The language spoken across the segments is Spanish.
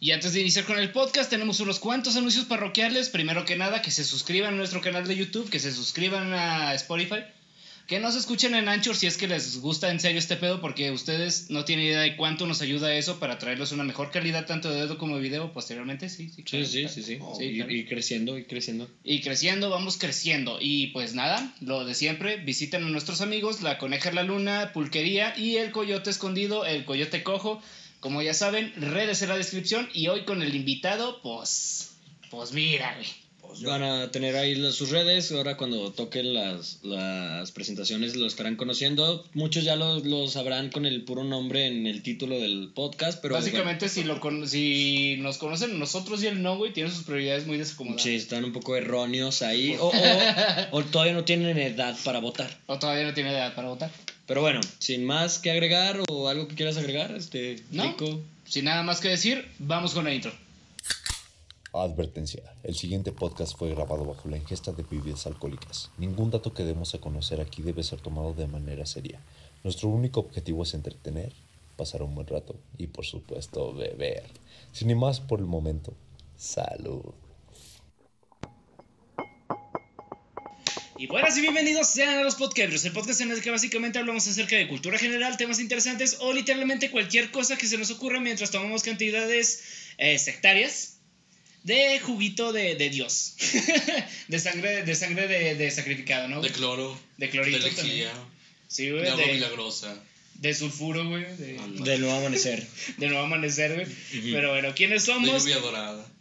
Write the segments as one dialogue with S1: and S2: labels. S1: Y antes de iniciar con el podcast, tenemos unos cuantos anuncios parroquiales. Primero que nada, que se suscriban a nuestro canal de YouTube, que se suscriban a Spotify, que nos escuchen en Anchor si es que les gusta en serio este pedo, porque ustedes no tienen idea de cuánto nos ayuda eso para traerles una mejor calidad tanto de audio como de video posteriormente. Sí, sí,
S2: Sí,
S1: claro,
S2: sí,
S1: claro.
S2: sí, sí.
S1: Oh,
S2: Y-
S1: claro.
S2: y creciendo, y creciendo.
S1: Y creciendo, vamos creciendo. Y pues nada, lo de siempre, visiten a nuestros amigos, la Coneja la Luna, Pulquería y el Coyote Escondido, el Coyote Cojo. Como ya saben, redes en la descripción y hoy con el invitado, pues, pues mira, güey.
S2: Van a tener ahí las- sus redes. Ahora, cuando toquen las, las presentaciones, lo estarán conociendo. Muchos ya lo, lo sabrán con el puro nombre en el título del podcast. Pero
S1: Básicamente, si, lo cono- si nos conocen nosotros y él no, güey, tienen sus prioridades muy
S2: bueno,
S1: desacomodadas.
S2: sí, están un poco erróneos ahí. O,
S1: pues.
S2: o- o todavía no tienen edad para votar.
S1: O todavía no tiene edad para votar.
S2: Pero bueno, sin más que agregar o algo que quieras agregar, este,
S1: No.
S2: Rico.
S1: Sin nada más que decir, vamos con la intro.
S3: Advertencia. El siguiente podcast fue grabado bajo la ingesta de bebidas alcohólicas. Ningún dato que demos a conocer aquí debe ser tomado de manera seria. Nuestro único objetivo es entretener, pasar un buen rato y por supuesto beber. Sin ni más por el momento, salud.
S1: Y buenas y bienvenidos sean a los podcasts, el podcast en el que básicamente hablamos acerca de cultura general, temas interesantes o literalmente cualquier cosa que se nos ocurra mientras tomamos cantidades eh, sectarias de juguito de, de Dios. de sangre, de, sangre de, de sacrificado, ¿no?
S4: De
S1: güey?
S4: cloro,
S1: De
S4: de
S1: clorito también.
S4: lejía,
S1: Sí, güey.
S4: de agua
S1: De,
S4: milagrosa.
S1: de sulfuro, güey. De,
S4: Ándale.
S2: Del nuevo amanecer.
S1: de nuevo amanecer, güey. Pero bueno, ¿quiénes
S4: De
S1: somos?
S4: lluvia dorada.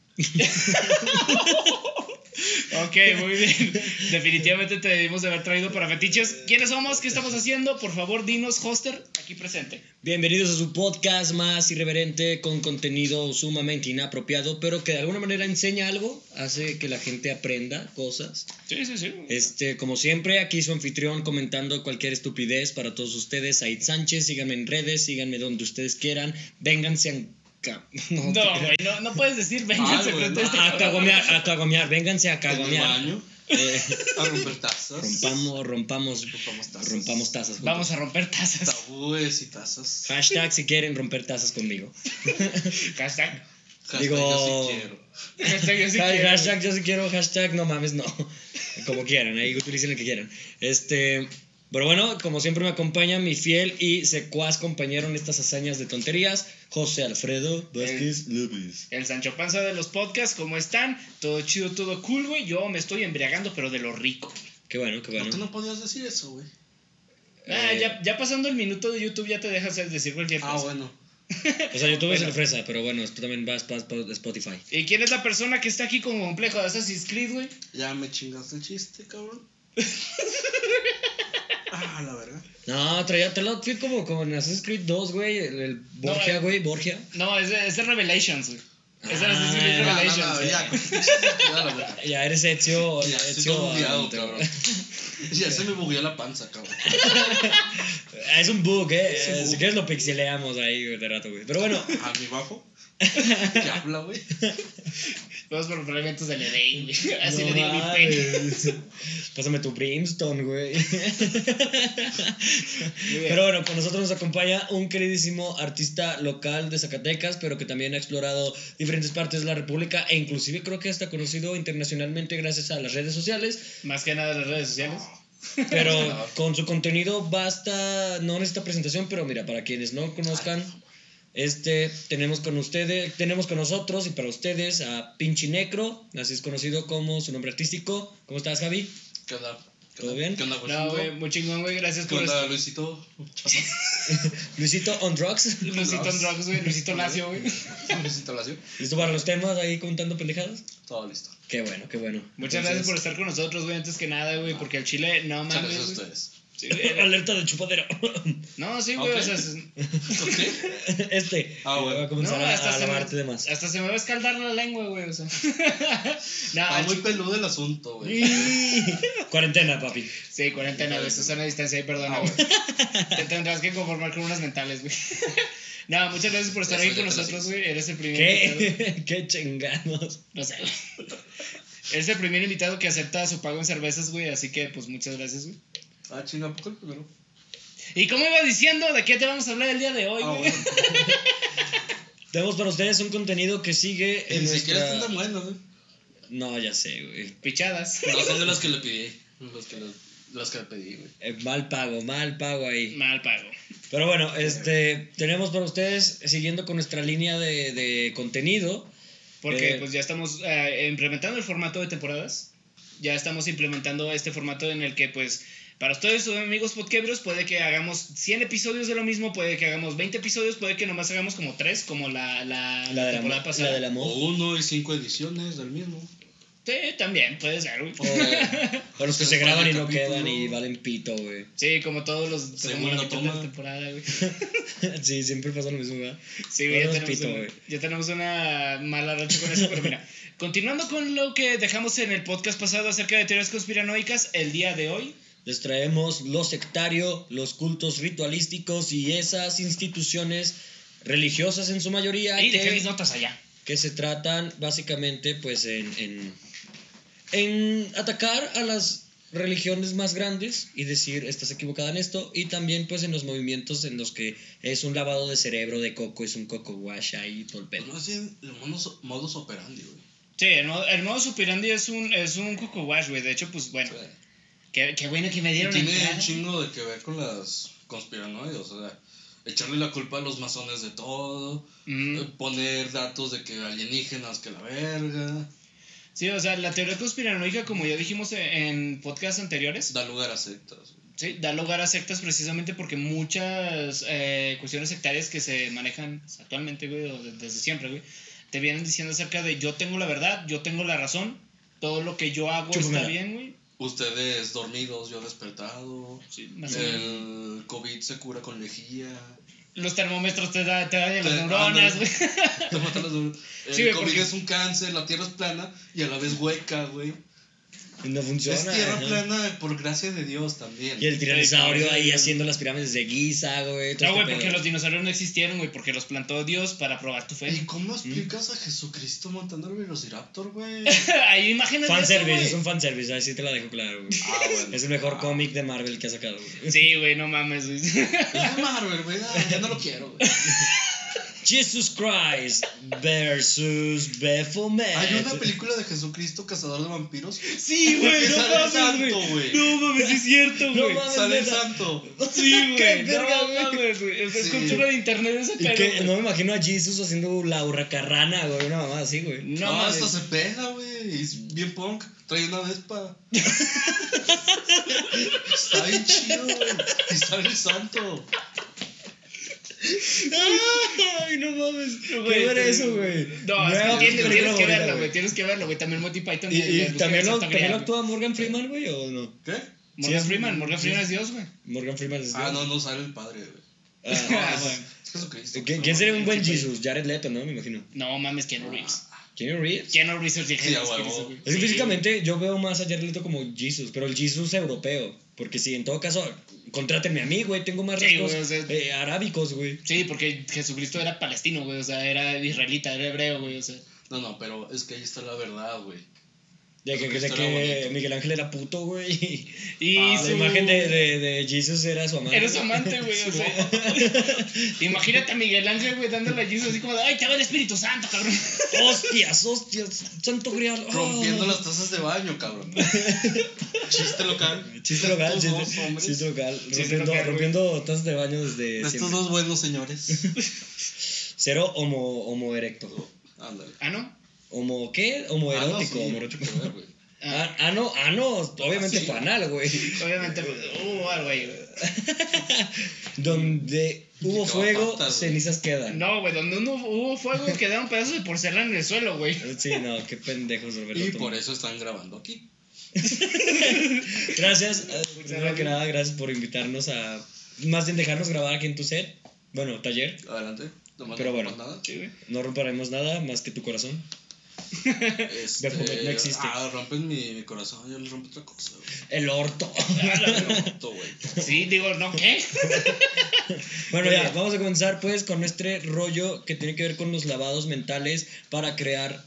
S1: Ok, muy bien. Definitivamente te debimos de haber traído para fetiches. ¿Quiénes somos? ¿Qué estamos haciendo? Por favor, dinos, hoster, aquí presente.
S2: Bienvenidos a su podcast más irreverente con contenido sumamente inapropiado, pero que de alguna manera enseña algo, hace que la gente aprenda cosas.
S1: Sí, sí, sí.
S2: Este, como siempre, aquí su anfitrión comentando cualquier estupidez para todos ustedes. Said Sánchez, síganme en redes, síganme donde ustedes quieran. Vénganse a... ca- No, te
S1: No,
S2: creas.
S1: güey, no, no puedes decir vénganse
S4: Ah, güey,
S1: frente a este
S2: a
S1: cabrón.
S2: cagomear, a cagomear, vénganse a
S4: En el
S2: cagomear.
S4: baño.
S2: Eh,
S4: A romper tazas.
S2: rompamos, rompamos,
S4: Rompamos tazas.
S2: rompamos tazas. juntos.
S1: Vamos a romper tazas.
S4: Tabúes y tazas.
S2: Hashtag si quieren romper tazas conmigo.
S1: Hashtag.
S4: Hashtag
S2: Digo-
S4: yo sí quiero.
S1: Hashtag yo sí
S2: Hashtag,
S1: quiero.
S2: hashtag yo sí quiero, hashtag no mames, no. Como quieran, ahí utilicen el que quieran. Este, pero bueno, como siempre me acompaña mi fiel y secuaz compañero en estas hazañas de tonterías, José Alfredo Vázquez López.
S1: El Sancho Panza de los podcasts, ¿cómo están? Todo chido, todo cool, güey. Yo me estoy embriagando, pero de lo rico.
S2: Qué bueno, qué
S4: ¿Por qué
S2: bueno.
S4: no podías decir eso, güey?
S1: Ah,
S2: Eh.
S1: ya, ya pasando el minuto de YouTube ya te dejas decir cualquier cosa.
S4: Ah, bueno.
S2: O sea, YouTube es
S1: Bueno.
S2: la fresa, pero bueno, esto también vas para Spotify.
S1: ¿Y quién es la persona que está aquí con complejo de Assassin's Creed, güey?
S4: Ya me chingaste el chiste, cabrón. ah, la verga.
S2: No, traía el outfit como con Assassin's Creed 2, güey. El, el Borgia,
S1: eh.
S2: güey, Borgia.
S1: No, es de, es de Revelations, güey. Es de
S2: Ah,
S1: Assassin's Creed
S2: no, no,
S1: Revelations.
S4: no,
S1: güey.
S4: ya. Ya, la verga.
S2: Ya eres Ezio.
S4: Ya, estoy
S2: Ezio
S4: todo bugueado,
S2: Adelante.
S4: cabrón. Ya se me bugueó la panza, cabrón.
S2: Es un bug, eh.
S4: Es un
S2: Eh, Si
S4: bug.
S2: quieres lo pixeleamos ahí güey, de rato, güey. Pero bueno,
S4: A mi bajo. ¿Qué habla, güey?
S1: Todos por fragmentos del EDI, güey. Así
S2: No
S1: le digo a mi pene.
S2: mames. Pásame tu brimstone, güey.
S1: Muy bien.
S2: Pero bueno, con nosotros nos acompaña un queridísimo artista local de Zacatecas, pero que también ha explorado diferentes partes de la República e inclusive creo que hasta conocido internacionalmente gracias a las redes sociales.
S1: Más que nada las redes sociales.
S2: Pero con su contenido basta, no necesita presentación, pero mira, para quienes no conozcan, este tenemos con ustedes, tenemos con nosotros y para ustedes a Pinchi Necro, así es conocido como su nombre artístico. ¿Cómo estás, Javi?
S4: ¿Qué onda? ¿Qué
S2: ¿Todo
S4: onda?
S2: bien?
S4: ¿Qué onda,
S1: No, güey,
S4: Washington?
S1: muy chingón, güey. Gracias
S4: pues ¿Qué
S1: por
S4: onda,
S1: esto.
S4: Luisito?
S2: Luisito on drugs.
S1: Luisito on Drugs, güey. Luisito Lacio, güey.
S4: Luisito Lacio.
S2: ¿Listo para los temas ahí contando pendejadas?
S4: Todo listo.
S2: Qué bueno, qué bueno.
S1: Muchas gracias por estar con nosotros, güey. Antes que nada, güey, porque el Chile no
S4: Muchas gracias a
S1: mames. güey.
S4: ustedes.
S1: Sí, güey.
S2: Alerta de chupadero.
S1: No, sí, güey.
S4: Ok.
S1: O sea, es-
S4: Ok.
S2: Este.
S4: Ah, bueno.
S2: Va a
S1: no,
S2: comenzar a,
S1: hasta
S2: a
S1: se, me,
S2: lavarte de más.
S1: hasta se me va a escaldar la lengua, güey. O sea, no,
S4: Está
S1: al
S4: muy
S1: chi-
S4: peludo el asunto, güey.
S2: Cuarentena, papi.
S1: Sí, cuarentena, güey. Susana distancia, ahí, perdona,
S4: Ah,
S1: güey. Te tendrás que conformar con unas mentales, güey. No, muchas gracias por estar
S4: Eso
S1: ahí con
S4: ya te lo
S1: nosotros, güey. Eres el primer invitado.
S2: ¿Qué? ¿Qué chingados?
S1: No sé. güey. Eres el primer invitado que acepta su pago en cervezas, güey. Así que, pues, muchas gracias, güey.
S4: Ah, chinga, ¿a poco el primero?
S2: Ah,
S1: Y como iba diciendo, ¿de qué te vamos a hablar el día de hoy,
S4: Ah,
S1: güey?
S4: bueno.
S2: Tenemos para ustedes un contenido que sigue en
S4: Ni siquiera
S2: nuestra-
S4: están tan buenos, güey.
S2: No, ya sé, güey.
S1: Pichadas.
S4: No, son de los que le pedí. Los que, los, los que le pedí, güey.
S2: Eh, mal pago, mal pago ahí.
S1: Mal pago.
S2: Pero bueno, este, tenemos para ustedes, siguiendo con nuestra línea de, de contenido,
S1: Porque
S2: Eh.
S1: pues ya estamos eh, implementando el formato de temporadas. Ya estamos implementando este formato en el que pues para ustedes, sus amigos podquebros, puede que hagamos 100 episodios de lo mismo, puede que hagamos 20 episodios, puede que nomás hagamos como 3, como la, Ah, la,
S2: la, de la,
S1: temporada
S2: mo-
S1: pasada.
S2: la del amor.
S4: O uno y cinco ediciones del mismo.
S1: Sí, también, puede ser. güey.
S2: Oh. O los que
S4: Entonces,
S2: se graban y no
S4: capítulo.
S2: quedan y valen pito, güey.
S1: Sí, como todos los... como
S4: Segunda
S1: la mitad de
S4: toma.
S1: la temporada, güey.
S2: sí, siempre pasa lo mismo, ¿verdad?
S1: Sí, güey, ya,
S2: Todos
S1: tenemos
S2: pito,
S1: una,
S2: güey.
S1: ya tenemos una mala racha con eso, pero mira. Continuando con lo que dejamos en el podcast pasado acerca de teorías conspiranoicas, el día de hoy
S2: Les traemos lo sectario, los cultos ritualísticos y esas instituciones religiosas en su mayoría
S1: Y dejé mis
S2: que,
S1: notas allá.
S2: que se tratan básicamente pues en, en, en atacar a las religiones más grandes y decir estás equivocada en esto y también pues en los movimientos en los que es un lavado de cerebro de coco, es un coco wash ahí todo el
S4: Pero
S2: pedo.
S4: no hacen el modus, modus operandi, güey.
S1: Sí, el modo, el modo superandi es un, es un coco wash, güey. De hecho, pues bueno,
S4: O sea,
S1: qué, qué bueno que me dieron
S4: Tiene
S1: entrada.
S4: un chingo de que ver con las conspiranoides, o sea, echarle la culpa a los masones de todo,
S1: Mm.
S4: eh, poner datos de que alienígenas que la verga,
S1: Sí, o sea, la teoría conspiranoica, como ya dijimos en- en podcasts anteriores,
S4: da lugar a sectas. güey.
S1: sí, da lugar a sectas precisamente porque muchas eh, cuestiones sectarias que se manejan actualmente, güey, o de- desde siempre, güey, te vienen diciendo acerca de yo tengo la verdad, yo tengo la razón, todo lo que yo hago
S2: Chúpamela.
S1: está bien, güey.
S4: Ustedes dormidos, yo despertado,
S1: Sí, más
S4: Eh.
S1: o menos.
S4: el COVID se cura con lejía.
S1: Los termómetros te, da, te dañan las
S4: Te-
S1: neuronas,
S4: Eh, ándale.
S1: güey.
S4: Te matan las neuronas. El
S1: Sí, güey,
S4: COVID
S1: porque-
S4: es un cáncer, la tierra es plana y a la vez hueca, güey.
S2: Y no funciona.
S4: Es tierra
S2: ajá.
S4: plana por gracia de Dios también.
S2: Y el tiranosaurio ahí haciendo las pirámides de Giza, güey. todo
S1: No, güey,
S2: este
S1: porque
S2: pedo.
S1: los dinosaurios no existieron, güey, porque los plantó Dios para probar tu
S4: ¿Y
S1: fe.
S2: Mm.
S4: cómo explicas a Jesucristo matando al velociraptor, güey?
S1: Hay imágenes de eso,
S2: Fanservice,
S1: güey.
S2: es un fanservice, así te la dejo claro, güey.
S4: Ah, bueno.
S2: Es el mejor
S4: Ah.
S2: cómic de Marvel que ha sacado, güey.
S1: Sí, güey, no mames, güey.
S4: Es de Marvel, güey. Ah, Ya, ya no lo quiero, güey.
S2: Jesus Christ versus Baphomet.
S4: Hay una película de Jesucristo, cazador de vampiros.
S1: Sí, güey,
S4: Porque
S1: no
S4: sale
S1: mames,
S4: santo,
S1: güey.
S4: güey.
S1: No mames, sí es cierto,
S2: No
S1: güey.
S2: mames.
S4: Sale el
S2: neta.
S4: santo.
S1: sí,
S2: Qué
S1: güey.
S2: verga,
S1: No mames, güey. Es, es
S4: Sí.
S1: cultura de internet ese
S2: Y que
S1: pedo.
S2: no
S1: güey.
S2: me imagino a Jesus haciendo la hurracarrana, güey, una mamá así, güey.
S1: No,
S4: No,
S1: mames.
S4: hasta se pega, güey. Es bien punk. Trae una vespa. Está bien chido, güey. Y sale el santo.
S2: Ay, no mames.
S1: No,
S2: ¿Qué
S1: güey,
S2: era
S1: te-
S2: eso,
S1: No,
S2: güey?
S1: es
S2: Nueva
S1: que tienes,
S2: película
S1: tienes que
S2: favorita,
S1: verlo, güey. Tienes que verlo, güey. También Monty Python. eh,
S2: Y,
S1: les- les
S2: y
S1: gusta
S2: también,
S1: esa
S2: lo,
S1: sangría,
S2: también lo
S1: güey.
S2: actúa Morgan Freeman, güey, o no?
S4: ¿Qué?
S1: Morgan
S2: Sí, es-
S1: Freeman. Morgan
S2: sí.
S1: Freeman es Dios, güey.
S2: Morgan Freeman es.
S4: Ah, no, no sale el padre, güey.
S2: Ah,
S1: Ah, güey.
S4: Es Jesucristo.
S2: ¿Quién quién sería un buen Jesus? Jared Leto, ¿no? Me imagino.
S1: No mames, Keanu Reeves.
S2: Keanu Reeves.
S1: Keanu Reeves Ah, es el
S4: Sí, a
S1: Jesús,
S4: huevo.
S1: Cristo, güey.
S2: Es que
S1: Sí,
S2: físicamente yo veo más a Jared Leto como Jesus, pero el Jesus europeo. Porque si en todo caso, contrátenme a mí, güey, tengo más
S1: Sí,
S2: rasgos
S1: güey, o sea-
S2: eh, arábicos, güey.
S1: Sí, porque Jesucristo era palestino, güey, o sea, era israelita, era hebreo, güey, o sea.
S4: No, no, pero es que ahí está la verdad, güey.
S2: De que, de
S4: Jesucristo
S2: que
S4: era bonito.
S2: Miguel Ángel era puto, güey. Y
S1: Y
S4: Ah,
S1: su
S2: la imagen de, de, de Jesus era su amante.
S1: Era su amante, güey, o sea. Imagínate a Miguel Ángel, güey, dándole a Jesús así como de, ay, te va el Espíritu Santo, cabrón.
S2: Hostias, hostias, santo grial. oh.
S4: Rompiendo las tazas de baño, cabrón. Chiste local.
S2: Oh. Chiste local,
S4: Estos dos
S2: chiste,
S4: hombres.
S2: chiste local.
S1: Chiste
S2: rompiendo,
S1: local, güey.
S2: rompiendo tazas de baño desde
S4: De estos
S2: siempre.
S4: dos buenos señores.
S2: Cero homo, homo erecto.
S4: Ándale.
S1: Ah, ¿no?
S2: ¿Homo qué? Homo
S4: Ah, no,
S2: erótico,
S4: sí,
S2: homo erótico.
S4: a ver, güey.
S1: Ah,
S2: Ah, ah, no, ah, no, obviamente
S4: sí.
S2: fue anal, güey.
S1: obviamente, uh, ah, güey.
S2: Donde hubo
S4: Qué
S2: fuego,
S4: patas, güey.
S2: cenizas quedan.
S1: No, güey, donde no hubo fuego quedaron pedazos de porcelana en el suelo, güey.
S2: Sí, no, qué pendejos Roberto.
S4: Y por eso están grabando aquí.
S2: Gracias, eh, primero que
S1: gracias.
S2: nada, gracias por invitarnos a. Más bien dejarnos grabar aquí en tu set. Bueno, taller.
S4: Adelante. No más
S2: Pero
S4: no
S2: bueno.
S4: más nada.
S1: Sí, güey.
S2: No romperemos nada más que tu corazón.
S4: Este,
S2: Dejo- no existe.
S4: Ah, rompen mi, mi corazón, yo le rompo otra cosa, güey.
S2: El orto.
S4: Todo, güey.
S1: Sí, digo, ¿no qué?
S2: Bueno,
S1: Muy
S2: ya,
S1: bien.
S2: vamos a comenzar pues con este rollo que tiene que ver con los lavados mentales para crear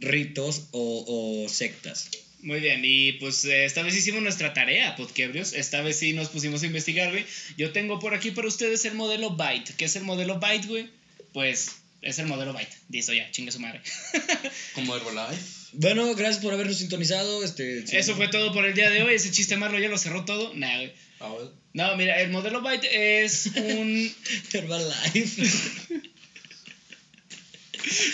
S2: ritos o, o sectas.
S1: Muy bien, y pues eh, esta vez hicimos nuestra tarea, podquebrios. Esta vez sí nos pusimos a investigar, güey. Yo tengo por aquí para ustedes el modelo Byte. ¿Qué es el modelo Byte, güey? Pues Es el modelo Byte. Listo, ya, chingue su madre.
S4: Como Herbalife.
S2: Bueno, gracias por habernos sintonizado. Este, sí.
S1: Eso fue todo por el día de hoy. Ese chiste malo ya lo cerró todo. Nah, güey.
S4: Ah, bueno.
S1: No, mira, el modelo Byte es un.
S2: Herbalife.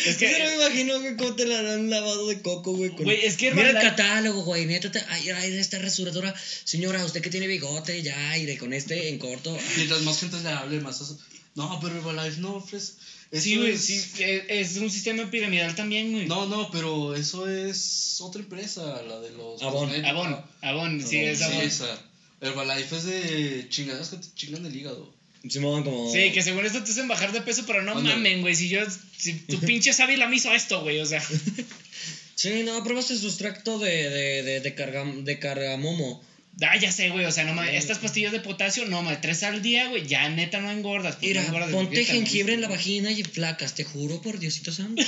S1: es
S2: Yo no me
S1: que.
S2: imagino, güey, cómo te la harán lavado de coco, güey. con-
S1: Güey, es que
S2: Mira el
S1: Herbalife-
S2: catálogo, güey. Neta, te- ay, ay, de esta rasuradora. Señora, usted que tiene bigote, ya, y de con este en corto.
S4: Mientras más gente le hable, más. as- No, pero Herbalife no ofrece. Eso
S1: Sí, güey,
S4: es-
S1: sí, es, es un sistema piramidal también, güey.
S4: No, no, pero eso es otra empresa, la de los.
S2: Avon.
S4: cosméticos.
S1: Avon, Avon, sí,
S2: Avon,
S1: es
S4: Sí,
S1: Avon.
S4: esa. Herbalife es de chingadas que te chingan el hígado.
S2: Simón, como.
S1: Sí, que según esto te hacen bajar de peso, pero no
S4: Ándale.
S1: mamen, güey. Si yo, si tu pinche sábila me hizo esto, güey, o sea.
S2: Sí, no, probaste sustracto de, de, de, de, cargam- de cargamomo.
S1: Ah, ya sé, güey, o sea, no mames. Estas pastillas de potasio, no mames, tres al día, güey, ya neta no engordas. pues, no
S2: Mira,
S1: engordas,
S2: ponte
S1: dieta, güey.
S2: jengibre en la vagina y flacas, te juro por Diosito Santo.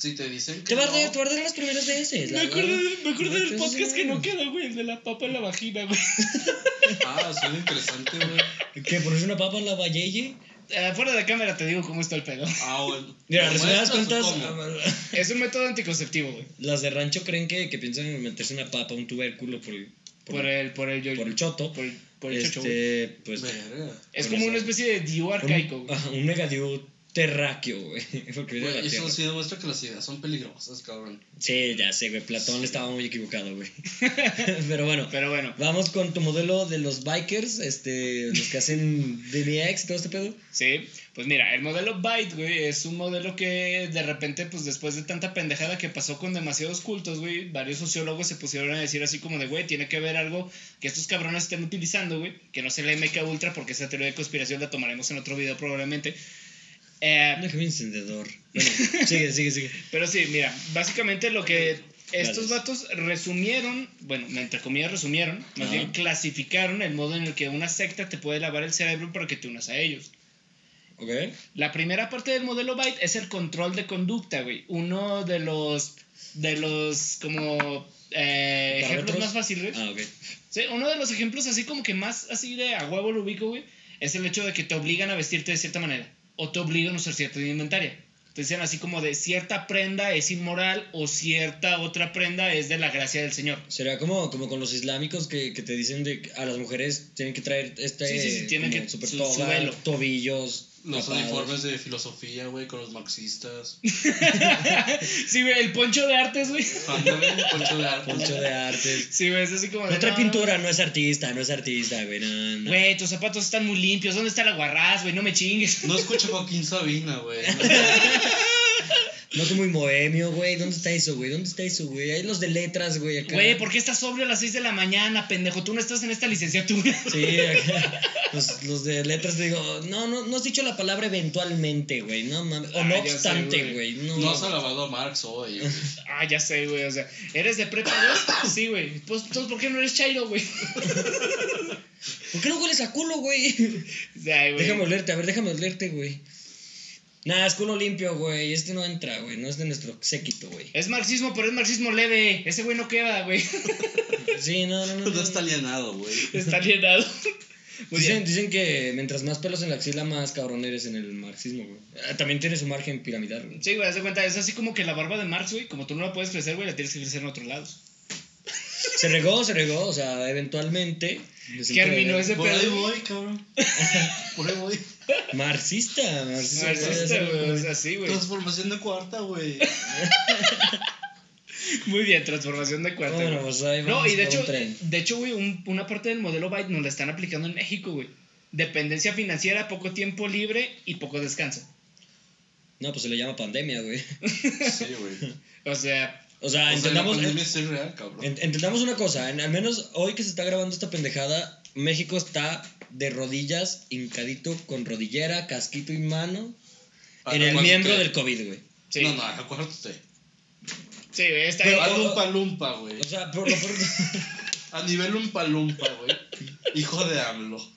S4: Si te dicen que.
S2: Te vas a
S4: no,
S2: arder, te va a arder las primeras veces.
S1: Me
S2: la
S1: acuerdo,
S2: verdad.
S1: me acuerdo del
S2: Sí,
S1: podcast
S2: sí.
S1: que no queda, güey, el de la papa en la vagina, güey.
S4: Ah, suena interesante, güey.
S2: ¿Que pones una papa en la valleye?
S1: Eh, fuera de cámara te digo cómo está el pedo.
S4: Ah, bueno.
S2: Mira,
S4: ¿Lo
S2: resumidas
S4: muestras
S2: cuentas,
S4: o cómo?
S1: Es un método anticonceptivo, güey.
S2: las de rancho creen que, que piensan en meterse una papa, un tubérculo por el, por,
S1: Por
S2: el,
S1: el, por el, yo-
S2: por el choto.
S1: por el- por el chocho, güey.
S2: este, pues,
S4: Verga.
S1: Es
S2: por
S1: como
S2: eso.
S1: una especie de diu arcaico,
S2: un,
S1: güey.
S2: ajá, un megadiú terráqueo, güey. Porque viene de
S4: Güey,
S2: la
S4: eso
S2: tierra.
S4: sí demuestra que las ideas son peligrosas, cabrón.
S2: Sí, ya sé, güey. Platón estaba muy equivocado, güey. Pero bueno.
S1: Pero bueno,
S2: Vamos con tu modelo de los bikers, este, los que hacen DBX y todo este pedo.
S1: Sí, pues mira, el modelo Byte, güey, es un modelo que de repente, pues después de tanta pendejada que pasó con demasiados cultos, güey, varios sociólogos se pusieron a decir así como de, güey, tiene que haber algo que estos cabrones estén utilizando, güey, que no sea la MK Ultra, porque esa teoría de conspiración la tomaremos en otro video probablemente. Eh,
S2: Déjame un encendedor. Bueno, sigue, sigue, sigue.
S1: pero sí, mira, básicamente lo que estos
S2: Gracias.
S1: vatos resumieron, bueno, entre comillas resumieron, más
S2: Ajá.
S1: bien clasificaron el modo en el que una secta te puede lavar el cerebro para que te unas a ellos.
S2: ¿Ok?
S1: La primera parte del modelo Byte es el control de conducta, güey. Uno de los, de los como eh, ejemplos
S2: ¿Parámetros?
S1: más fáciles.
S2: Ah, ok.
S1: Sí, uno de los ejemplos así como que más así de a huevo lo ubico, güey, es el hecho de que te obligan a vestirte de cierta manera o te obligan a usar cierta indumentaria. Te dicen así como de cierta prenda es inmoral o cierta otra prenda es de la gracia del Señor.
S2: Será como, como con los islámicos que, que te dicen de que a las mujeres tienen que traer este
S1: Sí, sí, sí, tienen
S2: como
S1: que-
S2: super
S1: su-
S2: toga,
S1: su velo.
S2: tobillos,
S4: Los
S2: tapados.
S4: uniformes de filosofía, güey, con los marxistas.
S1: Sí, güey, el poncho de artes, güey.
S4: Ándale, un poncho de arte.
S2: Poncho de artes.
S1: Sí, güey, es así como de...
S2: No trae
S1: "No,
S2: pintura, no es artista, no es artista, güey. No, no.
S1: Güey, tus zapatos están muy limpios. ¿Dónde está la guarraz, güey? No me chingues.
S4: No escucha Joaquín Sabina, güey.
S2: No soy muy bohemio, güey. ¿Dónde está eso, güey? ¿Dónde está eso, güey? Hay los de letras, güey. acá.
S1: Güey, ¿por qué estás sobrio a las 6 de la mañana, pendejo? Tú no estás en esta licenciatura.
S2: Sí, acá, los, los de letras te digo, no, no, no has dicho la palabra eventualmente, güey, no mames, o
S1: Ah,
S2: no
S1: ya sé,
S2: obstante,
S1: güey.
S2: güey, no,
S4: No has
S2: mames.
S4: alabado a Marx hoy. güey.
S1: Ah, ya sé, güey. O sea, ¿eres de prepa 2? Sí, güey. Pues, entonces, ¿por qué no eres chairo, güey?
S2: ¿Por qué no hueles a culo, güey?
S1: O sea, güey.
S2: Déjame olerte, a ver, déjame olerte, güey. Nah, es culo limpio, güey, este no entra, güey, no es de nuestro séquito, güey.
S1: Es marxismo, pero es marxismo leve. Ese güey no queda, güey.
S2: Sí, no, no, no. no,
S4: No está
S2: no.
S4: alienado, güey.
S1: Está alienado. Muy bien.
S2: Dicen, dicen que mientras más pelos en la axila, más cabrón eres en el marxismo, güey. Ah, También tiene su margen piramidal, güey.
S1: Sí, güey, haz de cuenta. Es así como que la barba de Marx, güey. Como tú no la puedes crecer, güey, la tienes que crecer en otro lado.
S2: Se regó, se regó, o sea, eventualmente.
S1: ¿Qué arminó ese
S4: Por ahí
S1: pedo?
S4: voy, cabrón. Por ahí voy.
S2: Marxista, marxista. puede
S1: Marxista,
S2: ser,
S1: güey. O sea, sí, güey.
S4: Transformación de cuarta, güey.
S1: Muy bien, transformación de cuarto.
S2: Bueno,
S1: güey.
S2: pues ahí
S1: No,
S2: vamos
S1: y de
S2: por un
S1: hecho,
S2: tren.
S1: de hecho, güey, un- una parte del modelo Byte nos la están aplicando en México, güey. Dependencia financiera, poco tiempo libre y poco descanso.
S2: No, pues se le llama pandemia, güey.
S4: Sí, güey.
S1: O sea,
S2: O sea,
S4: O sea, la
S2: Ah, entendamos,
S4: pandemia sí es real, cabrón.
S2: en- entendamos una cosa. en- al menos hoy que se está grabando esta pendejada, México está de rodillas, hincadito, con rodillera, casquito y mano. en el
S4: Acuérdate.
S2: miembro del COVID, güey.
S1: sí.
S4: No, no, acuérdate.
S1: Sí, güey, está
S2: Pero-
S1: bien.
S4: Palumpa lumpa, güey.
S2: O sea, por lo por-
S4: A nivel un palumpa, güey. Hijo de AMLO.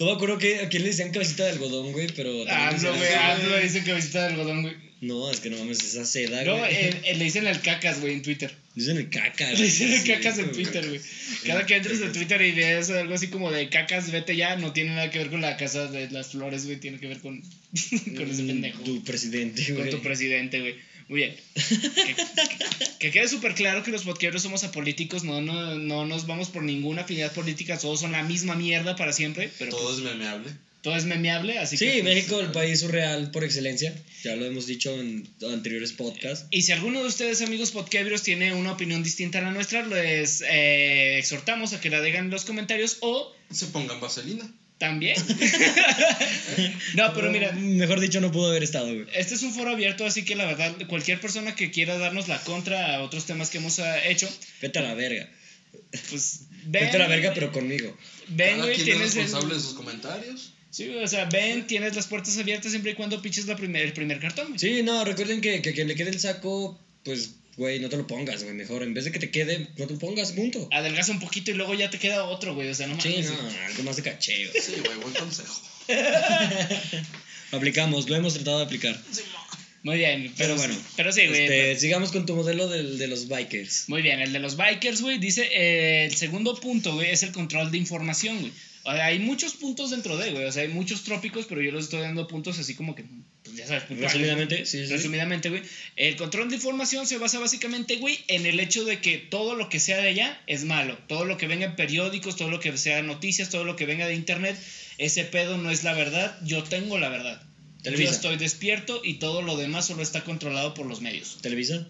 S2: No me acuerdo que, a quién le decían cabecita de algodón, güey, pero... también
S1: AMLO,
S2: le
S1: güey,
S2: decían-
S1: AMLO dice cabecita de algodón, güey.
S2: No, es que no mames, esa seda,
S1: No,
S2: güey.
S1: eh, eh, le dicen al cacas, güey, en Twitter.
S2: Dicen el caca,
S1: Le dicen al
S2: Sí,
S1: cacas en
S2: güey.
S1: Twitter, güey. Cada que entres en Twitter y ves algo así como de cacas, vete ya, no tiene nada que ver con la casa de las flores, güey, tiene que ver con, con
S2: Mm,
S1: ese pendejo.
S2: Tu presidente,
S1: Con
S2: güey.
S1: tu presidente, güey. Muy bien. Que, que- que quede súper claro que los podquebros somos apolíticos, no, no, no nos vamos por ninguna afinidad política, todos son la misma mierda para siempre, pero pues,
S4: Todo es memeable.
S1: todo es memeable, así que...
S2: Sí,
S1: pues,
S2: México, el país surreal por excelencia. Ya lo hemos dicho en anteriores podcasts.
S1: Y si alguno de ustedes, amigos podquebros, tiene una opinión distinta a la nuestra, les eh, exhortamos a que la dejan en los comentarios o
S4: Se pongan vaselina.
S1: también... no, Ah, pero mira,
S2: Mejor dicho, no pudo haber estado, güey.
S1: Este es un foro abierto, así que la verdad, cualquier persona que quiera darnos la contra a otros temas que hemos ah, hecho,
S2: Vete a la verga.
S1: pues ven.
S2: Vete a la verga, pero conmigo.
S1: Ven,
S4: Cada
S1: güey,
S4: quien es
S1: tienes. el-
S4: responsable de sus comentarios.
S1: Sí, güey, o sea, ven, tienes las puertas abiertas siempre y cuando piches la primer, el primer cartón. güey.
S2: Sí, no, recuerden que, que quien le quede el saco, pues, güey, no te lo pongas, güey. Mejor, en vez de que te quede, no te lo pongas, punto.
S1: Adelgaza un poquito y luego ya te queda otro, güey. O sea, Ah, no mames.
S2: Sí,
S1: güey.
S2: no, algo más de cacheo.
S4: Sí, güey, buen consejo.
S2: Aplicamos, lo hemos tratado de aplicar.
S1: Muy bien, pero,
S2: Pero bueno.
S1: Pero sí, güey. pues.
S2: Este, sigamos con tu modelo del- de los bikers.
S1: Muy bien, el de los bikers, güey, dice, eh, el segundo punto, güey, es el control de información, güey. O sea, hay muchos puntos dentro de, güey, o sea, hay muchos trópicos, pero yo les estoy dando puntos así como que, pues ya sabes, puntuales, güey.
S2: Resumidamente, sí, sí. sí.
S1: Resumidamente, güey, el control de información se basa básicamente, güey, en el hecho de que todo lo que sea de allá es malo. Todo lo que venga en periódicos, todo lo que sea noticias, todo lo que venga de internet, ese pedo no es la verdad. Yo tengo la verdad.
S2: Televisa.
S1: Yo estoy despierto y todo lo demás solo está controlado por los medios.
S2: Televisa.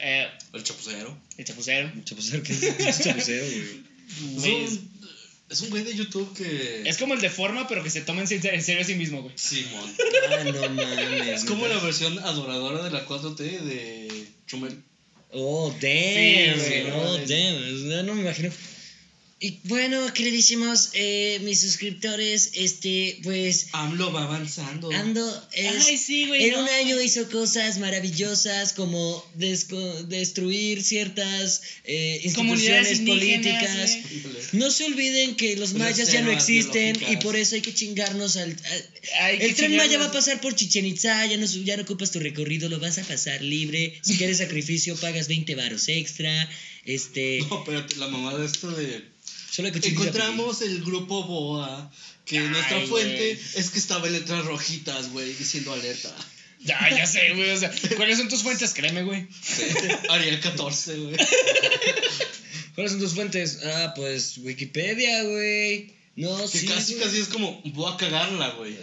S1: Eh,
S4: El chapucero.
S1: el chapucero.
S2: Chapucero, ¿qué es chapucero, güey?
S1: güey,
S4: Es
S1: es-
S4: un, es un güey de YouTube que.
S1: Es como el de forma, pero que se tomen sin- en serio a sí mismo, güey.
S4: Simón.
S2: Ah, no mames.
S4: Es como la versión adoradora de la 4T de Chumel.
S2: Oh, damn,
S1: Sí, güey, no
S2: oh,
S1: mames.
S2: damn, no, no me imagino. Y bueno, queridísimos eh, mis suscriptores, este, pues
S4: AMLO va avanzando.
S2: Ando es,
S1: Ay, sí, güey,
S2: en
S1: no.
S2: un año hizo cosas maravillosas como desco- destruir ciertas eh,
S1: Comunidades
S2: instituciones
S1: indígenas,
S2: políticas.
S1: güey.
S4: Híjole.
S2: No se olviden que los
S4: Pues,
S2: mayas
S4: las
S2: ya no
S4: selvas
S2: existen y
S4: biológicas.
S2: por eso hay que chingarnos al... al-
S1: Ay, qué
S2: el tren maya va
S1: chingados.
S2: a pasar por Chichen Itza, ya no, su- ya no ocupas tu recorrido, lo vas a pasar libre. Si quieres sacrificio, pagas 20 varos extra. Este.
S4: No, espérate, la mamada esta de.
S2: Solo hay que chingar-
S4: Encontramos el grupo BOA, que
S1: Ay,
S4: nuestra fuente
S1: güey.
S4: es que estaba en letras rojitas, güey, diciendo alerta.
S1: Ya, ya sé, güey. O sea, ¿cuáles son tus fuentes? Créeme, güey.
S4: Ariel 14, güey.
S2: ¿Cuáles son tus fuentes? Ah, pues Wikipedia, güey. No,
S4: Que
S2: sí.
S4: casi,
S2: güey.
S4: casi es como, voy a cagarla, güey.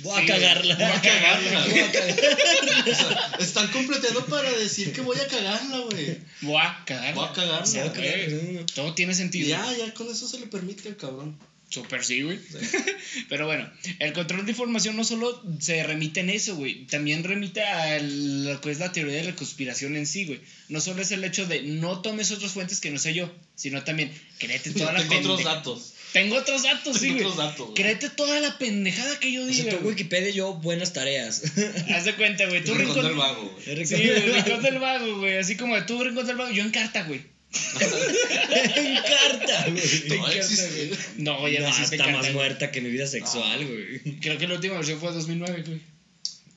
S2: Voy a
S1: Sí, güey.
S2: cagarla.
S1: Voy a cagarla,
S2: Voy a cagarla.
S4: O sea, están completeando para decir que voy a cagarla, güey.
S1: Voy a cagar.
S4: Voy a cagarla.
S1: O sea,
S4: Voy a
S1: güey, Todo tiene
S4: Y
S1: sentido.
S4: ya, ya, con eso se le permite al cabrón.
S1: Super sí, güey. Pero bueno, el control de información no solo se remite en eso, güey. También remite a lo que es la teoría de la conspiración en sí, güey. No solo es el hecho de no tomes otras fuentes que no sé yo, sino también créete toda la
S4: Tengo otros
S1: pende-
S4: datos.
S1: Tengo otros datos, sí,
S4: Tengo
S1: güey.
S4: otros datos, güey.
S1: Créete toda la pendejada que yo
S2: O sea,
S1: diga.
S2: tú
S1: güey.
S2: Wikipedia, yo buenas tareas.
S1: Haz de cuenta, güey. Tú
S4: Rincón
S1: rincón.
S4: del vago, güey.
S1: Sí, güey, rincón del vago, güey. Así como de tú rincón del vago, yo en carta, güey.
S2: en carta, güey.
S4: No existe.
S1: No, ya no,
S2: No,
S1: existe
S2: está
S1: Encarta,
S2: más
S1: güey.
S2: muerta que mi vida sexual, güey.
S1: Creo que la última versión fue 2009, güey.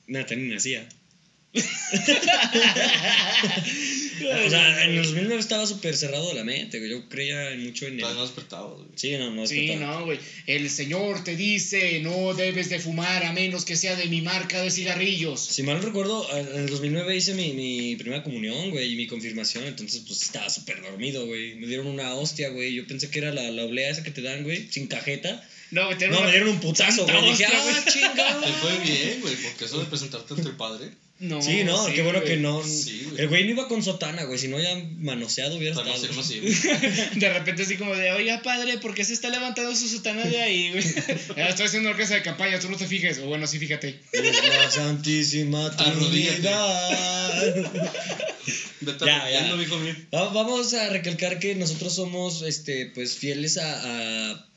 S2: Nada, ni nacía. Ah, O sea, en los 2009 estaba súper cerrado de la mente, güey. Yo creía mucho en
S4: Todavía
S2: el...
S4: no despertaba, güey.
S2: Sí, no, no.
S1: Pues Sí,
S2: respetaba.
S1: no, güey. El señor te dice, no debes de fumar a menos que sea de mi marca de cigarrillos.
S2: Si mal no recuerdo, en el 2009 hice mi, mi primera comunión, güey, y mi confirmación. Entonces, pues, estaba súper dormido, güey. Me dieron una hostia, güey. Yo pensé que era la, la oblea esa que te dan, güey, sin cajeta.
S1: No, güey, te
S2: No, me dieron un putazo,
S1: Santa
S2: güey. Dije,
S1: hostia, güey".
S2: ah, chingado.
S4: Te fue bien, güey, porque eso de presentarte ante el padre.
S1: No,
S2: Sí, no, qué bueno
S1: güey.
S2: que no.
S4: Sí, güey.
S2: el güey no iba con sotana, güey. Si no, ya manoseado hubiera
S4: Tal vez
S2: estado.
S4: era así, güey.
S1: De repente así como de, oiga, padre, ¿por qué se está levantando su sotana de ahí, güey? "Ah, Estoy haciendo orquesta de campaña, tú no te fijes. O bueno, sí, fíjate.
S2: Es la santísima
S4: Arrodíllate.
S2: Trinidad.
S4: Vete
S2: Ya,
S4: a
S2: ya.
S4: lo hijo mío.
S2: Va- Vamos a recalcar que nosotros somos este, pues, fieles a, a,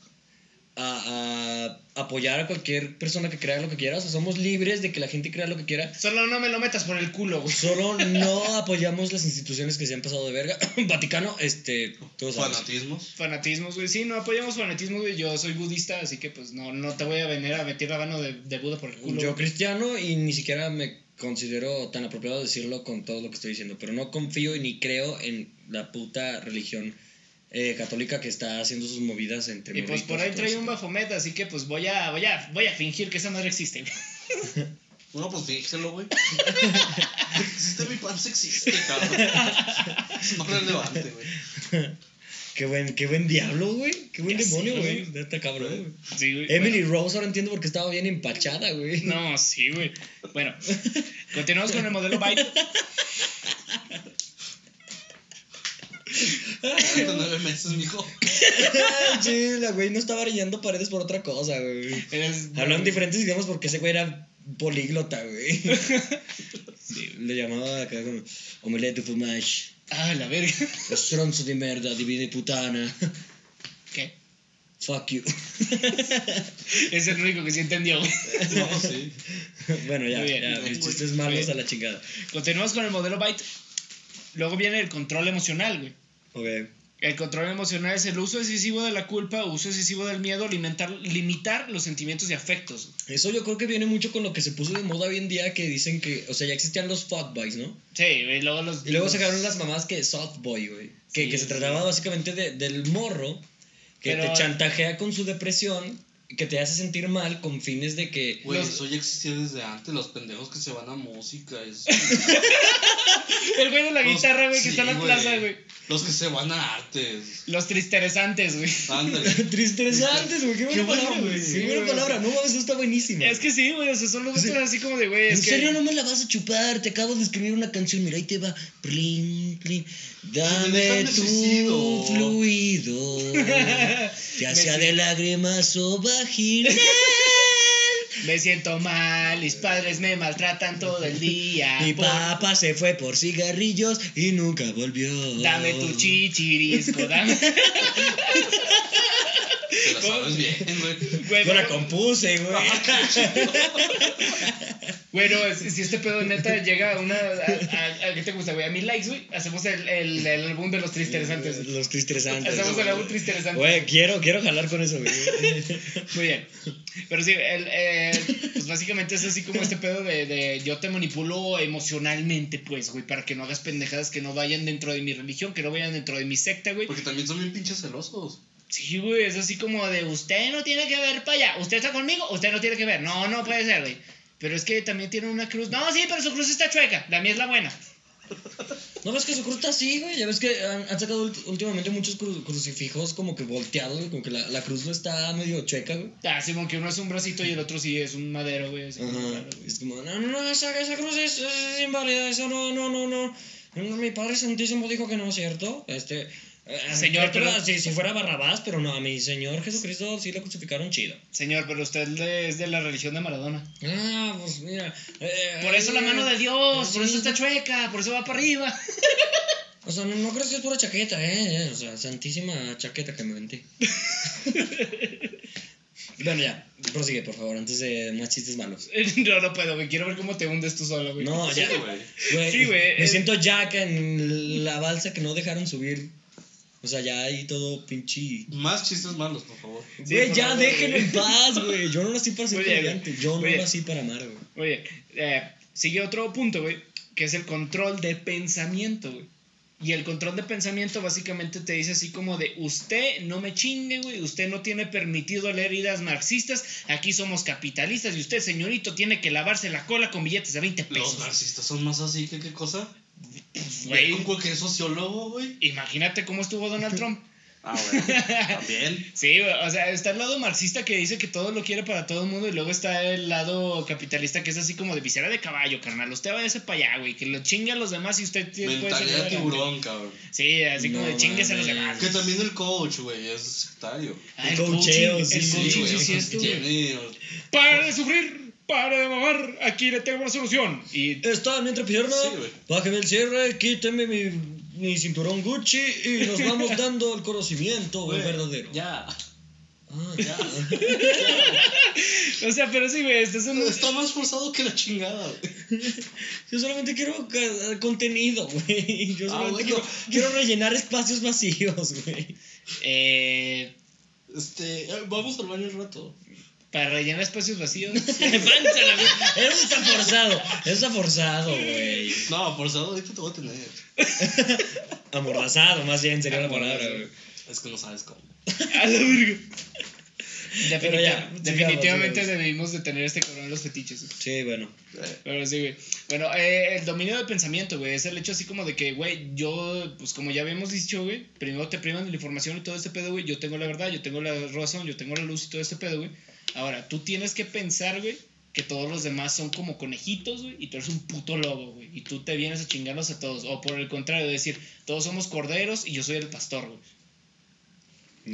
S2: a- a apoyar a cualquier persona que crea lo que quiera. O sea, somos libres de que la gente crea lo que quiera.
S1: Solo no me lo metas por el culo, güey.
S2: Solo no apoyamos las instituciones que se han pasado de verga. Vaticano, este, todos sabemos.
S4: Fanatismos.
S1: Fanatismos, güey. Sí, no apoyamos fanatismos, güey. Yo soy budista, así que pues no, no te voy a venir a meter la mano de, de Buda por el culo.
S2: Yo
S1: güey.
S2: cristiano y ni siquiera me considero tan apropiado decirlo con todo lo que estoy diciendo, pero no confío y ni creo en la puta religión eh, católica que está haciendo sus movidas entre
S1: Y pues
S2: morritos
S1: por ahí
S2: todo
S1: trae
S2: eso.
S1: un bafomet, así que pues voy a, voy a, voy a fingir que esa madre existe.
S4: No, pues fíjelo, güey. Existe mi pan existe, cabrón. Es más relevante, güey.
S2: Qué buen, qué buen diablo, güey. Qué buen
S1: Ya sé,
S2: demonio, güey.
S1: güey.
S2: Neta, cabrón, güey.
S1: Sí, güey.
S2: Emily Rose ahora entiendo por qué estaba bien empachada, güey.
S1: Bueno, no, sí, güey. Bueno, continuamos con el modelo Biden.
S4: Cuarenta nueve meses, mijo.
S2: sí, la güey no estaba arañando paredes por otra cosa, güey.
S1: Eres-
S2: Hablaban diferentes idiomas porque ese güey era políglota, güey. Sí, le llamaba acá como omelette de fromage,
S1: Ah, la verga.
S2: estronzo de merda, divide putana,
S1: ¿Qué?
S2: fuck you.
S1: Es el único que sí entendió, güey.
S4: No, sí.
S2: bueno, ya,
S1: Muy bien,
S2: ya,
S1: muy
S2: mis
S1: bien.
S2: chistes malos
S1: Muy
S2: a la chingada.
S1: Continuamos con el modelo Byte. Luego viene el control emocional, güey.
S2: Ok.
S1: El control emocional es el uso excesivo de la culpa, uso excesivo del miedo, alimentar, limitar los sentimientos y afectos.
S2: Eso yo creo que viene mucho con lo que se puso de moda hoy en día que dicen que, o sea, ya existían los fuckboys, ¿no?
S1: Sí, y luego los...
S2: Y luego
S1: los-
S2: sacaron las mamás que softboy, güey. Que,
S1: Sí,
S2: que se
S1: sí.
S2: trataba básicamente de- del morro que
S1: Pero-
S2: te chantajea con su depresión, que te hace sentir mal con fines de que...
S4: Güey,
S1: Los-
S4: eso ya existía desde antes. Los pendejos que se van a música. Es...
S1: El güey de
S2: Oh,
S1: la
S4: Los-
S1: guitarra, güey, que
S4: sí,
S1: está en la plaza, güey.
S4: Los que se van a artes.
S1: Los tristeresantes, güey.
S4: Ándale.
S2: Tristesantes, güey. Qué buena
S1: Qué bueno,
S2: palabra,
S1: güey.
S2: güey.
S1: Sí,
S2: Qué buena
S1: güey.
S2: palabra. No mames, eso está buenísimo.
S1: Es que sí, güey, o sea, son los otros así como de, güey,
S2: En
S1: es que...
S2: serio, no me la vas a chupar. Te acabo de escribir una canción. Mira, ahí te va. Plin, plin.
S4: Me
S2: Dame
S4: dejan de
S2: tu
S4: suicidio.
S2: fluido. Ya
S1: Me
S2: sea de lágrimas o vaginal.
S1: Me siento mal, mis padres me maltratan todo el día.
S2: Mi
S1: por-
S2: papá se fue por cigarrillos y nunca volvió.
S1: Dame tu chichirisco, dame...
S4: Te la sabes bien, güey.
S1: Güey,
S2: Yo la
S1: luego-
S2: compuse, güey.
S1: Bueno, si, si este pedo neta llega a una. A, a- ¿a ¿Qué te gusta, güey? A mil likes, güey. Hacemos el, el, el álbum de los tristeresantes.
S2: Los tristesantes.
S1: Hacemos el álbum tristeresante.
S2: Güey, quiero, quiero jalar con eso, güey.
S1: Muy bien. Pero sí, el, eh, pues básicamente es así como este pedo de, de yo te manipulo emocionalmente, pues, güey, para que no hagas pendejadas que no vayan dentro de mi religión, que no vayan dentro de mi secta, güey.
S4: Porque también son bien pinches celosos.
S1: Sí, güey, es así como de usted no tiene que ver para allá. Usted está conmigo, usted no tiene que ver. No, no puede ser, güey. Pero es que también tiene una cruz. No, sí, pero su cruz está chueca. La mía es la buena.
S2: No ves que su cruz está así, güey. Ya ves que han, han sacado ult- últimamente muchos cru- crucifijos como que volteados, güey. Como que la, la cruz no está medio chueca, güey.
S1: Ah, sí, como que uno es un bracito y el otro sí es un madero, güey. así como
S2: Ajá.
S1: raro, güey.
S2: Es como, no, no, no, esa, esa cruz es, es inválida, eso no, no, no, no. No, Mi padre santísimo dijo que no, ¿cierto? Este. eh,
S1: Señor,
S2: creo que
S1: pero-
S2: si, si fuera Barrabás, pero no, a mi Señor Jesucristo sí lo crucificaron chido.
S1: Señor, pero usted le- es de la religión de Maradona.
S2: Ah, pues mira. eh,
S1: Por eso la mano de Dios, por eso está chueca, por eso va para arriba.
S2: O sea, no, no crees que es pura chaqueta, ¿eh? O sea, santísima chaqueta que me vendí. bueno, ya, prosigue, por favor, antes de más chistes malos.
S1: No, no puedo, güey. Quiero ver cómo te hundes tú solo, güey.
S2: No, ya,
S4: güey.
S2: güey.
S1: Sí, güey,
S2: Me
S1: eh.
S2: siento Jack en la balsa que no dejaron subir. O sea, ya ahí todo pinche.
S4: Más chistes malos, por favor.
S1: Sí,
S2: Güey,
S1: por
S2: ya
S1: favor,
S2: déjenme
S1: güey.
S2: en paz, güey. Yo no nací para ser
S1: Muy bien,
S2: comediante.
S1: güey.
S2: Yo
S1: Muy
S2: no
S1: bien.
S2: nací para amar, güey.
S1: Oye, eh, sigue otro punto, güey, que es el control de pensamiento, güey. Y el control de pensamiento básicamente te dice así como de, usted no me chingue, güey, usted no tiene permitido leer ideas marxistas, aquí somos capitalistas y usted, señorito, tiene que lavarse la cola con billetes de 20
S4: Los
S1: pesos.
S4: narcisistas son más así que qué cosa. Ve
S1: Güey,
S4: con cualquier sociólogo, güey.
S1: imagínate cómo estuvo Donald Trump.
S4: Ah, güey. También.
S1: Sí, güey, o sea, está el lado marxista que dice que todo lo quiere para todo el mundo y luego está el lado capitalista que es así como de visera de caballo, carnal. Usted váyase para allá, güey, que lo chingue a los demás y usted tiene
S4: Mentalidad de tiburón, cabrón.
S1: Sí, así como
S2: No
S1: de chingues a los
S2: mames.
S1: demás.
S4: Que también el coach, güey, es sectario.
S1: Ah,
S2: El coacheo, sí,
S1: el
S2: sí,
S1: coaching,
S2: güey,
S1: sí, sí, es tú, güey.
S4: Tiene
S1: Para de sufrir, para de mamar, aquí le tengo una solución. Y
S2: Está en entrepierna,
S4: Sí, güey.
S2: bájeme el cierre, quíteme mi, mi cinturón Gucci y nos vamos dando el conocimiento güey, verdadero.
S4: Ya.
S2: Ah, ya.
S1: o sea, pero sí, güey, este es un...
S4: Está más forzado que la chingada, güey.
S2: Yo solamente quiero ca- contenido, güey. Yo
S4: Ah,
S2: solamente
S4: bueno.
S2: quiero, quiero rellenar espacios vacíos, güey.
S1: Eh,
S4: Este, eh, vamos al baño un rato.
S1: Para rellenar espacios vacíos.
S2: Panza, la mierda. Eso está forzado. Eso está forzado, güey.
S4: No, forzado, ahorita te voy a tener.
S2: Amordazado, más bien sería la palabra, güey.
S4: Es que no sabes cómo.
S1: A la verga.
S2: Pero ya,
S1: definitivamente
S2: sigamos, sigamos.
S1: debimos de tener este cabrón en los fetiches. güey.
S2: Sí, bueno.
S4: Eh,
S1: Pero sí, güey. Bueno, eh, el dominio del pensamiento, güey, es el hecho así como de que, güey, yo, pues como ya habíamos dicho, güey, primero te privan de la información y todo este pedo, güey, yo tengo la verdad, yo tengo la razón, yo tengo la luz y todo este pedo, güey. Ahora, tú tienes que pensar, güey, que todos los demás son como conejitos, güey, y tú eres un puto lobo, güey, y tú te vienes a chingarlos a todos. O por el contrario, decir, todos somos corderos y yo soy el pastor, güey.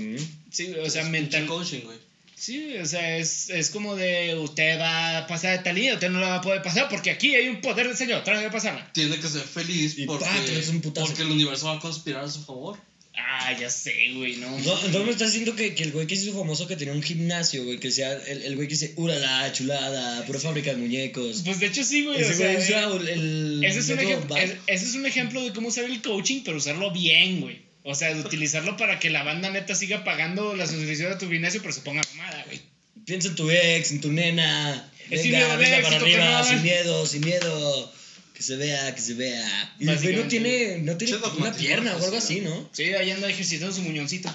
S2: Mm.
S1: Sí, güey, o sea,
S4: es
S1: mental,
S4: pinche coaching, güey.
S1: Sí, o sea, es, es como de usted va a pasar esta línea, usted no la va a poder pasar porque aquí hay un poder del Señor, trate de pasarla.
S4: Tiene que ser feliz
S2: Y pa,
S4: porque,
S2: te metes un putazo.
S4: porque el universo va a conspirar a su favor.
S1: Ah, ya sé, güey, no.
S2: No, no me estás diciendo que, que el güey que se hizo famoso que tenía un gimnasio, güey, que sea el, el güey que dice, ¡Urala, chulada! Pura fábrica de muñecos.
S1: Pues de hecho sí, güey. o
S2: Ese
S1: sea, eh,
S2: güey usó el, el
S1: ese, es un
S2: método
S1: ejem-
S2: Bach.
S1: es- ese es un ejemplo de cómo usar el coaching, pero usarlo bien, güey. O sea, de utilizarlo para que la banda neta siga pagando la suscripción a tu gimnasio, pero se ponga mamada, güey.
S2: Piensa en tu ex, en tu nena.
S1: Es
S2: Venga,
S1: sin miedo al
S2: venga
S1: éxito,
S2: para arriba,
S1: carnal.
S2: sin miedo, sin miedo. Que se vea, que se vea. Y el güey no
S1: Básicamente.
S2: tiene, no tiene
S4: Sí, dogmático,
S2: una pierna o algo así,
S4: sí,
S2: ¿no?
S1: Sí, ahí anda ejercitando su muñoncito.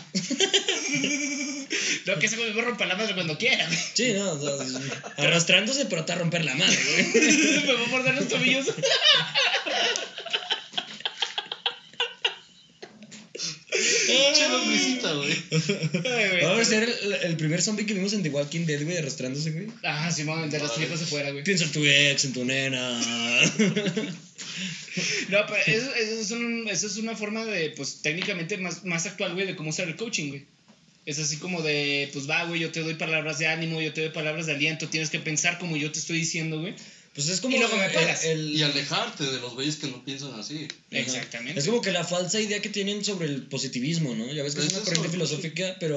S1: Lo que ese güey me rompa la madre cuando quiera, güey.
S2: Sí, no, o sea, arrastrándose pero hasta romper la madre, güey.
S1: me va a morder los tobillos.
S4: Pinche lombricita, güey.
S1: Ay, güey.
S2: Vamos a ser el, el primer zombie que vimos en The Walking Dead, güey, arrastrándose, güey.
S1: Ah, sí, vamos a vender las
S4: Vale.
S1: tripas afuera, güey.
S2: Piensa en tu ex, en tu nena.
S1: No, pero eso, eso es, un- eso es una forma de, pues, técnicamente más, más actual, güey, de cómo usar el coaching, güey. Es así como de, pues va, güey, yo te doy palabras de ánimo, yo te doy palabras de aliento, tienes que pensar como yo te estoy diciendo, güey.
S2: Pues es como
S1: Y luego me
S2: el-
S1: pegas.
S2: el-
S4: Y alejarte de los güeyes que no piensan así.
S2: Ajá.
S1: Exactamente.
S2: Es como que la falsa idea que tienen sobre el positivismo, ¿no? Ya ves que es
S4: Eso
S2: una
S4: es
S2: corriente
S4: sobre-
S2: filosófica, pero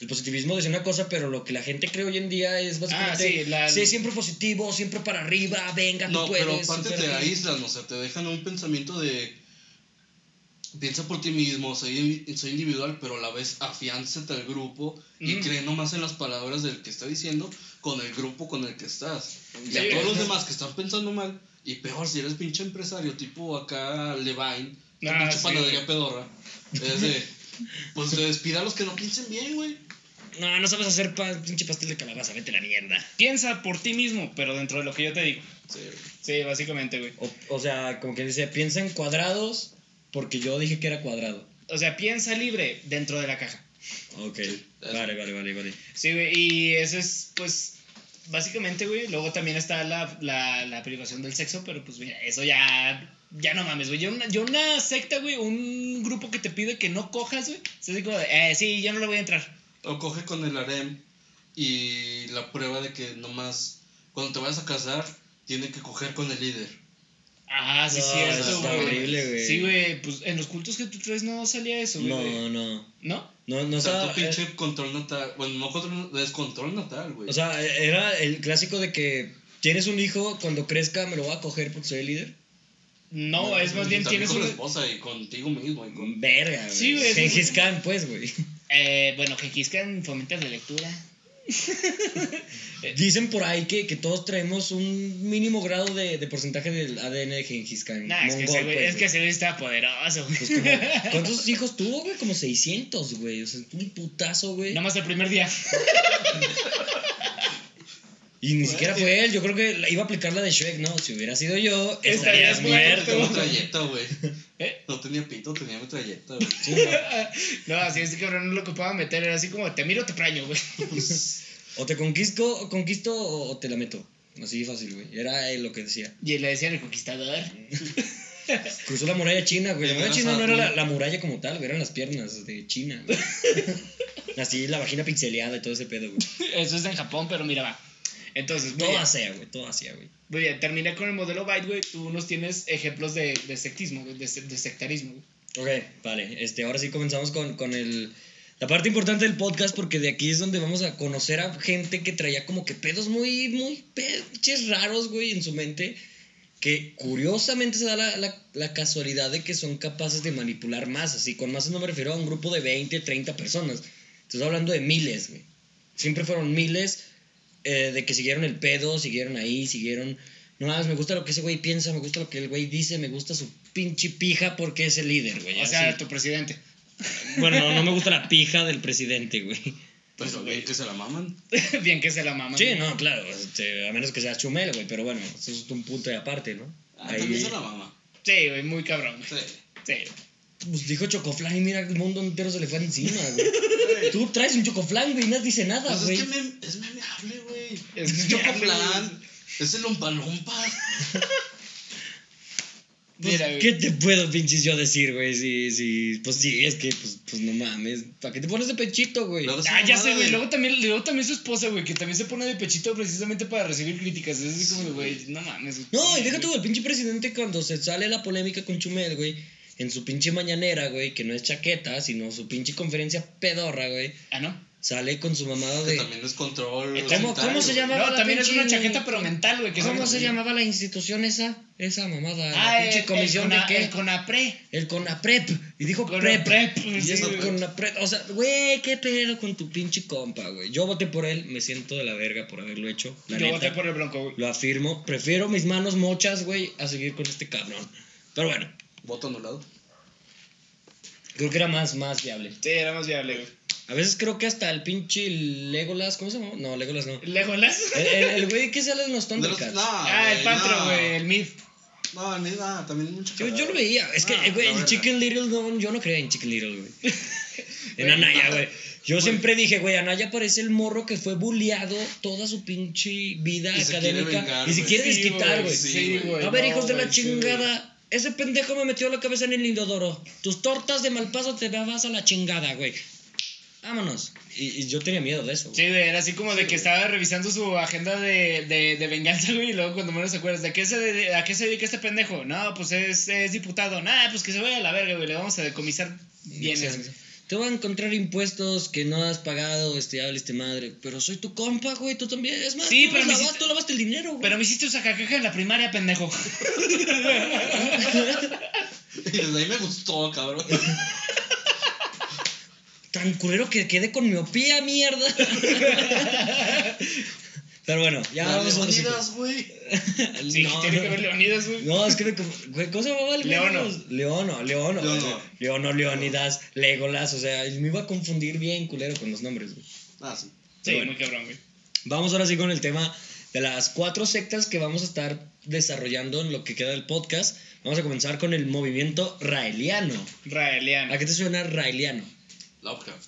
S2: el positivismo decía una cosa, pero lo que la gente cree hoy en día es básicamente.
S1: Ah, sí, la-
S2: Sé siempre positivo, siempre para arriba, venga,
S4: No,
S2: tú puedes.
S4: pero aparte te
S2: supérate".
S4: aíslan, o sea, te dejan un pensamiento de. Piensa por ti mismo, soy, soy individual, pero a la vez afiánzate al grupo y
S1: Mm.
S4: cree nomás en las palabras del que está diciendo con el grupo con el que estás. Y
S1: Sí,
S4: a todos los
S1: ajá.
S4: demás que están pensando mal, y peor si eres pinche empresario, tipo acá Levine,
S1: Ah,
S4: una pinche
S1: sí, güey.
S4: panadería pedorra, es de. Pues te despida a los que no piensen bien, güey.
S2: No, no sabes hacer pa- pinche pastel de calabaza, vete a la mierda.
S1: Piensa por ti mismo, pero dentro de lo que yo te digo.
S4: Sí,
S1: Sí, básicamente, güey.
S2: O, o sea, como que dice, piensa en cuadrados, porque yo dije que era cuadrado.
S1: O sea, piensa libre dentro de la caja.
S2: Ok,
S4: es-
S2: vale, vale, vale, vale.
S1: Sí, güey, y eso es, pues, básicamente, güey. Luego también está la, la, la privación del sexo, pero pues, mira, eso ya, ya no mames, güey. Yo una, yo una secta, güey, un grupo que te pide que no cojas, güey. Es así como de, eh, sí, yo no le voy a entrar.
S4: O coge con el harem y la prueba de que nomás cuando te vayas a casar, tiene que coger con el líder.
S1: Ajá, sí,
S2: No,
S1: cierto,
S2: está
S1: güey.
S2: horrible, güey.
S1: Sí, güey, pues en los cultos que tú traes no salía eso, güey.
S2: No, no.
S1: ¿No?
S2: No, no
S4: O sea,
S2: estaba-
S4: tu pinche control natal. Bueno, no control, descontrol natal, güey.
S2: O sea, era el clásico de que tienes un hijo, cuando crezca me lo voy a coger porque soy el líder.
S1: No, es más
S4: Y
S1: bien
S4: también
S1: tienes
S4: con la
S1: un.
S4: esposa y contigo mismo. Y con...
S2: Verga, güey.
S1: Sí, güey, eso es-
S2: Gengis Khan, pues, güey.
S1: Eh, bueno, Gengis Khan fomenta la lectura. Eh.
S2: Dicen por ahí que, que todos traemos un mínimo grado de, de porcentaje del ADN de Gengis Khan.
S1: Nah, es que,
S2: Mongol,
S1: ese güey,
S2: pues,
S1: es que ese güey está poderoso, güey.
S2: pues, como- ¿Cuántos hijos tuvo, güey? Como 600, güey. O sea, un putazo, güey.
S1: Nada más el primer día.
S2: y ni siquiera fue él. Yo creo que la- iba a aplicar la de Shrek, ¿no? Si hubiera sido yo,
S1: Estarías
S2: estarías
S1: muerto.
S2: muerto.
S4: Tengo metralleta, güey.
S1: ¿Eh?
S4: No tenía pito, tenía metralleta, güey.
S2: Sí, güey.
S1: No, así este cabrón no lo ocupaba meter, era así como te miro, te praño, güey.
S2: o te conquisto, conquisto o, o te la meto. Así fácil, güey. Era eh, lo que decía.
S1: Y le decían el conquistador.
S2: Cruzó la muralla china, güey. La
S4: Y
S2: muralla
S4: amenaza
S2: china no
S4: a
S2: era
S4: tu-
S2: la, la muralla como tal, güey. Eran las piernas de China, güey. Así la vagina pinceleada y todo ese pedo, güey.
S1: Eso es en Japón, pero mira, va. Entonces, muy
S2: Todo
S1: bien,
S2: Asia, güey. Todo Asia, güey.
S1: muy bien, terminé con el modelo Byte, güey. Tú nos tienes ejemplos de, de sectismo, güey, de, se- de sectarismo, güey.
S2: Ok, vale. Este, ahora sí comenzamos con, con el... La parte importante del podcast, porque de aquí es donde vamos a conocer a gente que traía como que pedos muy, muy peches raros, güey, en su mente. Que curiosamente se da la, la- la casualidad de que son capaces de manipular masas. Y con masas no me refiero a un grupo de 20, 30 personas. Estoy hablando de miles, güey. Siempre fueron miles. eh, de que siguieron el pedo, siguieron ahí, siguieron... No mames, me gusta lo que ese güey piensa, me gusta lo que el güey dice, me gusta su pinche pija porque es el líder, güey.
S1: O
S2: así.
S1: sea, tu presidente.
S2: Bueno, no, no me gusta la pija del presidente, güey.
S4: Pues ok, que se la maman.
S1: Bien que se la maman.
S2: Sí, no, claro, este, a menos que sea Chumel, güey, pero bueno, eso es un punto de aparte, ¿no?
S4: Ah,
S2: Ahí-
S4: también se la mama.
S1: Sí, güey, muy cabrón.
S4: Sí.
S1: Sí.
S2: Pues dijo Chocoflan y mira, el mundo entero se le fue encima, güey. Tú traes un Chocoflan, güey, y no dice nada,
S4: Pues
S2: güey.
S4: es que me, es memeable, güey.
S1: Ah, Es
S4: Es
S1: memeable,
S4: chocoplan. Es el umpalumpa.
S2: Pues,
S1: Mira, güey.
S2: ¿Qué te puedo, pinches, yo decir, güey? Si, si, pues sí, es que, pues, pues no mames. ¿Para qué te pones de pechito, güey?
S4: Luego-
S1: Ah, ya sé,
S4: mamada,
S1: güey.
S4: güey.
S1: Luego también, luego también su esposa, güey, que también se pone de pechito precisamente para recibir críticas. Es así como, de, güey, no mames. güey.
S2: No, y deja tú, el pinche presidente cuando se sale la polémica con Chumel, güey. En su pinche mañanera, güey, que no es chaqueta, sino su pinche conferencia pedorra, güey.
S1: Ah, no.
S2: Sale con su mamada
S4: Que
S2: de...
S4: también es control.
S1: ¿Cómo-
S4: sanitario,
S2: cómo se
S4: güey.
S2: llama?
S1: No,
S2: la
S1: también es una
S2: pinche-
S1: chaqueta, pero mental, güey. Que es
S2: ¿Cómo
S1: algo
S2: se
S1: así.
S2: llamaba la institución esa? Esa mamada.
S1: Ah,
S2: la pinche
S1: el-
S2: comisión
S1: el
S2: de
S1: Cona-
S2: qué?
S1: El Conapre.
S2: El CONAPREP. Y dijo
S1: Conapre,
S2: PREP.
S1: pues,
S2: Y
S1: sí,
S2: eso
S1: güey.
S2: CONAPREP. O sea, güey, qué pedo con tu pinche compa, güey. Yo voté por él, me siento de la verga por haberlo hecho. La
S1: Yo
S2: neta,
S1: voté por el Bronco, güey.
S2: Lo afirmo. Prefiero mis manos mochas, güey, a seguir con este cabrón. Pero bueno,
S4: Voto anulado.
S2: creo que era más, más viable.
S1: Sí, era más viable, güey.
S2: A veces creo que hasta el pinche Legolas, ¿cómo se llama? No, Legolas no.
S1: Legolas.
S2: El- El el güey que sale en los
S4: De los-
S2: Thundercats.
S4: no,
S1: Ah, el
S4: güey,
S1: Pantro,
S4: no.
S1: güey. El Myth.
S4: No, ni nada, también es mucho.
S2: Yo, yo lo veía. Es que,
S4: Ah,
S2: eh, güey,
S4: la
S2: el
S4: verga.
S2: Chicken Little no, yo no creía en Chicken Little, güey. en Anaya, güey. Yo siempre dije, güey, Anaya parece el morro que fue bulleado toda su pinche vida
S4: Y se quiere
S2: académica
S4: vengar,
S2: y se
S4: güey.
S2: quiere
S1: Sí,
S2: desquitar, güey.
S4: sí,
S2: A ver,
S1: no,
S2: hijos de la
S1: güey, sí, güey.
S2: chingada. Ese pendejo me metió la cabeza en el indodoro. Tus tortas de malpaso te vas a la chingada, güey. Vámonos. Y, y yo tenía miedo de eso. güey.
S1: Sí, güey, era así como de que estaba revisando su agenda de, de, de venganza, güey, y luego cuando menos se acuerdas, ¿de qué se, de- ¿a qué se dedica este pendejo? No, pues es, es diputado. Nada, pues que se vaya a la verga, güey, le vamos a decomisar bienes.
S2: Exacto. Te voy a encontrar impuestos que no has pagado, este, este madre. Pero soy tu compa, güey, tú también. Es más,
S1: Sí,
S2: tú,
S1: pero
S2: me
S1: me
S2: lava-
S1: hiciste-
S2: tú lavaste el dinero, güey.
S1: Pero me hiciste un sacacaja en la primaria, pendejo.
S4: Y desde ahí me gustó, cabrón.
S2: Tan culero que quede con miopía, mierda. pero bueno, ya vamos
S4: Las
S2: a
S4: Leonidas, güey.
S1: Sí,
S2: no,
S1: tiene
S2: no.
S1: que ver Leonidas, güey.
S2: No, es que me conf- güey, ¿cómo se llamaba el güey?
S1: Leono.
S2: Leono, Leono.
S4: Leono.
S2: güey. Leono, Leonidas, Legolas, o sea, me iba a confundir bien culero con los nombres, güey.
S4: Ah, sí.
S1: Sí,
S2: bueno.
S1: muy cabrón, güey.
S2: Vamos ahora sí con el tema de las cuatro sectas que vamos a estar desarrollando en lo que queda del podcast. Vamos a comenzar con el movimiento raeliano. ¿A
S1: Raeliano.
S2: qué te suena raeliano?
S4: Lovecraft.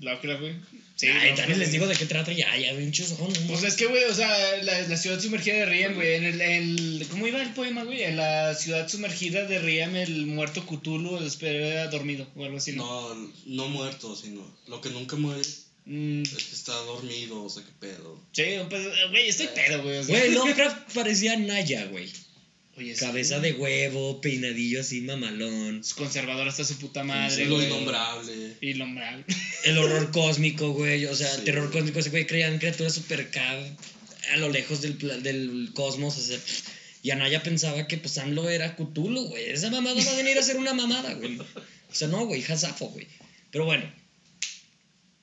S1: Lovecraft, güey. Sí,
S2: Ay,
S1: Lovecraft,
S2: también les
S1: güey.
S2: digo de qué trata ya, ya, pinches ojos, no,
S1: Pues es que, güey, o sea, la, la ciudad sumergida de Riem, güey. En el, el- ¿Cómo iba el poema, güey? En la ciudad sumergida de Riem, el muerto Cthulhu espera dormido o algo así, ¿no?
S4: No, no muerto, sino lo que nunca muere es
S1: Mm,
S4: que está dormido, o sea, qué pedo.
S1: sí, un pedo- eh, güey, estoy pedo, güey. o sea.
S2: Güey, Lovecraft parecía Naya, güey.
S1: Oye, es-
S2: Cabeza de huevo, peinadillo así, mamalón.
S1: Es conservador hasta su puta
S4: Sí,
S1: madre,
S4: lo
S1: güey.
S4: innombrable.
S1: Y lo hombrable.
S2: El horror cósmico, güey. O sea, el
S4: Sí.
S2: terror cósmico. Ese güey creían criaturas super cab a lo lejos del, pla- del cosmos. O sea, y Anaya pensaba que pues AMLO era Cthulhu, güey. Esa mamada va a venir a ser una mamada, güey. O sea, no, güey, jazafo, güey. Pero bueno.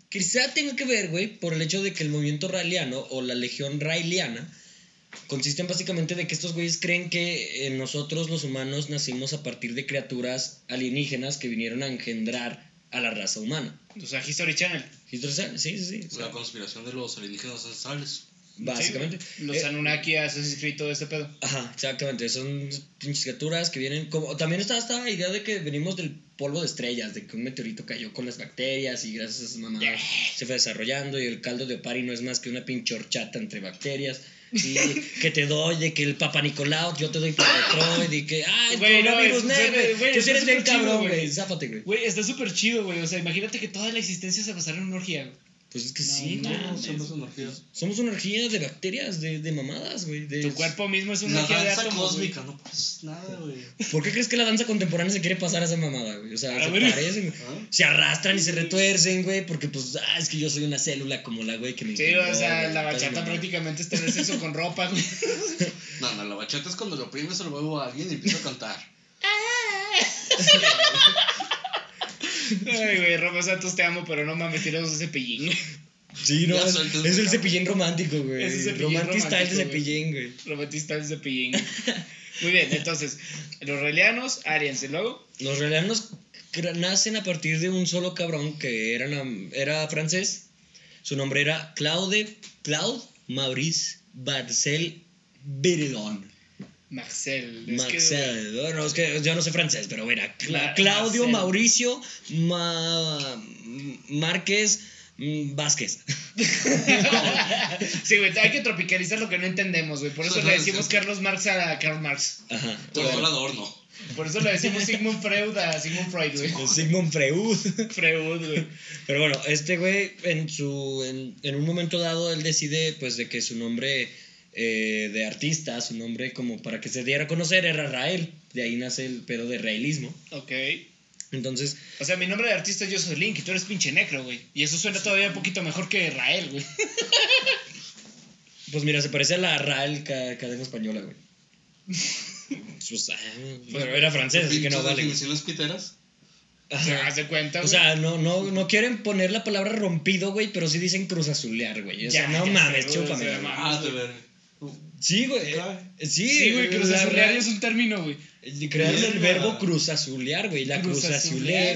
S2: Quizá tenga que ver, güey, por el hecho de que el movimiento raeliano o la legión raeliana consiste en básicamente de que estos güeyes creen que eh, nosotros los humanos nacimos a partir de criaturas alienígenas que vinieron a engendrar a la raza humana.
S1: O sea, History Channel.
S2: Hitler Sal- Sí, sí, sí.
S4: La conspiración de los alienígenas ancestrales.
S2: Básicamente.
S1: Sí, los
S2: Eh,
S1: Anunnaki, Assassin's Creed, todo este pedo.
S2: Ajá, exactamente. Son pinches criaturas que vienen como... También está esta idea de que venimos del polvo de estrellas, de que un meteorito cayó con las bacterias y gracias a esas mamadas
S1: Yeah.
S2: se fue desarrollando y el caldo de opari no es más que una pinche horchata entre bacterias. Y que te doy de que el Papa Nicolau, yo te doy Planetroid y que... ¡Ay, el
S1: Güey, no,
S2: coronavirus,
S1: es-
S2: no,
S1: güey,
S2: güey!
S1: güey,
S2: Tú
S1: está
S2: sí eres bien
S1: súper chido,
S2: cabrón,
S1: güey.
S2: güey. Záfate, güey.
S1: Güey, está súper chido, güey. O sea, imagínate que toda la existencia se basara en una orgía, güey.
S2: Pues es que
S1: No
S2: sí, güey.
S1: mames.
S4: somos energías.
S2: Somos una energía de bacterias, de, de mamadas, güey. de-
S1: Tu cuerpo mismo es una
S4: La
S1: orgía de
S4: danza
S1: átomos. güey.
S4: cósmica, no pasa nada, güey.
S2: ¿Por qué crees que la danza contemporánea se quiere pasar a esa mamada, güey? O sea,
S1: A
S2: se
S1: ver.
S2: parecen, güey.
S4: ¿Ah?
S2: Se arrastran y se retuercen, güey, porque pues, ah, es que yo soy una célula como la güey que me
S1: Sí,
S2: engendró,
S1: o sea,
S2: güey,
S1: la
S2: toda esa
S1: bachata
S2: mamada.
S1: prácticamente es tener sexo con ropa, güey.
S4: No, no, la bachata es cuando lo oprimes el huevo a alguien y empieza a cantar.
S1: Ay, güey, Rafa Santos, te amo, pero no mames, tiramos ese pellín.
S2: Sí, no,
S4: Ya
S2: es,
S4: suelta,
S2: es el
S4: ya.
S2: cepillín romántico, güey.
S1: Es el cepillín
S2: Romantista el
S1: romántico,
S2: de
S1: güey.
S2: cepillín, güey.
S1: Romantista el cepillín. Muy bien, entonces, los relianos, Arians, y luego,
S2: Los relanos cr- nacen a partir de un solo cabrón que era, nam- era francés. Su nombre era Claude, Claude Maurice Barcel Biridon.
S1: Marcel. Es que-
S2: Marcel. Bueno, es que yo no sé francés, pero bueno,
S1: Ma-
S2: Cla- Claudio
S1: Marcel.
S2: Mauricio Ma- Márquez mm, Vázquez.
S1: Sí, güey, hay que tropicalizar lo que no entendemos, güey. Por eso le decimos Carlos Marx a Karl Marx.
S2: Ajá.
S4: Teodoro Adorno.
S1: Por eso le decimos Sigmund Freud a Sigmund Freud, güey.
S2: Sigmund Freud.
S1: Freud, güey.
S2: Pero bueno, este güey, en, su, en, en un momento dado, él decide, pues, de que su nombre eh, de artista, su nombre como para que se diera a conocer, era Rael. De ahí nace el pedo de raelismo.
S1: Ok.
S2: Entonces,
S1: O sea, mi nombre de artista yo soy Link y tú eres pinche necro, güey. Y eso suena todavía un poquito mejor que Rael, güey.
S2: pues mira, se parece a la Rael ca- cadena española, güey. Pues, ah, pero era francés, así que no vale. güey.
S4: las piteras?
S1: O sea, haz de cuenta,
S2: O
S1: güey.
S2: sea, no, no, no quieren poner la palabra rompido, güey, pero sí dicen cruzazulear, güey. O sea,
S1: Ya,
S2: no
S1: ya
S2: mames,
S1: sé, güey,
S2: chúpame.
S1: o sea,
S2: güey.
S1: ma-
S4: Ah, de ver.
S2: Sí, güey.
S4: Claro.
S2: Sí,
S1: sí, güey,
S2: la
S1: Cruz Azulear
S2: Rael-
S1: es un término, güey.
S2: El- Crearle el
S4: Mierda.
S2: verbo cruzazulear, güey. La
S1: Cruzazulear,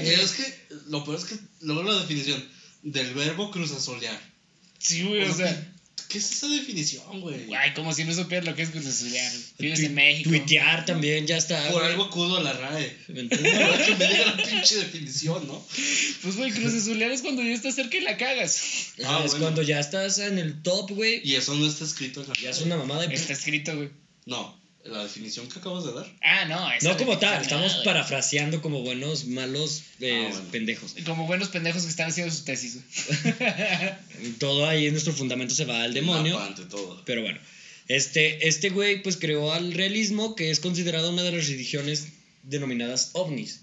S2: cruzazuleé,
S4: Mira,
S2: güey.
S4: Es que lo peor es que luego la definición del verbo cruzazolear.
S1: Sí, güey, o sea.
S4: ¿Qué es esa definición, güey?
S1: Ay, como si no supieras lo que es Cruz Azulear. Vives en México.
S2: Tuitear también, ya está.
S4: Por
S2: güey.
S4: algo acudo a la RAE.
S2: Ventura.
S4: Para que me diga la pinche definición, ¿no?
S1: Pues, güey, Cruz Azulear es cuando ya estás cerca y la cagas.
S2: Ah, es
S4: bueno.
S2: cuando ya estás en el top, güey.
S4: Y eso no está escrito en la
S2: Ya es una mamada. y-
S1: Está escrito, güey.
S4: No, la definición que acabas de dar.
S1: Ah, no. esa
S2: No como tal,
S1: definición,
S2: estamos
S1: nada,
S2: parafraseando como buenos, malos eh,
S4: Ah, bueno.
S2: pendejos.
S1: güey. Como buenos pendejos que están haciendo su tesis, güey.
S2: Todo ahí en nuestro fundamento se va al demonio.
S4: Mapa, Ante todo.
S2: Pero bueno, este, este güey pues creó al realismo que es considerada una de las religiones denominadas ovnis.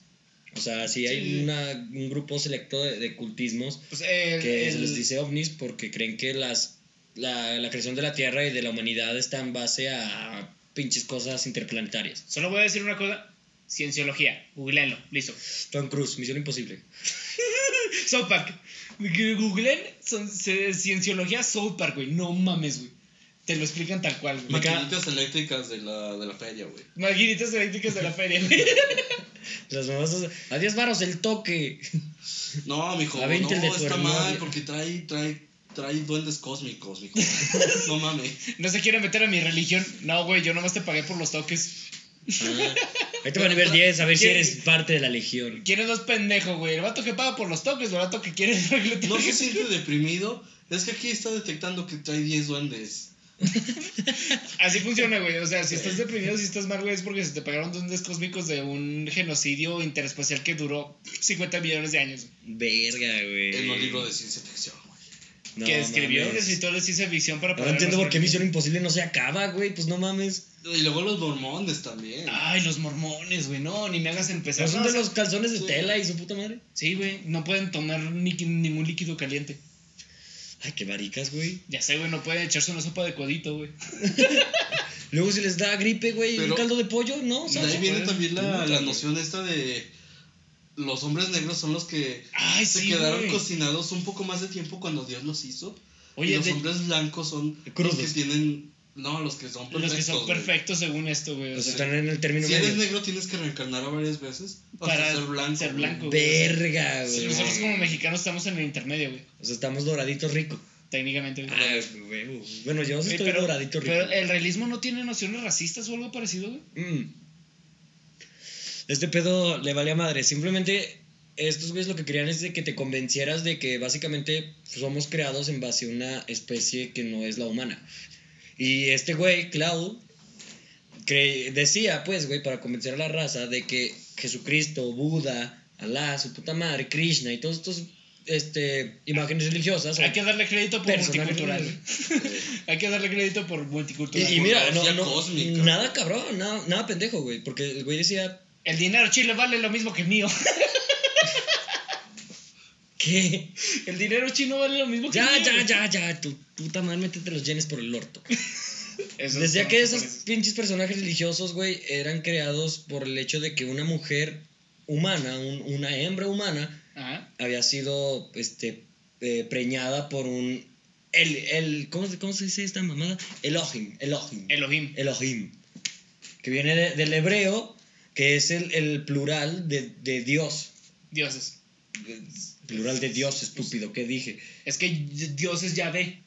S2: O sea, sí hay
S1: Sí.
S2: una- un grupo selecto de, de cultismos
S1: Pues, el-
S2: que se
S1: el-
S2: les dice ovnis porque creen que las, la, la creación de la Tierra y de la humanidad está en base a pinches cosas interplanetarias.
S1: Solo voy a decir una cosa. Cienciología. Googleenlo. Listo.
S2: Tom Cruise, Misión Imposible.
S1: South Park. Que Googleen son, se- cienciología South Park, güey. No mames, güey. Te lo explican tal cual, güey.
S4: Maquinitas eléctricas de la, de la feria, güey.
S1: Maquinitas eléctricas de la feria, güey.
S2: Las famosas... A 10 varos el toque.
S4: No, mijo,
S2: A
S4: no,
S2: 20 el de tu
S4: está
S2: hermano.
S4: mal porque trae, trae, trae duendes cósmicos, mijo. No mames.
S1: No se quiere meter a mi religión. No, güey, yo nomás te pagué por los toques.
S2: Ahí te van a ver 10, a ver si
S1: ¿Quién-
S2: eres parte de la legión.
S1: ¿Quién es más pendejo, güey? El vato que paga por los toques, o el vato que quiere arreglar
S4: No se siente deprimido. Es que aquí está detectando que trae 10 duendes.
S1: Así funciona, güey. O sea, si estás deprimido, si estás mal, güey, es porque se te pagaron duendes cósmicos de un genocidio interespacial que duró 50 millones de años.
S2: Verga, güey.
S4: En un libro de ciencia ficción, güey.
S2: No
S1: que escribió un
S2: mames.
S1: escritor de ciencia ficción para
S2: Ahora
S1: poder
S2: entiendo por qué
S1: resolver-
S2: Misión Imposible no se acaba, güey. Pues no mames.
S4: Y luego los mormones también.
S1: Ay, los mormones, güey. No, ni me hagas empezar.
S2: No son
S1: No,
S2: de
S1: o sea,
S2: los calzones de
S4: sí.
S2: tela y su puta madre.
S1: Sí, güey. No pueden tomar ni- ningún líquido caliente.
S2: Ay, qué varicas, güey.
S1: Ya sé, güey. No pueden echarse una sopa de codito, güey.
S2: Luego si les da gripe, güey, un
S4: Pero-
S2: caldo de pollo, ¿no?
S4: De ahí
S2: ¿Sabes?
S4: viene
S1: puede.
S4: también la,
S2: Puta,
S4: la
S2: güey.
S4: noción esta de los hombres negros son los que
S1: Ay,
S4: se
S1: sí,
S4: quedaron
S1: güey.
S4: cocinados un poco más de tiempo cuando Dios los hizo. y
S1: Oye,
S4: los
S1: de-
S4: hombres blancos son
S2: Crudos.
S4: los que tienen. No, los que son perfectos.
S1: Pues los que son
S4: güey.
S1: perfectos según esto, güey. O
S2: Los
S1: sea,
S2: están en el término
S4: Si eres
S2: medio.
S4: negro tienes que reencarnar varias veces hasta
S1: para
S4: ser blanco.
S1: Ser
S4: güey.
S1: blanco, güey.
S2: Verga,
S1: Sí,
S2: güey.
S1: nosotros como mexicanos estamos en el intermedio, güey.
S2: O sea, estamos doraditos rico.
S1: Técnicamente, güey.
S2: Ah, güey. Bueno, yo sí
S1: Güey,
S2: estoy doradito rico.
S1: pero el realismo no tiene nociones racistas o algo parecido, güey.
S2: Mm. Este pedo le valía madre. Simplemente estos güeyes lo que querían es de que te convencieras de que básicamente somos creados en base a una especie que no es la humana. Y este güey, Clau, cre- decía, pues, güey, para convencer a la raza de que Jesucristo, Buda, Alá, su puta madre, Krishna y todos estos este, imágenes religiosas.
S1: Hay que darle crédito por
S2: Personajes,
S1: multicultural.
S2: güey.
S1: güey. Hay que darle crédito por
S2: Y,
S1: multicultural.
S2: y mira, no,
S4: Cosmología
S2: no,
S4: cósmica.
S2: nada cabrón, nada, nada pendejo, güey, porque el güey decía,
S1: El dinero chile vale lo mismo que el mío.
S2: ¿qué?
S1: El dinero chino vale lo mismo que
S2: Ya,
S1: el mío.
S2: ya,
S1: güey.
S2: ya, ya, tu puta madre, métete los yenes por el orto.
S1: Eso
S2: Decía
S1: está
S2: que
S1: más
S2: esos pinches personajes religiosos, güey, eran creados por el hecho de que una mujer humana, un- una hembra humana,
S1: Ajá.
S2: había sido, este, eh, preñada por un. El, el, ¿cómo, se- ¿Cómo se dice esta mamada? Elohim. Elohim.
S1: Elohim.
S2: Elohim. Que viene de- del hebreo, que es el, el plural de, de Dios.
S1: Dioses.
S2: Plural de Dios, estúpido, ¿qué dije?
S1: Es que Dios es Yahvé.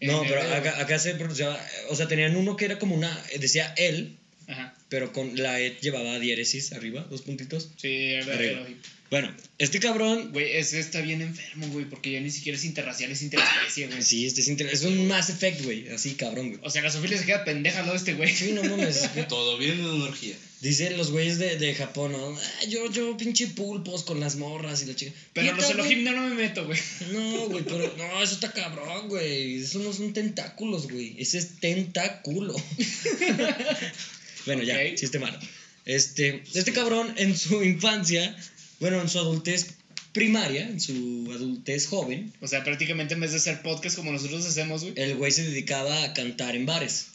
S1: Eh,
S2: No,
S1: En
S2: pero
S1: hebreo.
S2: acá, acá se pronunciaba. O sea, tenían uno que era como una. Decía él,
S1: Ajá.
S2: pero con la et llevaba diéresis arriba, dos puntitos.
S1: Sí, era
S2: Arriba.
S1: Elohim.
S2: Bueno, este cabrón.
S1: Güey, ese está bien enfermo, güey, porque ya ni siquiera es interracial, es interespecie, güey.
S2: Sí, este es, inter- es un Mass Effect, güey. Así, cabrón, güey.
S1: O sea, la Sofía se queda pendeja al lado de este güey.
S2: Sí, no mames.
S4: Todo bien en energía.
S2: Dicen los güeyes de, de Japón, ¿no? Ah, yo, yo, pinche pulpos con las morras y la chica.
S1: Pero
S2: Neta,
S1: los
S2: güey.
S1: Elohim no, no me meto, güey.
S2: No, güey, pero no, eso está cabrón, güey. Eso no son tentáculos, güey. Ese es tentáculo. bueno,
S1: Ok.
S2: ya, chiste malo. Este, este cabrón en su infancia, bueno, en su adultez primaria, en su adultez joven,
S1: O sea, prácticamente en vez de hacer podcast como nosotros hacemos, güey.
S2: el güey se dedicaba a cantar en bares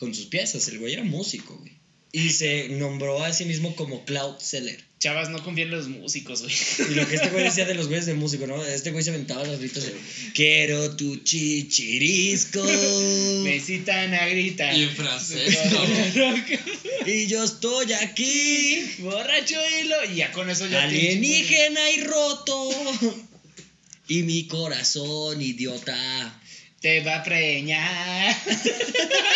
S2: con sus piezas. El güey era músico, güey. Y se nombró a sí mismo como Cloud Seller.
S1: Chavas, no confían en los músicos, güey.
S2: Y lo que este güey decía de los güeyes de músico, ¿no? Este güey se aventaba los gritos de Quiero tu chichirisco
S1: Me citan a gritar.
S4: Y en francés, cabrón.
S2: y yo estoy aquí,
S1: Borracho hilo. Y ya con eso ya.
S2: alienígena y roto. Y mi corazón, idiota.
S1: Te va a preñar.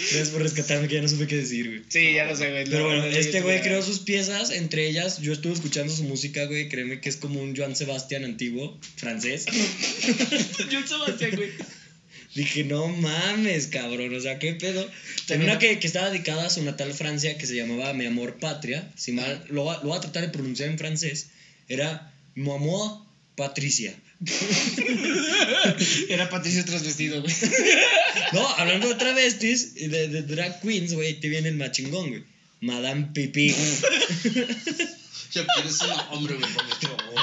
S2: Gracias por rescatarme, que ya no supe qué decir, güey.
S1: Sí, ya lo sé, güey.
S2: Pero
S1: No,
S2: bueno,
S1: no, no,
S2: este
S1: yo
S2: güey
S1: te-
S2: creó sus piezas, entre ellas yo estuve escuchando su música, güey, créeme que es como un Joan Sebastián antiguo, francés.
S1: Yo Sebastián, güey.
S2: Dije, no mames, cabrón, o sea, qué pedo. Tenía una que, que estaba dedicada a su natal Francia que se llamaba Mi Amor Patria, si mal lo, va- lo voy a tratar de pronunciar en francés, era Mi Amor Patricia.
S1: Era Patricio trasvestido, güey.
S2: No, hablando de travestis, y de, de drag queens, güey, ahí te viene el machingón, güey. Madame Pipí.
S4: Ya quieres un hombre, güey, por favor.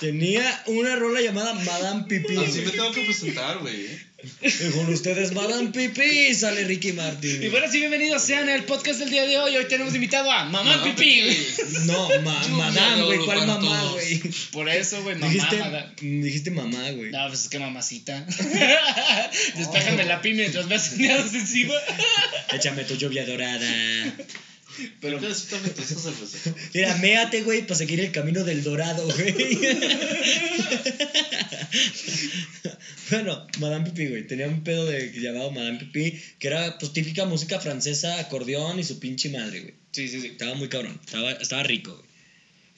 S2: Tenía una rola llamada Madame Pipí.
S4: Así me
S2: güey.
S4: tengo que presentar, güey.
S2: Y con ustedes, Madame Pipí, sale Ricky Martin.
S1: Y
S2: güey.
S1: bueno, sí, bienvenidos sean al podcast del día de hoy. Hoy tenemos invitado a Mamá
S4: Mamá
S1: Pipí, güey.
S2: No, ma-
S4: Yo
S2: Madame,
S4: me
S2: güey,
S4: adoro
S2: ¿cuál
S4: para
S2: mamá,
S4: todos.
S2: güey?
S1: Por eso, güey, mamá.
S2: Dijiste,
S1: mamá.
S2: dijiste mamá, güey.
S1: No, pues es que mamacita. Despájame la pi mientras me hacen dedos encima.
S2: Échame tu lluvia dorada.
S1: Pero
S4: Pero que necesitame toda esa cerveza.
S2: Mira, méate, güey, para seguir el camino del dorado, güey. bueno, Madame Pipi, güey. Tenía un pedo de, llamado Madame Pipi, que era pues típica música francesa, acordeón y su pinche madre, güey.
S1: Sí, sí, sí.
S2: Estaba muy cabrón, estaba, estaba rico, güey.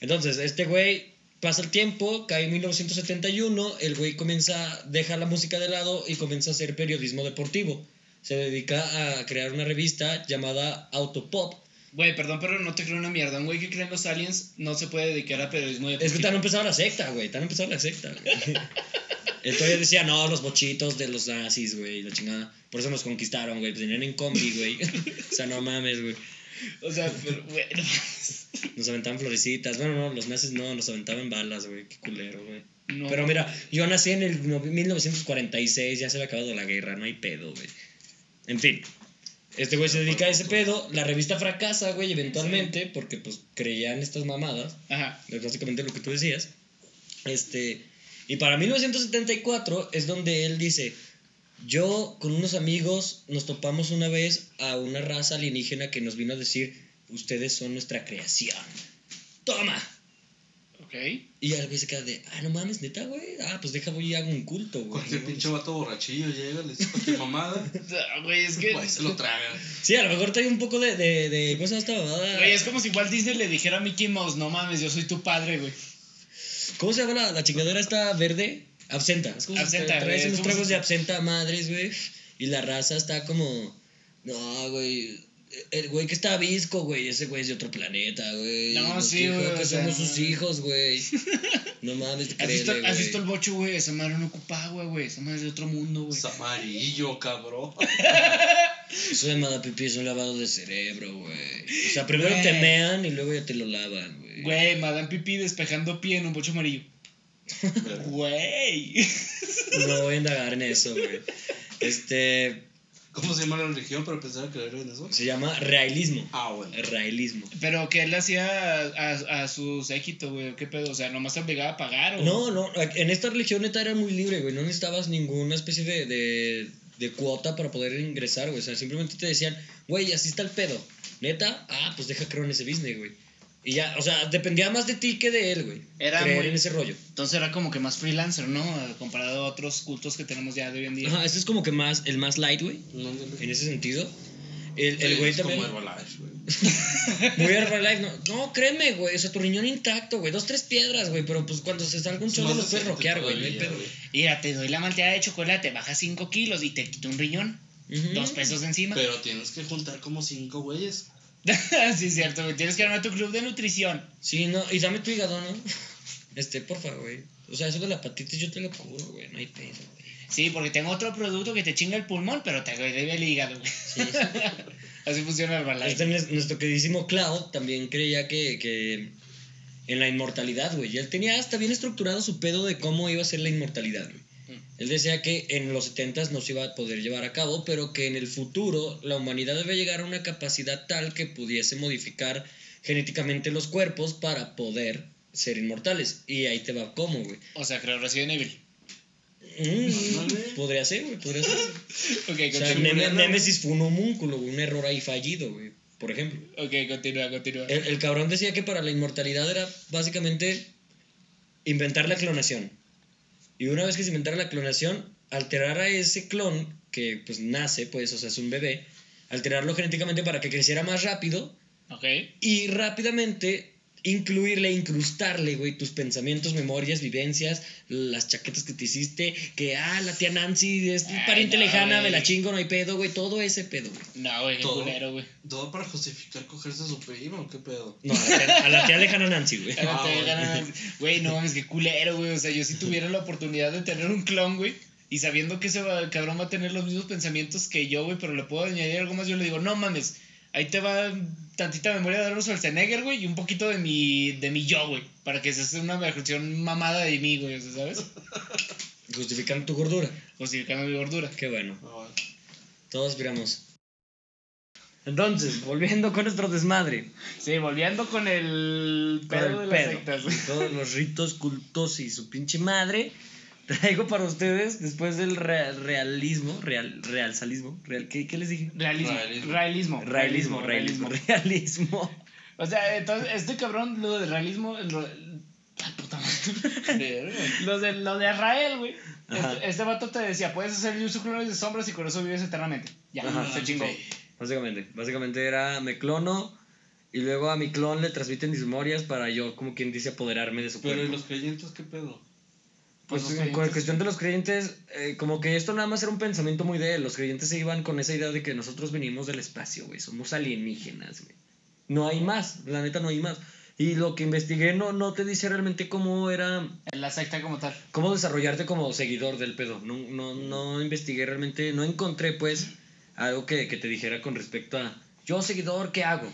S2: Entonces, este güey pasa el tiempo, cae en 1971, el güey comienza, deja la música de lado y comienza a hacer periodismo deportivo. Se dedica a crear una revista llamada Autopop.
S1: Güey, perdón, pero no te creo una mierda. Un güey que cree en los aliens no se puede dedicar a periodismo
S2: Es que
S1: deportivo.
S2: tan empezado la secta, güey, tan empezado la secta. güey. Entonces decía, no, los bochitos de los nazis, güey, la chingada. Por eso nos conquistaron, güey, pues venían en combi, güey. O sea, no mames, güey.
S1: O sea, pero, güey, no
S2: Nos aventaban florecitas. Bueno, no, los nazis no, nos aventaban balas, güey, qué culero, güey.
S1: No.
S2: Pero mira, yo nací en el no- 1946, ya se había acabado la guerra, no hay pedo, güey. En fin, este güey se dedica a ese pedo, la revista fracasa, güey, eventualmente, porque pues creían estas mamadas,
S1: Ajá.
S2: es básicamente lo que tú decías. Este, y para 1974 es donde él dice, yo con unos amigos nos topamos una vez a una raza alienígena que nos vino a decir, ustedes son nuestra creación. Toma.
S1: Ok.
S2: Y el güey se queda de, ah, no mames, neta, güey. Ah, pues deja, voy y hago un culto, güey.
S4: Cualquier pinche vato borrachillo llega, le dice cualquier mamada.
S1: Ah, Güey, es que.
S4: Pues se lo tragan.
S2: Sí, a lo mejor trae un poco de, de, de ¿cómo se llama esta babada?
S1: Güey, es como si Walt Disney le dijera a Mickey Mouse: No mames, yo soy tu padre, güey.
S2: ¿Cómo se llama la, la chingadera esta verde? Absenta. Es como si
S1: Absenta,
S2: tra- traes
S1: güey,
S2: unos
S1: somos-
S2: tragos de absenta madres, güey. Y la raza está como, no, güey. El güey que está visco, güey, ese güey es de otro planeta, güey.
S1: No,
S2: Nos
S1: sí,
S2: dijo
S1: güey,
S2: que
S1: o sea,
S2: somos
S1: no
S2: sus
S1: mames.
S2: hijos, güey. No mames,
S1: ¿Has visto,
S2: créele,
S1: has
S2: güey.
S1: visto el bocho, güey? Esa madre no ocupa agua, güey. Esa madre es de otro mundo, güey.
S4: Es amarillo, cabrón.
S2: Eso de Mada Pipí es un lavado de cerebro, güey. O sea, primero
S1: Güey.
S2: te mean y luego ya te lo lavan, güey.
S1: Güey, Madame Pipí despejando pie en un bocho amarillo. Güey.
S2: No voy a indagar en eso, güey. Este.
S4: cómo se llama la religión, pero pensaba que era en eso.
S2: Se llama realismo.
S4: Ah, bueno.
S2: Realismo.
S1: Pero que él hacía a, a- a su séquito, güey. ¿Qué pedo? O sea, nomás te obligaba a pagar, o.
S2: No, no, en esta religión neta era muy libre, güey. No necesitabas ninguna especie de, de, de cuota para poder ingresar, güey. O sea, simplemente te decían, güey, así está el pedo. Neta, ah, pues deja creo en ese business, güey. Y ya, o sea, dependía más de ti que de él, güey.
S1: Era
S2: creer
S1: muy-
S2: en ese rollo.
S1: Entonces era como que más freelancer, ¿no? Comparado a otros cultos que tenemos ya de hoy en día.
S2: Ajá, ese es como que más, el más light, güey.
S4: No, no, no.
S2: En ese sentido. El, el
S4: Sí,
S2: güey
S4: es
S2: también.
S4: Como Herbalife, güey.
S2: Muy Herbalife, no. No, créeme, güey. O sea, tu riñón intacto, güey. Dos, tres piedras, güey. Pero pues cuando se salga un chorro
S4: Más
S2: los puedes
S4: decente
S2: roquear, güey. No hay
S4: todavía,
S2: pedo.
S4: güey.
S1: Mira, te doy la malteada de chocolate, baja 5 kilos y te quito un riñón.
S2: Ujú.
S1: Dos pesos de encima.
S4: Pero tienes que juntar como cinco güeyes.
S1: sí, es cierto, güey. Tienes que armar tu club de nutrición.
S2: Sí, no, y dame tu hígado, ¿no? Este, porfa, güey. O sea, eso de la hepatitis yo te lo cubro, güey. No hay pedo, güey.
S1: Sí, porque tengo otro producto que te chinga el pulmón, pero te debe el hígado, güey. Así funciona el balance.
S2: Este, nues- nuestro queridísimo Cloud también creía que, que en la inmortalidad, güey. Y él tenía hasta bien estructurado su pedo de cómo iba a ser la inmortalidad, güey.
S1: Mm.
S2: Él decía que en los 70 no se iba a poder llevar a cabo, pero que en el futuro la humanidad debe llegar a una capacidad tal que pudiese modificar genéticamente los cuerpos para poder ser inmortales. Y ahí te va cómo, güey.
S1: O sea, creo Resident Evil.
S2: Mm,
S4: Ándale.
S2: podría ser, güey, podría ser.
S1: Ok,
S2: O sea,
S1: continúa.
S2: Neme- Nemesis fue un homúnculo, güey, un error ahí fallido, güey, por ejemplo.
S1: Ok, continúa, continúa.
S2: El, el cabrón decía que para la inmortalidad era básicamente inventar la clonación. Y una vez que se inventara la clonación, alterar a ese clon que pues nace, pues, o sea, es un bebé, alterarlo genéticamente para que creciera más rápido
S1: Ok.
S2: y rápidamente incluirle, incrustarle, güey, tus pensamientos, memorias, vivencias, las chaquetas que te hiciste, que, ah, la tía Nancy es
S1: Ay,
S2: pariente
S1: no,
S2: lejana, me
S1: güey.
S2: la chingo, no hay pedo, güey, todo ese pedo, güey.
S1: No, güey, qué
S4: Todo.
S1: culero, güey.
S4: Todo para justificar cogerse a su primo, ¿qué pedo?
S2: No, a la tía, a la tía lejana Nancy, Ah, güey.
S1: Ahora te
S4: güey.
S1: ganas- Güey, no mames, qué culero, güey. O sea, yo si tuviera la oportunidad de tener un clon, güey. Y sabiendo que ese va- cabrón va a tener los mismos pensamientos que yo, güey, pero le puedo añadir algo más, yo le digo, no mames, ahí te va tantita memoria de Arnold Schwarzenegger, güey, y un poquito de mi, de mi yo, güey, para que seas una versión mamada de mí, güey, o sea, ¿sabes?
S2: Justificando tu gordura.
S1: Justificando mi gordura.
S2: Qué bueno,
S4: Ah, bueno.
S2: todos aspiramos. Entonces, volviendo con nuestro desmadre,
S1: Sí, volviendo con el
S2: Con el
S1: pedo de las
S2: pedo.
S1: sectas, güey.
S2: todos los ritos, cultos y su pinche madre, traigo para ustedes, después del re- realismo, real, realsalismo, real, ¿qué, ¿qué les dije?
S1: Realismo.
S4: Realismo.
S1: Realismo.
S2: Realismo, realismo, realismo.
S1: O sea, entonces, este cabrón, lo de realismo. Lo, la puta madre. lo, de, lo de Israel, güey.
S2: Ajá.
S1: Este, este vato te decía: puedes hacer uso clones de sombras y con eso vives eternamente. Ya,
S2: Ajá.
S1: se chingó.
S2: Básicamente, básicamente era me clono y luego a mi clon le transmiten mis memorias para yo, como quien dice, apoderarme de su
S4: Pero ¿y
S2: cuerpo.
S4: los creyentes qué pedo?
S2: Pues
S1: los
S2: en cu-
S1: creyentes-
S2: cuestión de los creyentes, eh, como que esto nada más era un pensamiento muy de él. Los creyentes se iban con esa idea de que nosotros venimos del espacio, güey. Somos alienígenas, güey. No hay más, la neta no hay más. Y lo que investigué no, no te dice realmente cómo era,
S1: La secta como tal.
S2: cómo desarrollarte como seguidor del pedo. No, no, no investigué realmente, no encontré pues algo que, que te dijera con respecto a yo seguidor, ¿qué hago?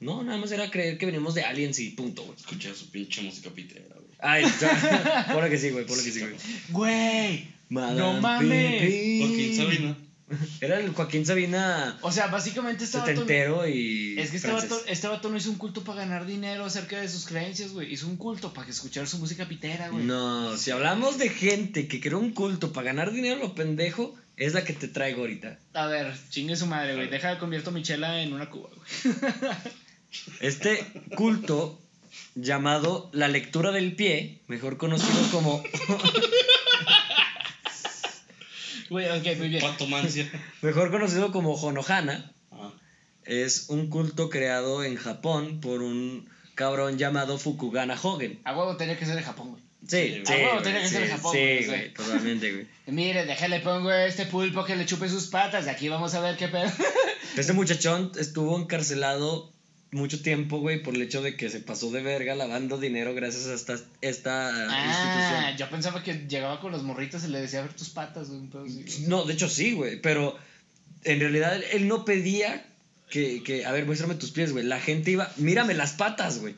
S2: No, nada más era creer que venimos de aliens y punto, güey.
S4: Escuchar su pinche música pitera, güey.
S2: Ay, por lo que sí, güey, por lo que sí, güey.
S1: Güey.
S2: Madame
S1: mames.
S2: Pim, pim.
S4: Porque Sabina.
S2: Era el Joaquín Sabina
S1: O sea, básicamente este vato.
S2: setentero y.
S1: Es que este
S2: francés.
S1: vato, este vato no hizo un culto para ganar dinero acerca de sus creencias, güey. Hizo un culto para que escuchar su música pitera, güey.
S2: No, si hablamos de gente que creó un culto para ganar dinero, lo pendejo, es la que te traigo ahorita.
S1: A ver, chingue su madre, güey. Deja, convierto Michela en una cuba, güey.
S2: Este culto llamado la lectura del pie, mejor conocido como.
S1: Güey, ok, muy bien.
S4: Patomancia.
S2: mejor conocido como Honohana,
S4: Ah.
S2: es un culto creado en Japón por un cabrón llamado Fukugana Hogen.
S1: A huevo tenía que ser de Japón, güey.
S2: Sí,
S4: Sí,
S2: sí.
S4: güey.
S2: güey,
S1: Ah, bueno, tenía que
S2: sí,
S1: ser de Japón,
S2: sí,
S1: güey, o sea.
S2: güey, totalmente, güey.
S1: Mire, déjale pongo a este pulpo que le chupe sus patas. De aquí vamos a ver qué pedo.
S2: Este muchachón estuvo encarcelado mucho tiempo, güey, por el hecho de que se pasó de verga lavando dinero gracias a esta, esta eh,
S1: Ah,
S2: institución.
S1: yo pensaba que llegaba con los morritos y le decía a ver tus patas, güey. un pedo así, güey.
S2: No, de hecho sí, güey, pero en realidad él no pedía que, que, a ver, muéstrame tus pies, güey. La gente iba, mírame las patas, güey.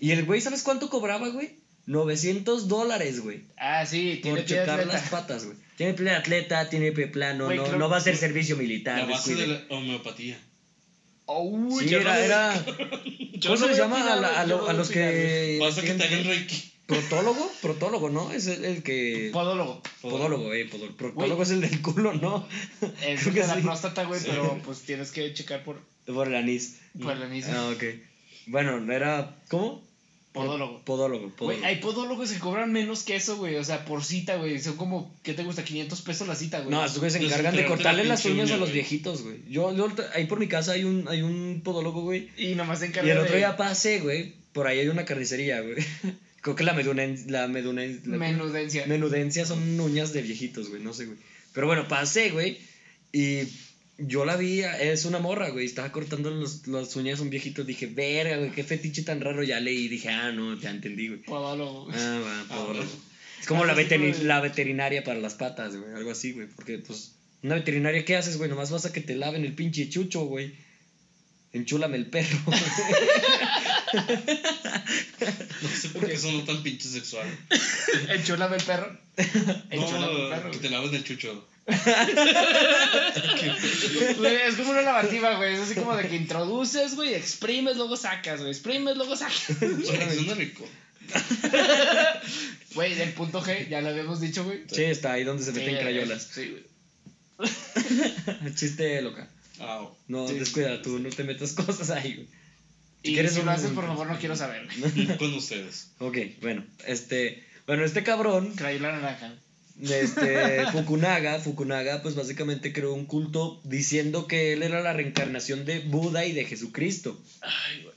S2: Y el güey, ¿sabes cuánto cobraba, güey? 900 dólares, güey.
S1: Ah, sí, tiene
S2: Por
S1: pie de
S2: chocar
S1: atleta.
S2: las patas, güey. Tiene pie de atleta, tiene pie plano,
S1: Güey,
S2: no,
S1: creo-
S2: no va a ser servicio
S4: La
S2: militar.
S4: base de
S2: descuide.
S4: la homeopatía.
S1: Uy,
S2: Sí,
S1: Oh, yo no
S2: era,
S1: voy-
S2: era...
S1: yo
S2: ¿Cómo se
S1: no
S2: les
S1: voy a
S2: llama a,
S1: opinar,
S2: la- a
S1: yo
S2: lo-
S1: no
S2: a
S1: voy
S2: los
S1: opinar, güey.
S2: que...
S4: Basta que te hagan
S2: tienen-
S4: Reiki.
S2: ¿Protólogo? Protólogo, ¿no? Es el, el que...
S1: Podólogo.
S2: Podólogo, eh, podólogo. Protólogo es el del culo, ¿no?
S1: Es
S2: Creo
S1: de
S2: que
S1: la
S2: sí.
S1: próstata, güey, pero pues tienes que checar por,
S2: Por el anís.
S1: por la nariz.
S2: Ah, ok. Bueno, era... ¿Cómo?
S1: Podólogo.
S2: Podólogo,
S1: Güey,
S2: podólogo.
S1: hay podólogos que cobran menos que eso, güey. O sea, por cita, güey. Son como, ¿qué te gusta? 500 pesos la cita, güey.
S2: No, esos güeyes se
S4: Los
S2: encargan de
S4: encargan de
S2: cortarle
S4: la
S2: las
S4: pinche
S2: uñas a
S4: uña,
S2: los
S4: güey.
S2: viejitos, güey. Yo, yo, ahí por mi casa hay un, hay un podólogo, güey.
S1: y nomás se encarga
S2: Y el otro
S1: de
S2: día pasé, güey. Por ahí hay una carnicería, güey. Creo que la medunen, la medunen, la-
S1: menudencia.
S2: menudencia son uñas de viejitos, güey. No sé, güey. Pero bueno, pasé, güey. Y yo la vi, es una morra, güey. Estaba cortando los- las uñas a un viejito. Dije, verga, güey, qué fetiche tan raro. Ya leí. Dije, ah, no, ya entendí, güey.
S1: Podólogo. güey.
S2: Ah, va,
S4: Ah,
S2: podólogo.
S4: bueno.
S2: Es como
S1: Ah,
S2: la,
S1: sí,
S2: veterin-
S1: güey.
S2: la veterinaria para las patas, güey. Algo así, güey. Porque, pues, una veterinaria, ¿qué haces, güey? Nomás vas a que te laven el pinche chucho, güey. Enchúlame el perro.
S4: No sé por qué son tan pinche sexual.
S1: Enchúlame el perro. Enchúlame el perro.
S4: No, que te laves del chucho.
S1: güey. Güey, Es como una lavativa, güey. Es así como de que introduces, güey, exprimes, luego sacas, güey. Exprimes, luego sacas.
S4: Suena que suena rico.
S1: Güey, del punto G, ya lo habíamos dicho, güey.
S2: sí, está ahí donde se meten
S1: Sí,
S2: crayolas.
S1: Sí, güey.
S2: Chiste loca.
S4: Ah,
S2: No,
S1: Sí.
S2: descuida, tú no te metas cosas ahí, güey.
S1: Y
S2: ¿Quieres
S1: si
S2: un-
S1: lo haces, por favor, no quiero saber. güey.
S4: con ustedes.
S2: Ok, bueno, este. Bueno, este cabrón,
S1: Crayola naranja. güey.
S2: este, Fukunaga, Fukunaga, pues básicamente creó un culto diciendo que él era la reencarnación de Buda y de Jesucristo.
S1: Ay, güey.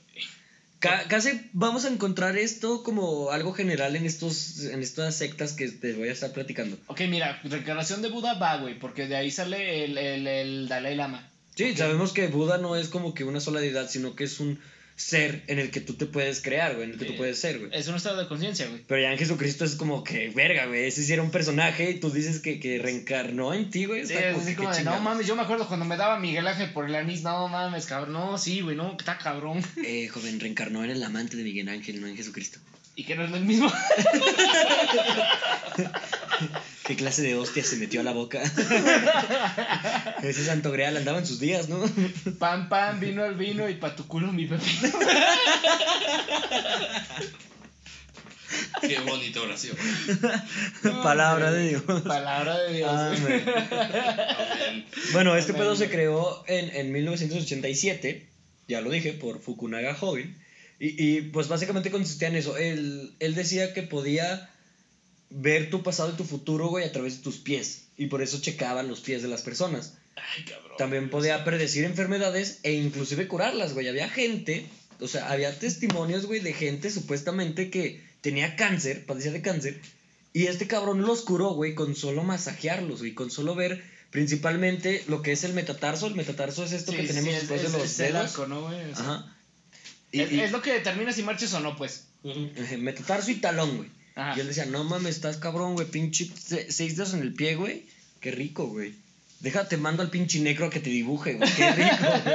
S2: Ca- casi vamos a encontrar esto como algo general en, estos, en estas sectas que te voy a estar platicando.
S1: Ok, mira, reencarnación de Buda va, güey, porque de ahí sale el, el, el Dalai Lama.
S2: Sí, sabemos que Buda no es como que una sola deidad, sino que es un ser en el que tú te puedes crear, güey, en el que
S1: Eh,
S2: tú puedes ser, güey.
S1: Es un estado de conciencia, güey.
S2: Pero ya en Jesucristo es como que, verga, güey, ese sí era un personaje y tú dices que, que reencarnó en ti, güey.
S1: Sí,
S2: está
S1: es
S2: como
S1: así
S2: que,
S1: como
S2: qué
S1: de, no
S2: chingados.
S1: mames, yo me acuerdo cuando me daba Miguel Ángel por el anís, no mames, cabrón, no, sí, güey, no, que está cabrón.
S2: Eh, joven, reencarnó en el amante de Miguel Ángel, no en Jesucristo.
S1: Y que no es el mismo.
S2: ¿Qué clase de hostia se metió a la boca? ese santo greal andaba en sus días, ¿no?
S1: Pan, pan, vino al vino y pa' tu culo mi pepino.
S4: Qué bonita oración.
S2: Palabra de Dios.
S1: Palabra de Dios. güey.
S2: Amén.
S4: Amén.
S2: Bueno, este
S1: Amén.
S2: pedo se creó en, en 1987, ya lo dije, por Fukunaga Joven. Y, y, pues básicamente consistía en eso. Él, él decía que podía ver tu pasado y tu futuro, güey, a través de tus pies. Y por eso checaban los pies de las personas.
S4: Ay, cabrón.
S2: También podía predecir enfermedades e inclusive curarlas, güey. Había gente, o sea, había testimonios, güey, de gente supuestamente que tenía cáncer, padecía de cáncer, y este cabrón los curó, güey, con solo masajearlos, güey, con solo ver principalmente lo que es el metatarso. El metatarso es esto
S1: Sí,
S2: que
S1: sí,
S2: tenemos
S1: es-
S2: después
S1: es-
S2: de los
S1: es el
S2: dedos.
S1: arco, ¿no, güey? O sea,
S2: Ajá. Y,
S1: Es
S2: y-
S1: es lo que determina si marches o no, pues.
S2: ajá, metatarso y talón, güey.
S1: Ajá.
S2: Y él decía, no mames, estás cabrón, güey, pinche se- seis dedos en el pie, güey. Qué rico, güey. Déjate, mando al pinche negro a que te dibuje, güey. Qué rico, güey.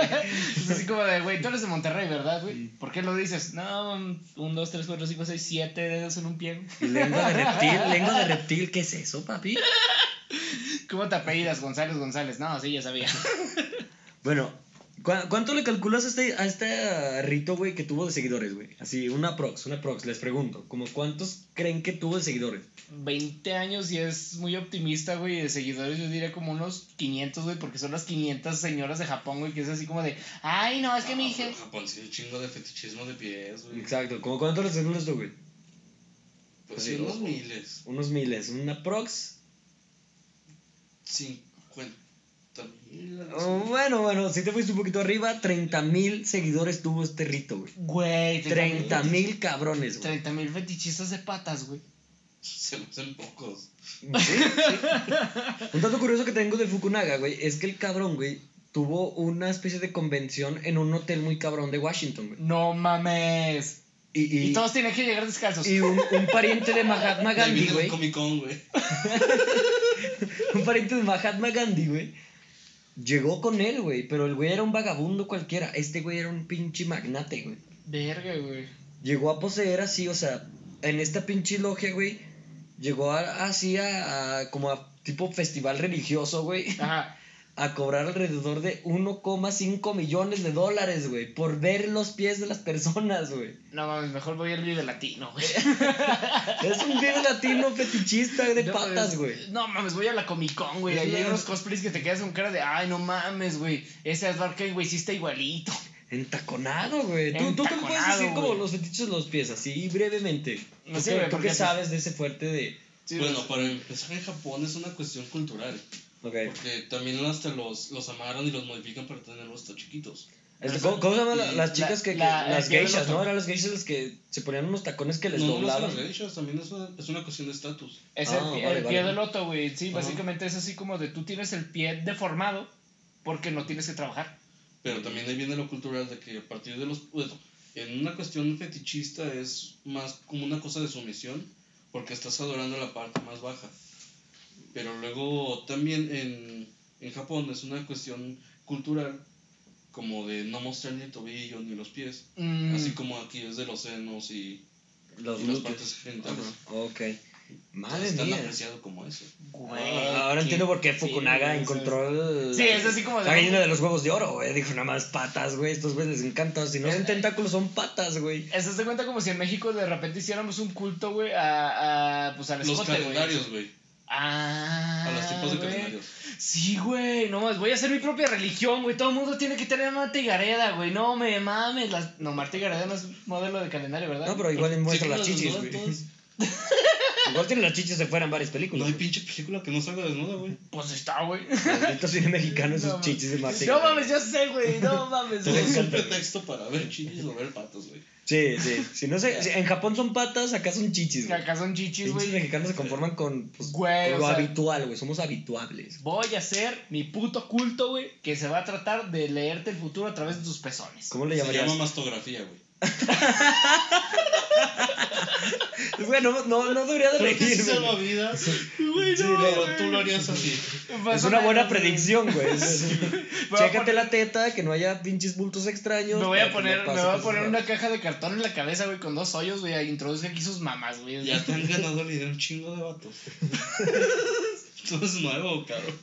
S1: Es así como de, güey, tú eres de Monterrey, ¿verdad, güey? ¿Por qué lo dices? No, un, dos, tres, cuatro, cinco, seis, siete dedos en un pie.
S2: Lengua de reptil, lengua de reptil, ¿qué es eso, papi?
S1: ¿Cómo te apellidas, González González? No, sí, ya sabía.
S2: Bueno, ¿cu- ¿cuánto le calculas a este, a este rito, güey, que tuvo de seguidores, güey? Así, una prox, una prox, les pregunto, como cuántos creen que tuvo de seguidores?
S1: 20 años y es muy optimista, güey, de seguidores yo diría como unos 500, güey, porque son las 500 señoras de Japón, güey, que es así como de, ay, no, es que mi hija...
S4: En Japón sí, Ah, pues, un chingo de fetichismo de pies, güey.
S2: Exacto, ¿como cuántos les calculas tú, güey?
S4: Pues sí, unos miles.
S2: Unos miles, una prox.
S4: Cincuenta mil.
S2: Oh, bueno, bueno, si te fuiste un poquito arriba, 30 mil seguidores tuvo este rito, güey.
S1: Güey,
S2: 30 mil cabrones, güey.
S1: 30 mil fetichistas de patas, güey.
S4: Se me hacen pocos.
S2: Un dato curioso que tengo de Fukunaga, güey, es que el cabrón, güey, tuvo una especie de convención en un hotel muy cabrón de Washington, güey.
S1: No mames.
S2: Y,
S1: Y,
S2: y,
S1: todos tienen que llegar descalzos.
S2: y un, un pariente de Mahatma
S4: Ahí
S2: Gandhi,
S4: viene
S2: güey.
S4: el Comic Con, güey.
S2: Un pariente de Mahatma Gandhi, güey. Llegó con él, güey, pero el güey era un vagabundo cualquiera. Este güey era un pinche magnate, güey.
S1: Verga, güey.
S2: Llegó a poseer así, o sea, en esta pinche logia, güey, llegó a- así a, a- como a tipo festival religioso, güey,
S1: Ajá.
S2: a cobrar alrededor de 1,5 millones de dólares, güey, por ver los pies de las personas, güey.
S1: No mames, mejor voy al Vive Latino, güey.
S2: Es un vive latino fetichista Eh, de
S1: No,
S2: patas,
S1: mames,
S2: güey.
S1: No mames, voy a la Comic Con, güey.
S2: Es
S1: Ahí
S2: la-
S1: hay unos cosplays que te quedas con cara de, ay, no mames, güey. Ese Edward Kane, güey, sí está igualito.
S2: Entaconado, güey. Tú, tú te puedes
S1: Entaconado,
S2: decir como
S1: güey.
S2: los fetiches de los pies, así brevemente.
S1: No
S2: ¿Tú
S1: sé,
S2: qué-
S1: güey,
S2: ¿Tú
S1: porque
S2: qué
S1: haces-
S2: sabes de ese fuerte de.?
S1: Sí,
S4: bueno,
S1: pues,
S4: para empezar en Japón es una cuestión cultural.
S2: Ok.
S4: Porque también hasta los, los amaran y los modifican para tenerlos tan chiquitos.
S2: Este, ¿Cómo, cómo se llaman la- las
S1: La-
S2: chicas que, que-
S1: la-
S2: las
S1: la que
S2: geishas,
S1: habla-
S2: no? Eran las geishas las que se ponían unos tacones que les
S4: no, no
S2: doblaban.
S4: las derechas, también es una, es una cuestión de estatus.
S1: Es
S2: Ah,
S1: el, pie-
S2: vale,
S1: el
S2: vale.
S1: pie del loto, güey. Sí,
S4: Ajá.
S1: básicamente es así como de tú tienes el pie deformado porque no tienes que trabajar.
S4: Pero también ahí viene lo cultural de que a partir de los... Bueno, en una cuestión fetichista es más como una cosa de sumisión, porque estás adorando la parte más baja. Pero luego también en, en Japón es una cuestión cultural como de no mostrar ni el tobillo ni los pies,
S1: Mm,
S4: así como aquí es de los senos y,
S2: Los
S4: y las
S2: glúteos.
S4: partes genitales.
S2: Ok. Madre
S4: Entonces, tan
S2: mía.
S4: apreciado como eso.
S1: güey,
S2: Ah, Ahora
S1: qué-
S2: entiendo por qué
S1: sí,
S2: Fukunaga
S1: güey,
S2: encontró el-
S1: Sí, es así como de-
S2: la gallina de los huevos de oro, güey. Dijo nada más patas, güey. Estos güeyes les encantan. Si no son tentáculos, son patas, güey.
S1: ¿sabes? Eso se cuenta como si en México de repente hiciéramos un culto, güey, a, a, pues al
S4: Los
S1: escote, güey.
S4: calendarios, güey.
S1: Ah,
S4: A los tipos de
S1: güey.
S4: calendarios.
S1: Sí, güey, no más, voy a hacer mi propia religión, güey. Todo el mundo tiene que tener Marta y Gareda, güey. No me mames. Las... No, Marta y Gareda no es modelo de calendario, ¿verdad?
S2: No, pero igual muestra
S4: Sí,
S2: las
S4: los
S2: chichis,
S4: desnudan
S2: güey.
S4: todos.
S2: Igual tienen las chichis de fuera en varias
S4: No
S2: películas.
S4: hay pinche película que no salga desnuda, güey.
S1: Pues está, güey.
S2: Maldito cine mexicano, esos
S1: No,
S2: chichis de Martín.
S1: No mames, yo sé, güey. No mames,
S4: Todo
S1: güey.
S4: es un pretexto para ver chichis o ver patos, güey.
S2: Sí, sí. Si no sé, si en Japón son patas, acá son chichis, güey.
S1: Acá son chichis,
S2: Los
S1: güey.
S2: mexicanos se conforman con, pues,
S1: Güey,
S2: con
S1: o
S2: lo
S1: sea-
S2: habitual, güey. Somos habituables.
S1: Voy a hacer mi puto culto, güey, que se va a tratar de leerte el futuro a través de tus pezones.
S2: ¿Cómo le
S4: Se
S2: llamarías?
S4: llama mastografía, güey.
S2: Güey, no, no, no debería de
S4: Creo que sí
S2: reírme.
S4: se llama vida. Güey,
S2: no,
S4: pero tú lo harías así.
S2: Es
S1: Más Pues, o
S2: una
S1: menos,
S2: buena
S1: güey.
S2: predicción, güey.
S1: Me voy a
S2: Chécate
S1: poner-
S2: la teta, que no haya pinches bultos extraños.
S1: Me voy a
S2: para que
S1: poner,
S2: no
S1: me
S2: pase
S1: voy a
S2: cosas
S1: poner
S2: raras.
S1: una caja de cartón en la cabeza, güey, con dos hoyos, güey. e Introduzca aquí sus mamás, güey.
S4: Ya te han ganado la idea un chingo de vatos. Todo es nuevo, cabrón.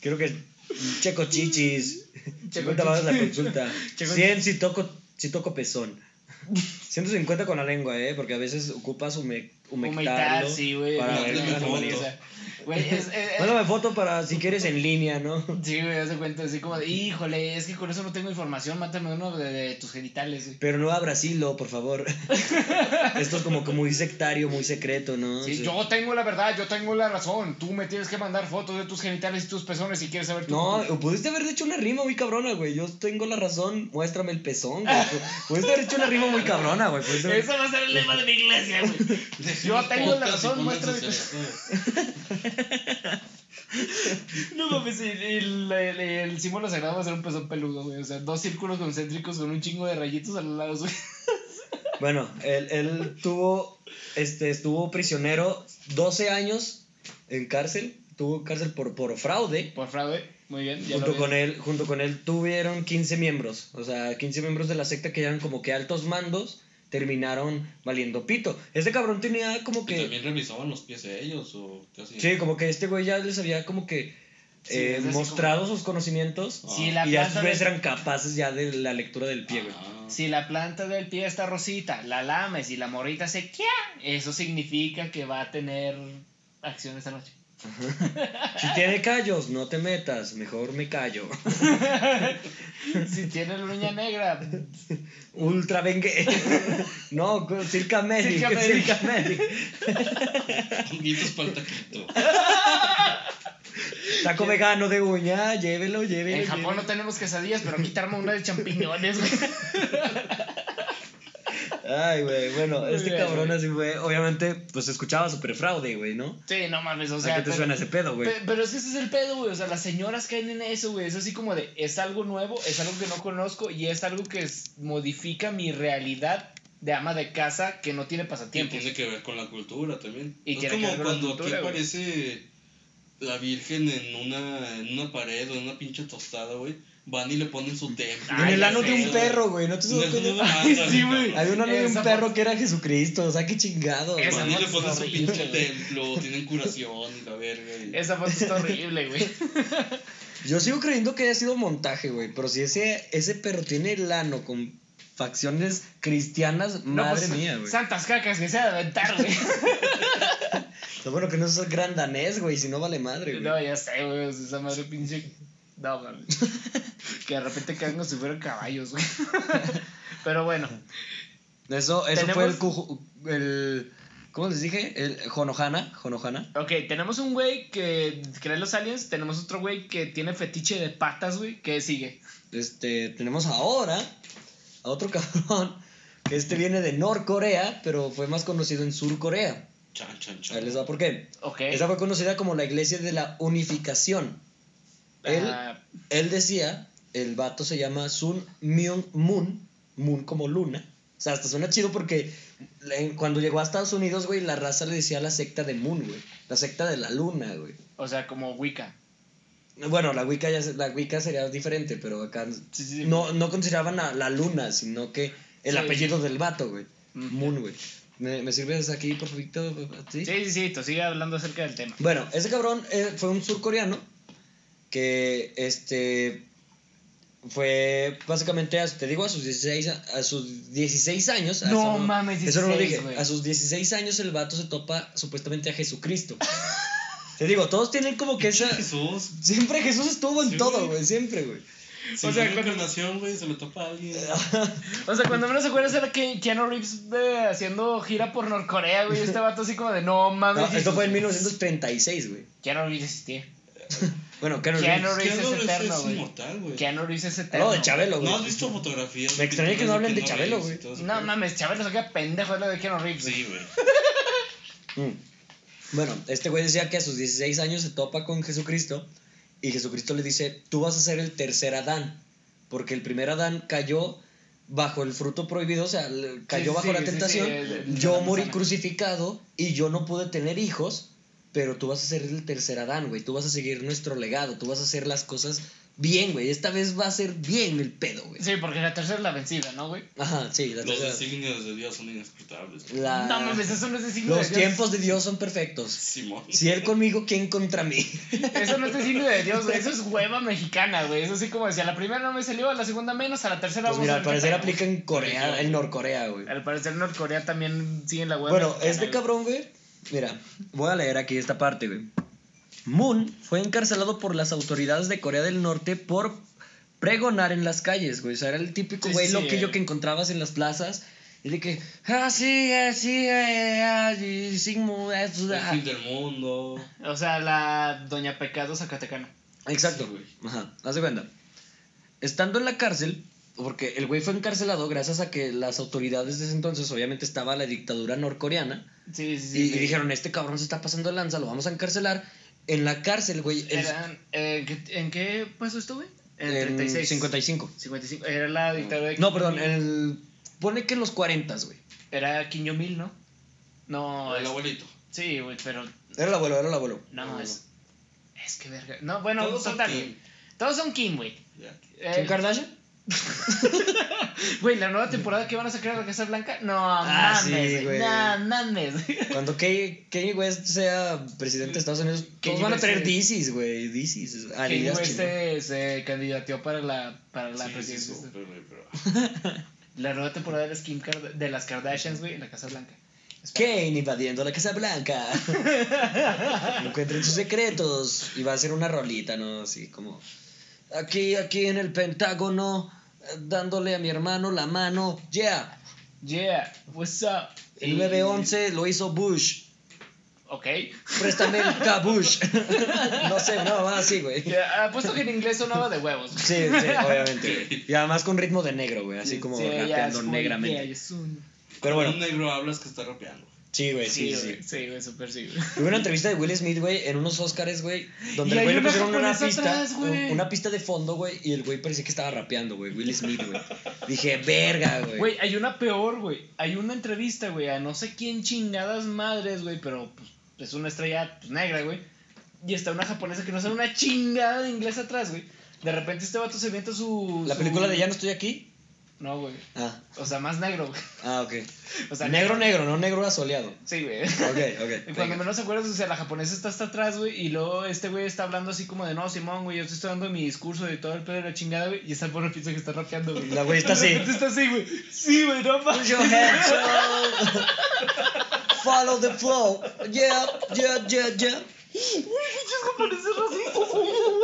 S2: Quiero que checo chichis.
S1: Checo
S2: 50 balas la
S1: chichis.
S2: consulta.
S1: Checo
S2: 100 si toco, si toco pezón. 150 con la lengua, eh, porque a veces ocupas hume, humectarlo.
S1: Humectar, sí, güey.
S2: Para
S1: no,
S2: ver
S4: darle
S1: no,
S2: las
S1: no,
S4: foto.
S1: o
S2: anomalías.
S1: sea, Güey, es. es-
S2: Mándame foto para si quieres en línea, ¿no?
S1: Sí, güey, hace cuenta así como de, híjole, es que con eso no tengo información, mátame uno de, de tus genitales, güey.
S2: Pero no abras hilo, por favor. Esto es como que muy sectario, muy secreto, ¿no?
S1: Sí,
S2: Sí.
S1: Yo tengo la verdad, yo tengo la razón. Tú me tienes que mandar fotos de tus genitales y tus pezones si quieres saber tu
S2: No, o pudiste haber hecho una rima muy cabrona, güey. Yo tengo la razón, muéstrame el pezón, güey. Pudiste haber hecho una rima muy cabrona, güey. Pudiste haber-
S1: Eso va a ser el lema de mi iglesia, güey. Yo tengo la razón, muéstrame. No mames, el, el, el- el símbolo sagrado va a ser un pezón peludo, güey. O sea, dos círculos concéntricos con un chingo de rayitos a los lados, güey.
S2: Bueno, él, él tuvo, este, estuvo prisionero 12 años en cárcel. Tuvo cárcel por, por fraude.
S1: Por fraude, muy bien. ya lo
S2: Junto
S1: vi.
S2: con, él, junto con él tuvieron 15 miembros. O sea, 15 miembros de la secta que eran como que altos mandos. Terminaron valiendo pito. Este cabrón tenía como
S4: Que
S2: que...
S4: también revisaban los pies de ellos o casi.
S2: Sí, como que este güey ya les había como que
S1: Sí,
S2: eh,
S1: es así Oh,
S2: mostrado sus conocimientos
S1: Si la
S2: Ah, y ya
S1: planta
S2: sus güeyes
S1: del-
S2: eran capaces ya de la lectura del pie, güey.
S4: Ah,
S1: Si la planta del pie está rosita, la lames y la morrita se quia, eso significa que va a tener acción esta noche.
S2: Si tiene callos, no te metas, mejor me callo.
S1: Si tiene la uña negra,
S2: Ultra vengue. no, con- circa medic,
S1: Circa Medic.
S2: circa medic.
S4: Honguitos Ah, para el taquito.
S2: Taco vegano de uña, llévelo, llévelo.
S1: en Japón no tenemos quesadillas, pero aquí te armo una de champiñones, güey.
S2: llévelo. Ay, güey, bueno,
S1: Muy
S2: este
S1: bien,
S2: cabrón
S1: güey.
S2: así fue. Obviamente, pues escuchaba super fraude, güey, ¿no?
S1: Sí, no mames, o
S2: O
S1: sea.
S2: sea, ¿qué te
S1: pero-
S2: suena ese pedo, güey?
S1: Pe- Pero es que ese es el pedo, güey. O sea, las señoras caen en eso, güey. Es así como de, es algo nuevo, es algo que no conozco y es algo que es- modifica mi realidad de ama de casa que no tiene
S4: Y
S1: pasatiempos.
S4: tiene
S2: pues
S4: que ver con la cultura también.
S1: Y
S4: es
S1: tiene que
S4: como
S1: ver con la
S4: cuando
S1: cultura,
S4: aquí
S1: güey.
S4: aparece la Virgen en una, en una pared o en una pinche tostada, güey. van y le ponen su templo.
S5: Ay,
S2: en el
S5: ya
S2: ano de
S5: sé,
S2: un perro, güey. ¿No te
S4: En
S2: das
S4: el ano-
S2: cuenta?
S4: ándale,
S1: sí, güey.
S4: cabrón.
S2: Había un ano de un
S1: Esa
S2: perro que era Jesucristo. O sea, qué chingado. güey.
S1: Esa
S4: Van y le
S1: foto
S4: ponen
S1: está
S4: su
S1: horrible,
S4: pinche
S1: güey.
S4: templo, tienen curación y la verga. y-
S1: Esa foto está horrible, güey.
S2: Yo sigo creyendo que haya sido montaje, güey. Pero si ese, ese perro tiene el ano con facciones cristianas,
S1: No,
S2: madre
S1: pues,
S2: mía, güey.
S1: Santas cacas que se ha de aventar, güey.
S2: Lo bueno que no es gran danés, güey. Si no vale madre, güey.
S1: No, ya sé, güey. o sea, Esa madre pinche. No, mames. Que de repente caen como si fueran caballos, güey. Pero bueno,
S2: Eso, eso
S1: Tenemos-
S2: fue el, cuju- el. ¿Cómo les dije? El Jonohana. Jonohana.
S1: ok, tenemos un güey que cree en los aliens, tenemos otro güey que tiene fetiche de patas, güey, que sigue.
S2: Este, tenemos ahora a otro cabrón. Que este viene de Norcorea, pero fue más conocido en Sur Corea.
S4: Chan, chan, chan.
S2: Ahí les va por qué.
S1: Ok.
S2: Esa fue conocida como la iglesia de la unificación. Él,
S1: Ah,
S2: él decía, el vato se llama Sun Myung Moon, Moon como luna. O sea, hasta suena chido porque le- cuando llegó a Estados Unidos, güey, la raza le decía la secta de Moon, güey. La secta de la luna, güey.
S1: o sea, como Wicca.
S2: Bueno, la Wicca, ya, se- la Wicca sería diferente, pero acá
S1: Sí, sí, sí.
S2: no, no consideraban a la luna, sino que el
S1: Sí.
S2: apellido del vato, güey.
S1: Mm.
S2: Moon, güey. ¿Me, me sirves aquí, por favor?
S1: Sí, sí, sí, tú sigue hablando acerca del tema.
S2: Bueno, ese cabrón eh, fue un surcoreano que este fue básicamente, a- te digo, a sus 16, a- a sus 16 años. a
S1: No
S2: eso
S1: mames,
S2: Eso no lo
S1: 16,
S2: dije.
S1: güey.
S2: A sus 16 años el vato se topa supuestamente a Jesucristo. te digo, todos tienen como que esa...
S4: Jesús.
S2: Siempre Jesús estuvo en
S4: Sí,
S2: todo,
S4: güey.
S2: güey, siempre, güey.
S4: Si
S1: O
S4: o
S1: sea,
S4: sea,
S1: cuando-
S4: encarnación, güey, se lo topa a alguien.
S1: Ah, O sea, cuando menos se acuerda era que Keanu Reeves de- haciendo gira por Norcorea, güey. Este vato así como de no mames.
S2: No, esto fue en 1936, güey.
S1: Keanu Reeves existía.
S2: Bueno, Keanu
S1: Keanu
S2: Reeves.
S1: Reeves
S4: Keanu
S1: es
S4: Reeves
S1: eterno,
S4: es
S1: güey.
S4: inmortal, güey.
S1: Keanu Reeves es eterno.
S2: No, de Chabelo, güey.
S4: ¿No has visto fotografías?
S2: Me extraña que no hablen de
S4: pinturas
S2: Chabelo,
S4: Reeves y
S2: güey.
S4: todo ese
S1: No
S4: pedo?
S1: mames, Chabelo, qué pendejo es lo de Keanu Reeves. güey.
S4: Sí, güey.
S2: Mm. Bueno, este güey decía que a sus 16 años se topa con Jesucristo y Jesucristo le dice, tú vas a ser el tercer Adán, porque el primer Adán cayó bajo el fruto prohibido, o sea, le- cayó
S1: sí,
S2: bajo
S1: sí,
S2: la
S1: sí,
S2: tentación,
S1: sí, el-
S2: yo
S1: la
S2: morí
S1: manzana.
S2: crucificado y yo no pude tener hijos, pero tú vas a ser el tercer Adán, güey, tú vas a seguir nuestro legado, tú vas a hacer las cosas bien, güey, esta vez va a ser bien el pedo, güey.
S1: Sí, porque la tercera es la vencida, ¿no, güey?
S2: Ajá, sí, la
S4: Los
S2: tercera-
S4: designios de Dios son inescrutables. güey.
S2: la-
S1: No mames, eso no es designio
S2: los
S1: de Dios.
S2: tiempos de Dios son perfectos.
S4: Simón.
S2: Si él conmigo, ¿quién contra mí?
S1: Eso no es designio de Dios, güey. Eso es hueva mexicana, güey. Eso sí como decía, la primera no me salió, a la segunda menos, a la tercera
S2: Pues
S1: vamos
S2: mira,
S1: a
S2: al
S1: ver qué
S2: parecer
S1: pedo,
S2: aplica en Corea, en Norcorea, güey.
S1: güey. Al parecer Norcorea también sigue la hueva.
S2: Bueno,
S1: mexicana,
S2: este
S1: güey.
S2: cabrón, güey. Mira, voy a leer aquí esta parte, güey. Moon fue encarcelado por las autoridades de Corea del Norte por pregonar en las calles, güey. O sea, era el típico
S1: Sí,
S2: güey
S1: sí, sí,
S2: loquillo
S1: eh.
S2: que encontrabas en las plazas. Y de que, ah, sí, ah, sí, ah, ah, sí, sí, mu- ah, sí,
S4: El
S2: ah".
S4: fin del mundo.
S1: O sea, la Doña Pecado Zacatecana.
S2: Exacto,
S4: Sí,
S2: güey.
S4: güey.
S2: Ajá, haz de cuenta. Estando en la cárcel, porque el güey fue encarcelado gracias a que las autoridades de ese entonces, obviamente estaba la dictadura norcoreana,
S1: Sí, sí,
S2: Y,
S1: sí.
S2: y
S1: sí.
S2: dijeron, este cabrón se está pasando de lanza, lo vamos a encarcelar. En la cárcel, güey. el-
S1: Eran, eh, ¿qué- ¿En qué puesto estuve? En
S2: en
S1: 36.
S2: 55.
S1: 55. Era la dictadura de
S2: No,
S1: Kim
S2: perdón,
S1: Jong-il.
S2: en el... Pone que en los 40, güey.
S1: Era Kim Jong-il, ¿no? No,
S4: El
S1: es-
S4: abuelito.
S1: sí, güey, pero
S2: Era el abuelo, era el abuelo.
S1: no,
S4: No,
S1: es... Es que verga. No, bueno,
S4: Todos son
S1: total.
S4: Kim.
S1: güey. Todos son Kim, güey.
S4: Ya.
S2: ¿Kim
S1: Eh,
S2: Kardashian?
S1: Güey, la nueva temporada que van a sacar de la Casa Blanca. No,
S2: Ah, sí,
S1: mames,
S2: güey.
S1: güey. No, mames.
S2: Cuando Kanye Kanye West sea presidente de Estados Unidos, todos
S1: Kanye
S2: van a
S1: West
S2: traer
S1: es-
S2: DCs, güey. DCs. ah,
S1: Kim
S2: ideas
S1: West
S2: chingonas.
S1: se, este se candidateó para la, para la
S4: Sí, sí,
S1: presidencia.
S4: sí, pero, güey, pero-
S1: la nueva temporada de, Kim Karda- de las Kardashians, güey, en la Casa Blanca.
S2: Kane invadiendo la Casa Blanca. Encuentren sus secretos. Y va a ser una rolita, ¿no? Así como. Aquí, aquí en el Pentágono, eh, dándole a mi hermano la mano. Yeah.
S1: Yeah, what's up?
S2: El 9-11 lo hizo Bush.
S1: Ok.
S2: Préstame el K-Bush. no sé, no, va así, güey.
S1: Ya, Apuesto que en inglés sonaba de huevos.
S2: Sí, sí, obviamente. güey. Y además con ritmo de negro, güey. Así como
S1: Sí, ya,
S2: rapeando
S1: es como, yeah,
S2: negramente.
S1: es un-
S2: Pero bueno,
S4: Un negro hablas que está rapeando.
S2: sí, güey,
S1: Sí,
S2: Pues sí, sí.
S1: güey, sí, güey, súper sí. güey.
S2: Hubo una entrevista de Will Smith, güey, en unos Oscars, güey, donde
S1: Y
S2: el güey
S1: hay
S2: le
S1: una
S2: pusieron una
S1: japonesa
S2: pista,
S1: atrás, güey.
S2: una pista de fondo, güey, y el güey parecía que estaba rapeando, güey, Will Smith, güey. Dije, verga, güey.
S1: Güey, hay una peor, güey. Hay una entrevista, güey, a no sé quién chingadas madres, güey, pero pues, es una estrella pues, negra, güey. Y está una japonesa que no sabe una chingada de inglés atrás, güey. De repente este vato se avienta su.
S2: La
S1: su-
S2: película de Ya no estoy aquí.
S1: No, güey.
S2: Ah,
S1: O sea, más negro, güey.
S2: ah, ok.
S1: O sea,
S2: negro, negro, no negro asoleado.
S1: Sí, güey.
S2: Ok,
S1: Y
S2: ok.
S1: Cuando
S2: venga.
S1: menos acuerdas, o sea, la japonesa está hasta atrás, güey, y luego este güey está hablando así como de, no, Simón, güey, yo te estoy dando mi discurso de todo el pedo de la chingada, güey, y está el porro piensa que está rapeando, güey.
S2: La güey está
S1: De
S2: así.
S1: repente Está así, güey. Sí, güey, no
S2: Put
S1: mames.
S2: your hands up. Follow the flow. Yeah, yeah, yeah, yeah.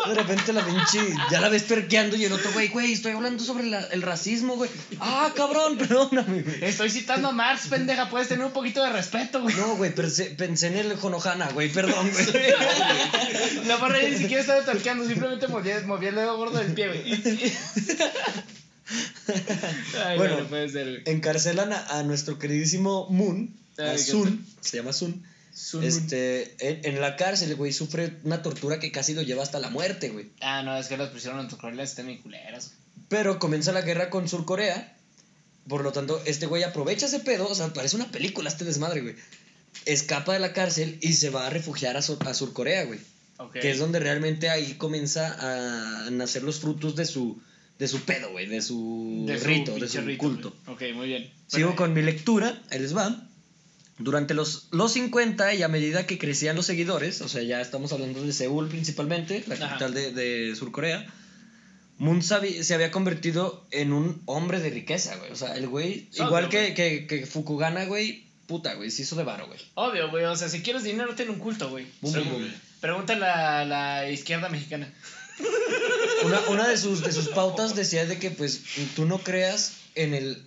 S2: De repente la pinche, ya la ves perqueando y el otro, güey, güey, estoy hablando sobre la- el racismo, güey. Ah, cabrón, perdóname, güey.
S1: Estoy citando a Marx, pendeja, puedes tener un poquito de respeto, güey.
S2: No, güey, pensé, pensé en el Jonohana, güey, perdón, güey.
S1: La barra ni siquiera estaba talqueando, simplemente movía, movía el dedo gordo del pie, güey. Ay,
S2: Bueno.
S1: no, no puede ser, güey.
S2: Encarcelan a, a nuestro queridísimo Moon, a
S1: Ay, qué
S2: Sun, se llama Sun.
S1: Sun
S2: Este, en, en la cárcel, güey, sufre una tortura que casi lo lleva hasta la muerte, güey.
S1: Ah, no, es que las pusieron en tu correo, están bien culeras, güey.
S2: Pero comienza la guerra con Sur Corea. Por lo tanto, este güey aprovecha ese pedo. O sea, parece una película este desmadre, güey. Escapa de la cárcel y se va a refugiar a, Sur- a Sur Corea, güey.
S1: Ok.
S2: Que es donde realmente ahí comienza a nacer los frutos de su, de su pedo, güey. De su
S1: De su
S2: rito, de
S1: pinche
S2: su
S1: rito,
S2: culto.
S1: güey. Ok, muy bien.
S2: Sigo
S1: Bueno,
S2: con mi lectura, ahí les va. Durante los, los 50 y a medida que crecían los seguidores, o sea, ya estamos hablando de Seúl principalmente, la
S1: Ajá.
S2: capital de, de Sur Corea, Moon sabi- se había convertido en un hombre de riqueza, güey. O sea, el güey,
S1: Sabio,
S2: igual que, que, que Fukugana, güey, puta, güey, se hizo de varo, güey.
S1: Obvio, güey, o sea, si quieres dinero, ten un culto, güey.
S2: Bum, bum, bum.
S1: Pregúntale a la izquierda mexicana.
S2: Una, una de, sus, de sus pautas decía de que, pues, tú no creas en el,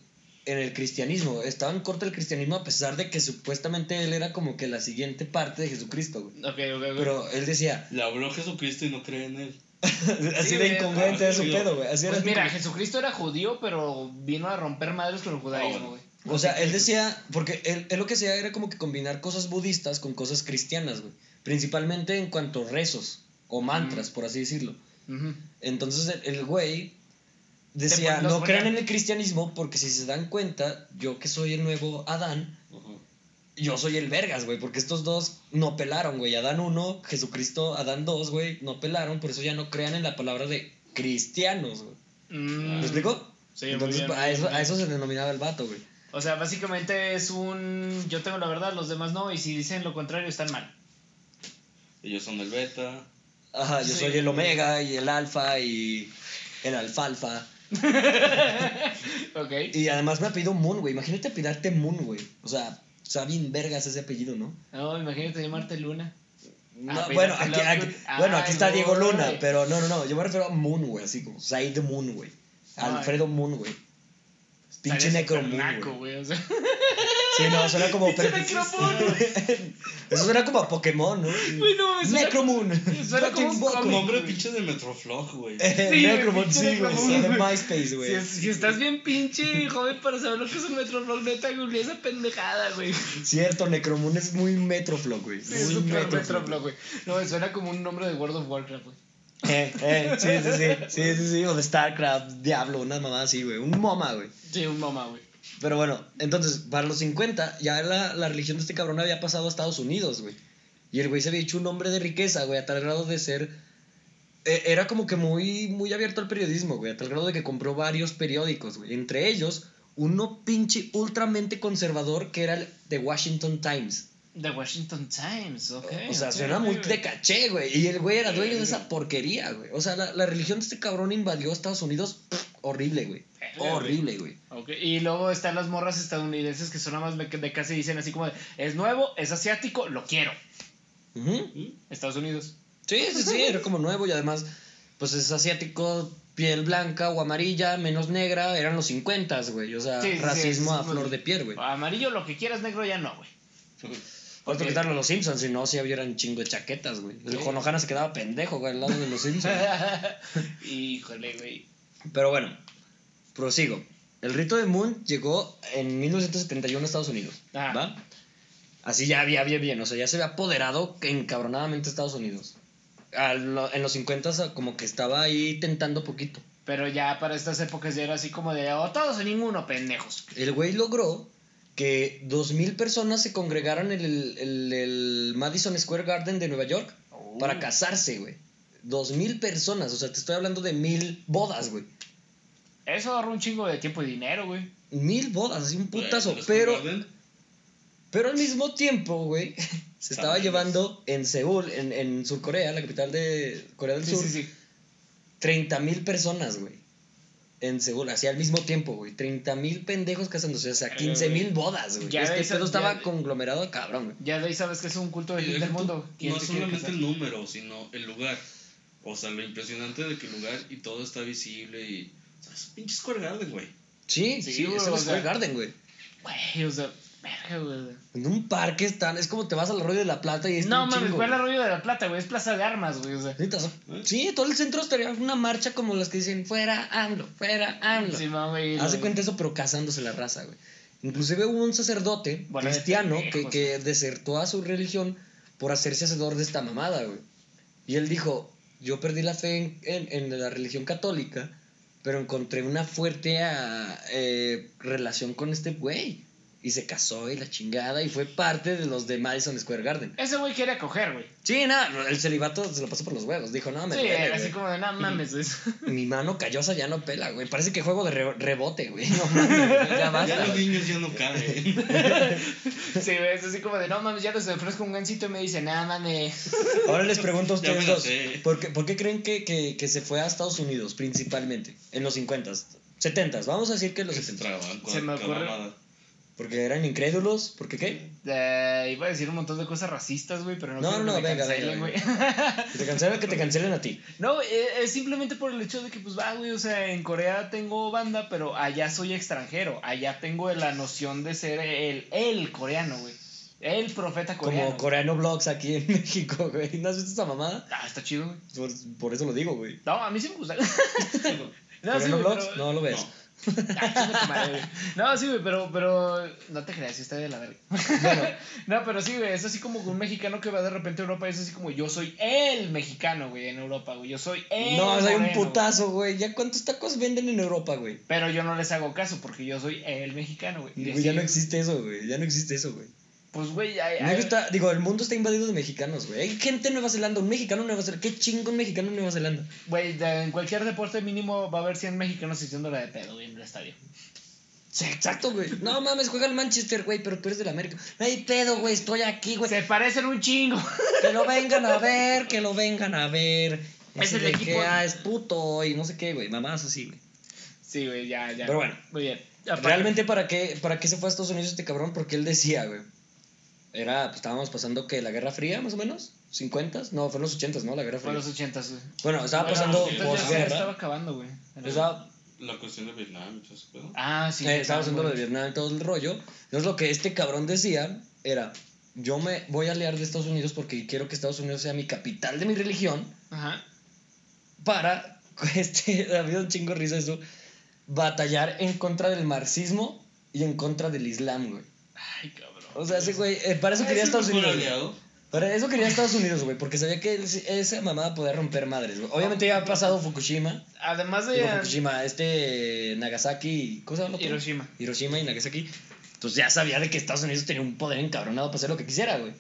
S2: en el cristianismo. Estaba en corto el cristianismo a pesar de que supuestamente él era como que la siguiente parte de Jesucristo, güey.
S1: Ok, ok, ok.
S2: Pero él decía,
S4: Le habló a Jesucristo y no cree en él.
S2: así
S1: Sí,
S2: de
S1: güey,
S2: incongruente
S4: ah,
S2: es su
S4: sí,
S2: pedo, güey. Así era
S1: pues
S2: su-
S1: mira, Jesucristo era judío, pero vino a romper madres con el
S4: Ah,
S1: judaísmo, güey.
S2: O sea, él decía, porque él, él lo que hacía era como que combinar cosas budistas con cosas cristianas, güey. Principalmente en cuanto a rezos o mantras, por así decirlo.
S1: Ujú.
S2: Entonces el el güey
S1: Te
S2: decía,
S1: pon- los
S2: no crean
S1: ponían-
S2: en el cristianismo porque si se dan cuenta, yo que soy el nuevo Adán,
S4: Ajá.
S2: yo soy el vergas, güey, porque estos dos no pelaron, güey. Adán 1, Jesucristo, Adán 2, güey, no pelaron, por eso ya no crean en la palabra de cristianos, güey.
S1: Mm.
S2: ¿Me explico?
S1: Sí, muy
S2: Entonces,
S1: bien,
S2: a,
S1: muy
S2: eso,
S1: bien.
S2: a eso se denominaba el vato, güey.
S1: O sea, básicamente es un yo tengo la verdad, los demás no, y si dicen lo contrario están mal.
S4: Ellos son el beta.
S2: Ajá, yo
S1: Sí.
S2: soy el omega y el alfa y el alfalfa.
S1: Ok.
S2: Y además me apellido Moon, güey. Imagínate apellidarte Moon, güey. O sea, está bien vergas ese apellido, ¿no?
S1: No, imagínate llamarte Luna.
S2: No,
S1: Apellidarte
S2: bueno, aquí,
S1: Love
S2: aquí-
S1: Good. Ah,
S2: bueno, aquí está
S1: no,
S2: Diego Luna,
S1: güey.
S2: pero no, no, no. Yo me refiero a Moon, güey. Así como Said Moon, güey.
S1: Ay.
S2: Alfredo Moon, güey. Pinche
S1: Estaría
S2: necro
S1: súper
S2: Moon,
S1: naco,
S2: güey.
S1: güey. O sea,
S2: Sí, no, suena como...
S1: Pinche necro Moon,
S2: Eso suena como a Pokémon, ¿no?
S1: güey, no, me suena-
S2: Necromoon.
S1: suena como un
S2: Fucking Pokémon.
S4: Como hombre
S1: güey.
S4: pinche de Metroflog, güey.
S2: Eh,
S1: Sí, güey,
S2: Necromon,
S1: pinche
S2: sí, güey.
S1: Necromon,
S2: sí, de
S1: güey.
S2: MySpace,
S1: Si,
S2: güey.
S1: es- si estás bien pinche joven para saber lo que es un Metroflog, neta, googleé esa pendejada, güey.
S2: Cierto, Necromon es muy Metroflog, güey.
S1: Sí,
S2: muy
S1: es un
S2: Metroflog.
S1: Metroflog, güey. No, me suena como un nombre de World of Warcraft, güey.
S2: Eh, eh, sí, sí, sí, sí, sí, sí, o de StarCraft, Diablo, una mamá así, güey, un MoMA, güey.
S1: Sí, un mamá, güey.
S2: Pero bueno, entonces, para los 50, ya la, la religión de este cabrón había pasado a Estados Unidos, güey. Y el güey se había hecho un hombre de riqueza, güey, a tal grado de ser... e- Era como que muy, muy abierto al periodismo, güey, a tal grado de que compró varios periódicos, güey. Entre ellos, uno pinche ultramente conservador que era el The Washington Times.
S1: The Washington Times, ok.
S2: O sea,
S1: ok,
S2: suena
S1: ok,
S2: muy
S1: güey.
S2: de caché, güey. Y el güey era dueño de esa porquería, güey. O sea, la, la religión de este cabrón invadió Estados Unidos. pff, horrible, güey.
S1: Verga, güey.
S2: Horrible, güey.
S1: Ok, Y luego están las morras estadounidenses que son nada más de- de casi dicen así como de, es nuevo, es asiático, lo quiero.
S2: Ujú.
S1: Estados Unidos.
S2: Sí, sí, sí. Era como nuevo y además, pues es asiático, piel blanca o amarilla, menos negra. Eran los 50, güey. O sea,
S1: Sí, sí, sí,
S2: Ah, racismo
S1: es
S2: a
S1: muy- Ah,
S2: flor de piel, güey.
S1: Amarillo lo que quieras, negro ya no, güey.
S2: Otro
S1: ok.
S2: que estaban los Simpsons, si no, si hubieran chingo de chaquetas, güey. El
S1: Sí.
S2: Jonohana se quedaba pendejo, güey, al lado de los Simpsons.
S1: Híjole, güey.
S2: Pero bueno, prosigo. El rito de Moon llegó en 1971 a Estados Unidos.
S1: Ajá.
S2: ¿va? Así ya había bien, bien. O sea, ya se había apoderado encabronadamente a Estados Unidos. A lo- en los 50 como que estaba ahí tentando poquito.
S1: Pero ya para estas épocas ya era así como de, o todos o ninguno, pendejos.
S2: El güey logró que 2.000 personas se congregaran en el, el- el Madison Square Garden de Nueva York
S1: Oh.
S2: para casarse, güey. Dos mil personas, o sea, te estoy hablando de mil bodas, güey.
S1: Eso ahorra un chingo de tiempo y dinero, güey.
S2: Mil bodas, así un
S4: Güey,
S2: putazo.
S4: ¿les
S2: Pero,
S4: conorden?
S2: pero al mismo tiempo, güey, se estaba
S4: También.
S2: llevando en Seúl, en, en Sur Corea, la capital de Corea del
S1: Sí,
S2: Sur,
S1: sí, sí.
S2: 30 mil personas, güey. En Seúl, así al mismo tiempo, güey. 30 mil pendejos casándose, o sea,
S1: Verga,
S2: 15 mil
S1: güey.
S2: bodas, güey.
S1: Ya
S2: Este
S1: ves,
S2: pedo
S1: ya-
S2: estaba conglomerado, cabrón, güey.
S1: Ya de ahí sabes que es un culto de
S4: Y
S1: fin
S4: deja
S1: del
S4: tú,
S1: mundo. ¿Quién
S4: No
S1: se quiere
S4: solamente
S1: casar?
S4: el número, sino el lugar. O sea, lo impresionante de que el lugar y todo está visible y. O sea, es un pinche Square Garden, güey.
S2: Sí,
S1: Sí,
S2: sí,
S1: güey,
S2: es
S1: o
S2: el
S1: sea-
S2: Square Garden, güey.
S1: Güey, o sea, verga, güey.
S2: En un parque están, es como te vas al arroyo de la plata y es
S1: No
S2: un
S1: mames,
S2: chingo,
S1: ¿cuál es el
S2: güey.
S1: rollo de la ¿Eh? plata, güey? Es plaza de armas, güey. O sea,
S2: Neta, ¿no? Sí, todo el centro estaría una marcha como las que dicen, fuera AMLO, fuera AMLO.
S1: sí, mami,
S2: Hace
S1: güey.
S2: cuenta eso, pero casándose la raza, güey. Inclusive hubo un sacerdote
S1: Bueno, de
S2: cristiano que,
S1: pendejos.
S2: que desertó a su religión por hacerse hacedor de esta mamada, güey. Y él dijo, yo perdí la fe en, en- en la religión católica, pero encontré una fuerte ah, eh, relación con este güey. Y se casó y la chingada y fue parte de los de Madison Square Garden.
S1: Ese güey quiere coger, güey.
S2: Sí, nada, el celibato se lo pasó por los huevos. Dijo, no, me
S1: Sí,
S2: duele,
S1: así
S2: güey.
S1: como de, no mames, güey.
S2: Mi mano callosa ya no pela, güey. Parece que juego de re- rebote, güey. No mames, güey, ya basta,
S4: Ya los
S2: güey.
S4: niños ya no caben.
S1: Sí, güey, es así como de, no mames, ya les ofrezco un gancito y me dice, nada mames.
S2: Ahora les pregunto a
S4: Ya
S2: ustedes
S4: me la
S2: dos,
S4: sé.
S2: ¿por qué, por qué creen que, que- que se fue a Estados Unidos principalmente? En los 50s, 70s, vamos a decir que en los 70s.
S1: Se me ocurre-
S2: Porque eran incrédulos, porque qué?
S1: Eh, iba a decir un montón de cosas racistas, güey, pero no,
S2: No,
S1: quiero
S2: no,
S1: que me
S2: venga,
S1: cancelen,
S2: venga,
S1: güey.
S2: Que te cancelan, que te cancelen a ti.
S1: no, eh, es simplemente por el hecho de que, pues, va, güey, o sea, en Corea tengo banda, pero allá soy extranjero. Allá tengo la noción de ser el, el coreano, güey. El profeta coreano.
S2: Como coreano blogs aquí en México, güey. ¿No has visto esa mamada?
S1: Ah, está chido, güey.
S2: Por, por eso lo digo, güey.
S1: No, a mí sí me gusta. no, sí,
S2: ¿Coreano
S1: güey,
S2: blogs?
S1: pero-
S2: No lo ves.
S1: Ah, chinga tu madre, güey. No, sí, güey, pero, pero no te creas, sí está de la verga. no, pero sí, güey, es así como un mexicano que va de repente a Europa y es así como yo soy el mexicano, güey, en Europa, güey. Yo soy el.
S2: No, hay un
S1: moreno, güey.
S2: putazo, güey. ¿Ya cuántos tacos venden en Europa, güey?
S1: Pero yo no les hago caso porque yo soy el mexicano, güey. Y
S2: Güey, Ya
S1: así,
S2: no existe eso, güey. Ya no existe eso, güey.
S1: Pues, güey, ay, ay,
S2: México está- digo, el mundo está invadido de mexicanos, güey. Hay gente en Nueva Zelanda, un mexicano en Nueva Zelanda. Qué chingo un mexicano en Nueva Zelanda.
S1: güey, de- en cualquier deporte mínimo va a haber 100 mexicanos haciéndola de pedo, güey, en el estadio.
S2: Sí, exacto, güey. No mames, juega el Manchester, güey, pero tú eres del América. No hay pedo, güey, estoy aquí, güey.
S1: Se parecen un chingo.
S2: Que lo vengan a ver, que lo vengan a ver. No
S1: Es
S2: sé
S1: el
S2: de
S1: equipo-
S2: qué, ah, es puto y no sé qué, güey. Mamás así, güey.
S1: Sí, güey, ya, ya.
S2: Pero bueno.
S1: Muy bien. Aparte-
S2: Realmente, ¿para qué, ¿para qué se fue a Estados Unidos este cabrón? Porque él decía, güey. Era, pues, estábamos pasando, que ¿La Guerra Fría, más o menos? ¿50s? No, fueron los 80s, ¿no? La Guerra
S1: Fue
S2: Fría.
S1: los 80, güey.
S2: Bueno, estaba
S1: Bueno,
S2: pasando
S1: los 80 ya se
S2: posguerra.
S1: estaba acabando, güey.
S2: Estaba-
S4: La cuestión de Vietnam y todo ese pedo.
S1: Ah, sí.
S2: Eh,
S1: sí,
S2: estaba haciendo lo de
S1: güey.
S2: Vietnam y todo el rollo. Entonces lo que este cabrón decía era, yo me voy a aliar de Estados Unidos porque quiero que Estados Unidos sea mi capital de mi religión
S1: Ajá.
S2: para, este, ha habido un chingo de risa eso, batallar en contra del marxismo y en contra del islam, güey.
S1: Ay, cabrón.
S2: O sea, ese güey, eh,
S1: Ah,
S2: para eso quería
S4: Ah, Es el
S2: Estados
S4: mejor
S2: Unidos. güey.
S4: aliado.
S1: Pues-
S2: Para eso quería Estados Unidos, güey, porque sabía que él- esa mamada podía romper madres, güey. Obviamente ya ha pasado Fukushima.
S1: Además
S2: Digo,
S1: de.
S2: Fukushima, este Nagasaki, ¿cómo se llama? el otro?
S1: Hiroshima.
S2: Hiroshima y Nagasaki. Entonces ya sabía de que Estados Unidos tenía un poder encabronado para hacer lo que quisiera, güey.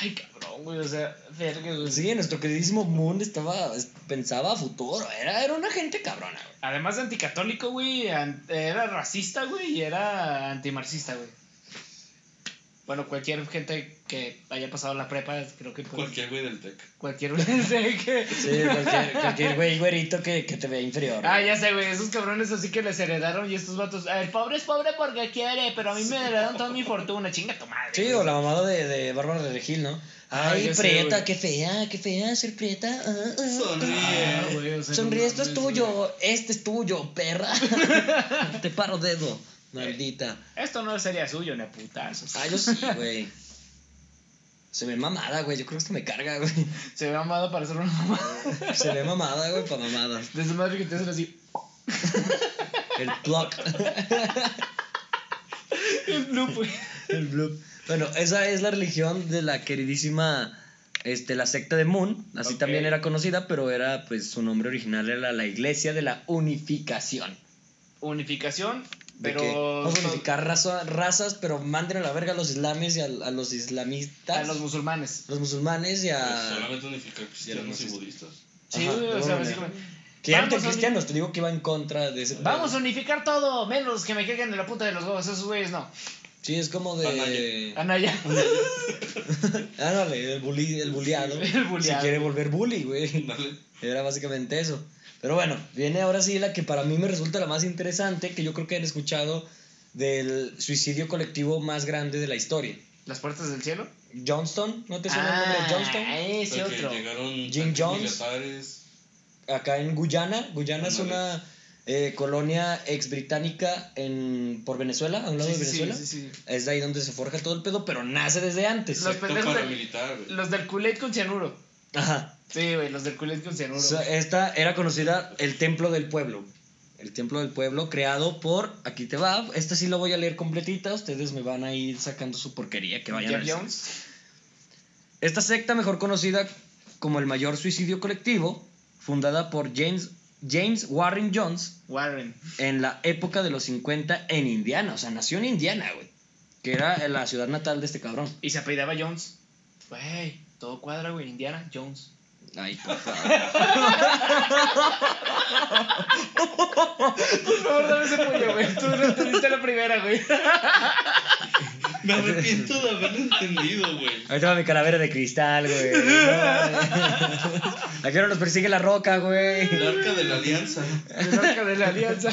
S1: Ay, cabrón, güey. O sea, verga, güey.
S2: Pues Sí, nuestro queridísimo Moon estaba, es- pensaba a futuro. Era, era una gente cabrona, güey.
S1: Además de anticatólico, güey. an- Era racista, güey. Y era antimarxista, güey. Bueno, cualquier gente que haya pasado la prepa, creo que. puede-
S4: Cualquier güey del TEC.
S1: Cualquier. que...
S2: Sí, cualquier, cualquier güey güerito que, que te vea inferior.
S1: Ah,
S2: güey.
S1: ya sé, güey, esos cabrones así que les heredaron y estos vatos, "Ah, el pobre es pobre porque quiere, pero a mí me heredaron toda mi fortuna, chinga tu madre.
S2: Sí,
S1: güey".
S2: o la mamada de, de Bárbara de Regil, ¿no? Ay,
S1: ya sé,
S2: prieta,
S1: güey.
S2: qué fea, qué fea ser prieta. ah, ah,
S4: Sonríe.
S1: Ah, güey, o sea,
S2: Sonríe,
S1: no
S2: esto es
S1: mames, güey.
S2: tuyo, este es tuyo, perra. te paro dedo, maldita.
S1: Esto no sería suyo, ni a putazos.
S2: Ah, yo sí, güey. Se ve mamada, güey. Yo creo que esto me carga, güey.
S1: Se ve amado para ser una mamá.
S2: Se ve mamada, güey, para mamadas.
S1: De su madre que te hacen así.
S2: El block.
S1: El bloop, güey.
S2: El bloop. Bueno, esa es la religión de la queridísima. Este, la secta de Moon, así
S1: Ok.
S2: también era conocida, pero era, pues, su nombre original era la Iglesia de la Unificación.
S1: Unificación
S2: de
S1: Pero
S2: que vamos a
S1: no-
S2: unificar raza- razas, pero manden a la verga a los islames y a, a los islamistas,
S1: A los musulmanes.
S2: los musulmanes y
S4: Pues
S2: a...
S4: solamente unificar cristianos y budistas.
S1: Sí,
S2: Ajá,
S1: güey, o
S2: de
S1: sea,
S2: alguna
S1: básicamente.
S2: Que ya no
S1: Vamos a-
S2: cristianos, te digo que iba en contra de ese... pedo.
S1: Vamos a unificar todo, menos que me caigan de la punta de los huevos. Esos güeyes no.
S2: Sí, es como de...
S1: Anaya.
S2: Ah, dale, el, bully, el bulliado.
S1: el bulliado.
S2: Si quiere volver bully, güey.
S4: Dale.
S2: Era básicamente eso. Pero bueno, viene ahora sí la que para mí me resulta la más interesante, que yo creo que han escuchado del suicidio colectivo más grande de la historia.
S1: ¿Las puertas del cielo?
S2: Johnston, ¿no te suena el nombre de Johnston?
S1: Ah, ese
S4: Porque
S1: otro.
S4: llegaron
S2: Jim
S4: tanques
S2: Jones.
S4: militares.
S2: Acá en Guyana. Guyana es
S4: Ándale.
S2: una eh, colonia ex británica en, por Venezuela, a un lado
S1: Sí,
S2: de
S1: sí, sí,
S2: Venezuela.
S1: sí, sí.
S2: Es de ahí donde se forja todo el pedo, pero nace desde antes.
S1: Los
S4: Sector
S1: pendejos de-
S4: paramilitar, güey.
S1: Los del culet con cianuro.
S2: Ajá.
S1: Sí, güey, los del culet con cianuro.
S2: So,
S1: güey.
S2: esta era conocida el Templo del Pueblo. El Templo del Pueblo creado por, aquí te va, este sí lo voy a leer completita, ustedes me van a ir sacando su porquería que vayan a
S1: Jeff
S2: leer.
S1: Jones.
S2: Esta secta mejor conocida como el mayor suicidio colectivo, fundada por James, James Warren Jones
S1: Warren.
S2: en la época de los 50 en Indiana, o sea, nació en Indiana, güey, que era la ciudad natal de este cabrón.
S1: Y se apellidaba Jones. Güey, todo cuadra, güey. Indiana, Jones.
S2: Ay, por favor.
S1: Por favor, dame ese pollo, güey. Tú no entendiste la primera, güey.
S4: Me arrepiento de haberlo entendido, güey.
S2: Ahí va mi calavera de cristal, güey. Aquí ahora nos persigue la roca, güey.
S4: El arca de la alianza.
S1: El arca de la alianza.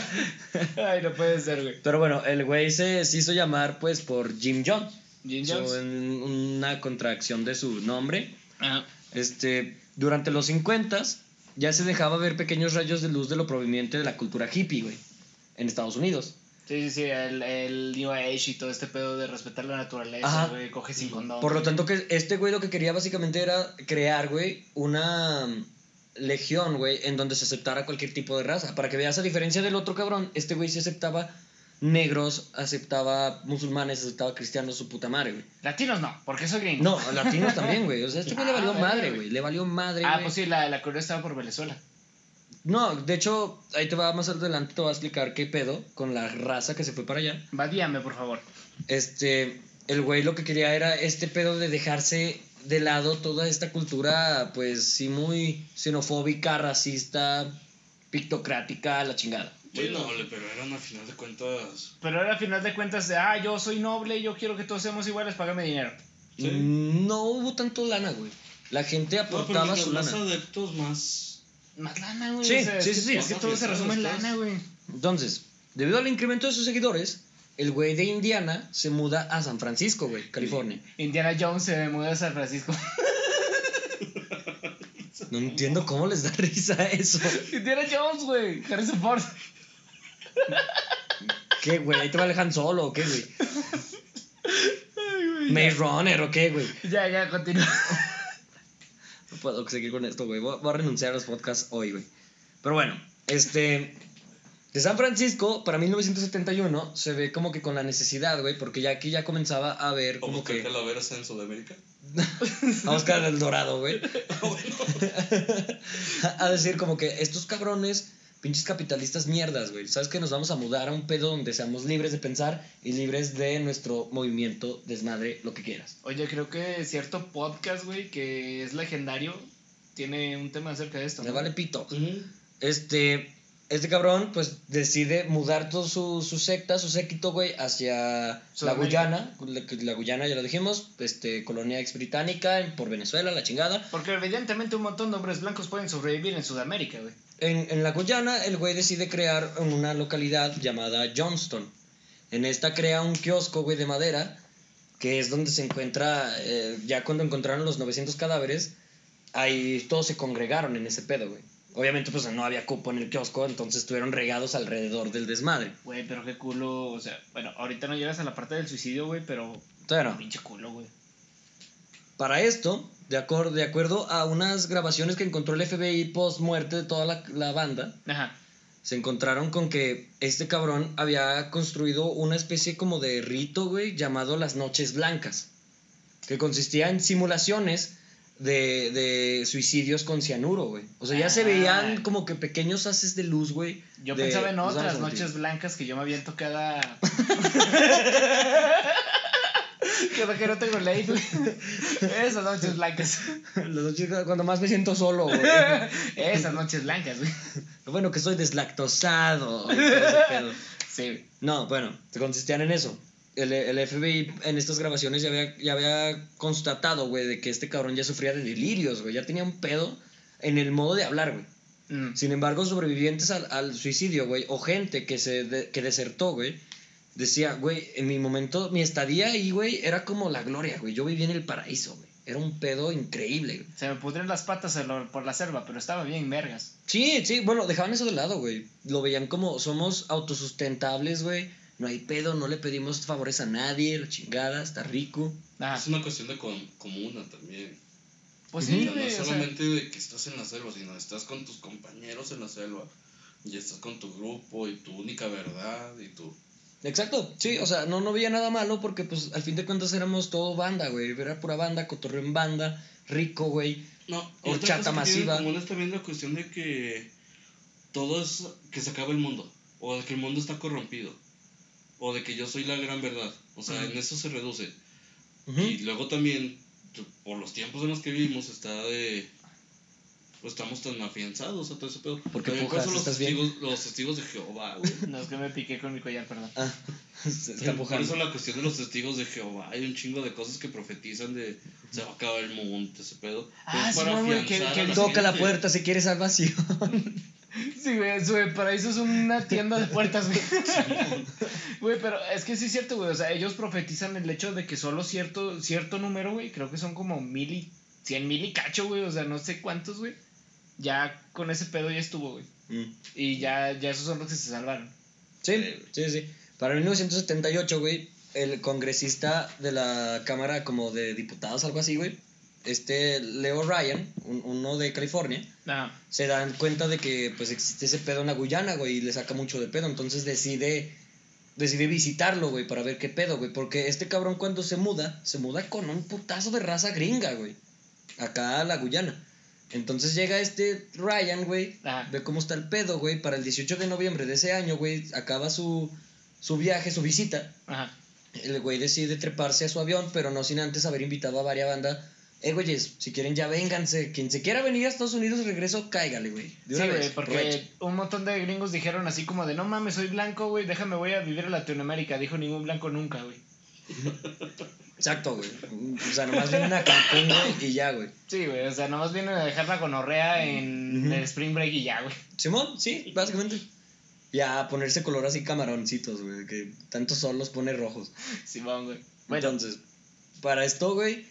S1: Ay, no puede ser, güey.
S2: Pero bueno, el güey se, se hizo llamar pues por Jim Jones.
S1: Jim
S2: So,
S1: Jones.
S2: en una contracción de su nombre.
S1: Ajá.
S2: Este, durante los 50 ya se dejaba ver pequeños rayos de luz de lo proveniente de la cultura hippie, güey, en Estados Unidos.
S1: Sí, sí, sí, el, el New Age y todo este pedo de respetar la naturaleza,
S2: Ajá.
S1: güey, coge sin condón.
S2: Ah. Por lo tanto que este güey lo que quería básicamente era crear, güey, una mm, legión, güey, en donde se aceptara cualquier tipo de raza. Para que veas a diferencia del otro cabrón, este güey sí aceptaba negros, aceptaba musulmanes, aceptaba cristianos, su puta madre, güey.
S1: Latinos no, porque soy gringo.
S2: No, a latinos también, güey. O sea, este güey le
S1: Ah,
S2: valió
S1: verga,
S2: madre,
S1: güey.
S2: güey. Le valió madre,
S1: Ah,
S2: güey.
S1: pues sí, la, la Corea estaba por Venezuela.
S2: No, de hecho, ahí te va más adelante, te voy a explicar qué pedo con la raza que se fue para allá.
S1: Badíame, por favor.
S2: Este, el güey lo que quería era este pedo de dejarse de lado toda esta cultura, pues sí, muy xenofóbica, racista, pictocrática, la chingada.
S4: Güey, no, le- pero eran al final de cuentas.
S1: Pero ahora, al final de cuentas, de, ah, yo soy noble, yo quiero que todos seamos iguales, págame dinero.
S4: Sí.
S2: No hubo tanto lana, güey. La gente
S4: No, pero
S2: aportaba
S4: mientras
S2: su
S4: más
S2: lana.
S4: adeptos, más.
S1: Más lana, güey.
S2: Sí,
S1: o sea,
S2: sí,
S1: es
S2: sí,
S1: que-
S2: sí.
S1: Es que todo se resume en lana, güey.
S2: Entonces, debido al incremento de sus seguidores, el güey de Indiana se muda a San Francisco, güey, California.
S1: Indiana Jones se mudó a San Francisco.
S2: No entiendo cómo les da risa eso.
S1: Indiana Jones, güey. Harrison Ford.
S2: ¿Qué, güey? ¿Ahí te va el Han Solo o qué, güey? Maze Runner o qué, güey?
S1: Ya, ya, continúa.
S2: No puedo seguir con esto, güey. Voy, voy a renunciar a los podcasts hoy, güey. Pero bueno, este. De San Francisco, para 1971, se ve como que con la necesidad, güey, porque ya aquí ya comenzaba a ver
S4: Como
S2: como
S4: que
S2: que.
S4: calaveras en Sudamérica.
S2: A Oscar el Dorado, güey. a decir como que estos cabrones, pinches capitalistas mierdas, güey. Sabes que nos vamos a mudar a un pedo donde seamos libres de pensar y libres de nuestro movimiento, desmadre, lo que quieras.
S1: Oye, creo que cierto podcast, güey, que es legendario, tiene un tema acerca de esto.
S2: Me
S1: ¿no?
S2: vale pito. Este, este cabrón, pues, decide mudar todo su, su secta, su séquito, güey, hacia la
S1: Sudamérica.
S2: Guyana. La, la Guyana, ya lo dijimos, este, colonia ex británica, por Venezuela, la chingada.
S1: Porque evidentemente un montón de hombres blancos pueden sobrevivir en Sudamérica, güey.
S2: En, en la Guyana, el güey decide crear una localidad llamada Johnston. En esta crea un kiosco, güey, de madera, que es donde se encuentra, eh, ya cuando encontraron los 900 cadáveres, ahí todos se congregaron en ese pedo, güey. Obviamente, pues no había cupo en el kiosco, entonces estuvieron regados alrededor del desmadre.
S1: Güey, pero qué culo, o sea, bueno, ahorita no llegas a la parte del suicidio, güey, pero
S2: Todavía no.
S1: pinche culo, güey.
S2: Para esto, de, acor- de acuerdo a unas grabaciones que encontró el FBI post muerte de toda la, la banda,
S1: Ajá.
S2: se encontraron con que este cabrón había construido una especie como de rito, güey, llamado las noches blancas, que consistía en simulaciones de, de suicidios con cianuro, güey. O sea, ya se
S1: Ah.
S2: veían como que pequeños haces de luz, güey.
S1: Yo
S2: de pues,
S1: pensaba en
S2: los
S1: otras
S2: años
S1: noches
S2: antiguos.
S1: blancas que yo me aviento cada. cada que no tengo ley, güey. Esas noches blancas.
S2: Las noches cuando más me siento solo, güey.
S1: Esas noches blancas, güey.
S2: bueno, que soy deslactosado. y todo ese pedo.
S1: Sí, güey.
S2: No, bueno, te consistían en eso. El, el FBI en estas grabaciones ya había, ya había constatado, güey, de que este cabrón ya sufría de delirios, güey. Ya tenía un pedo en el modo de hablar, güey.
S1: Mm.
S2: Sin embargo, sobrevivientes al, al suicidio, güey, o gente que, se de- que desertó, güey, decía, güey, en mi momento, mi estadía ahí, güey, era como la gloria, güey. Yo vivía en el paraíso, güey. Era un pedo increíble, güey.
S1: Se me pudren las patas en lo- por la selva, pero estaba bien, vergas.
S2: Sí, sí, bueno, dejaban eso de lado, güey. Lo veían como somos autosustentables, güey. No hay pedo, no le pedimos favores a nadie, la chingada, está rico.
S1: Ajá.
S4: Es una cuestión de com- comuna también.
S1: Pues
S4: O
S1: sí,
S4: sea,
S1: güey.
S4: no
S1: o sea,
S4: solamente de que estás en la selva, sino estás con tus compañeros en la selva. Y estás con tu grupo y tu única verdad y tu...
S2: Exacto, sí, o sea, no, no veía nada malo porque, pues, al fin de cuentas éramos todo banda, güey. Era pura banda, cotorreo en banda, rico, güey.
S4: No,
S2: Horchata masiva.
S4: Como es también la cuestión de que todo es que se acaba el mundo, o de que el mundo está corrompido, o de que yo soy la gran verdad. O sea, en eso se reduce.
S2: Ujú.
S4: Y luego también, tu- por los tiempos en los que vivimos, está de. Pues estamos tan afianzados a todo ese pedo.
S2: ¿Por qué
S4: También
S2: pujas?
S4: eso los
S2: ¿Estás bien?
S4: testigos, los testigos de Jehová, güey.
S1: No es que me piqué con mi collar, perdón.
S2: Ah, se está
S4: Por
S2: empujando.
S4: eso la cuestión de los testigos de Jehová, hay un chingo de cosas que profetizan de se va a acabar el mundo, ese pedo.
S1: Ah,
S4: Es para
S1: Simón, güey, que-
S4: afianzar
S1: que
S4: a
S2: Toca la
S4: gente.
S2: puerta si quieres salvación.
S1: Sí, güey, su paraíso es una tienda de puertas, güey. Güey, pero es que sí es cierto, güey. O sea, ellos profetizan el hecho de que solo cierto, cierto número, güey, creo que son como mil y cien mil y cacho, güey. O sea, no sé cuántos, güey. Ya con ese pedo ya estuvo, güey.
S2: Mm.
S1: Y ya, ya esos son los que se salvaron.
S2: Sí, sí, sí. Para 1978, güey, el congresista de la Cámara como de Diputados, algo así, güey, este Leo Ryan, un- uno de California,
S1: Ajá.
S2: se dan cuenta de que pues existe ese pedo en la Guyana, güey, y le saca mucho de pedo, entonces decide decide visitarlo, güey, para ver qué pedo, güey, porque este cabrón cuando se muda, se muda con un putazo de raza gringa, güey. Acá a la Guyana. Entonces llega este Ryan, güey,
S1: Ajá.
S2: ve cómo está el pedo, güey, para el 18 de noviembre de ese año, güey, acaba su su viaje, su visita.
S1: Ajá.
S2: El güey decide treparse a su avión, pero no sin antes haber invitado a varias bandas. Eh, güeyes, si quieren ya vénganse. Quien se quiera venir a Estados Unidos de regreso, cáigale, güey.
S1: Sí,
S2: De una
S1: güey,
S2: vez.
S1: porque
S2: aprovechen.
S1: un montón de gringos dijeron así como de no mames, soy blanco, güey, déjame voy a vivir a Latinoamérica. Dijo ningún blanco nunca, güey.
S2: Exacto, güey. O sea, nomás vienen a Cancún, güey, y ya, güey.
S1: Sí, güey, o sea, nomás vienen a dejar la gonorrea en
S2: Ujú.
S1: el Spring Break y ya, güey.
S2: Simón, sí, básicamente. Y a ponerse color así camaroncitos, güey, que tanto sol los pone rojos.
S1: Simón, güey. Bueno,
S2: Entonces, para esto, güey,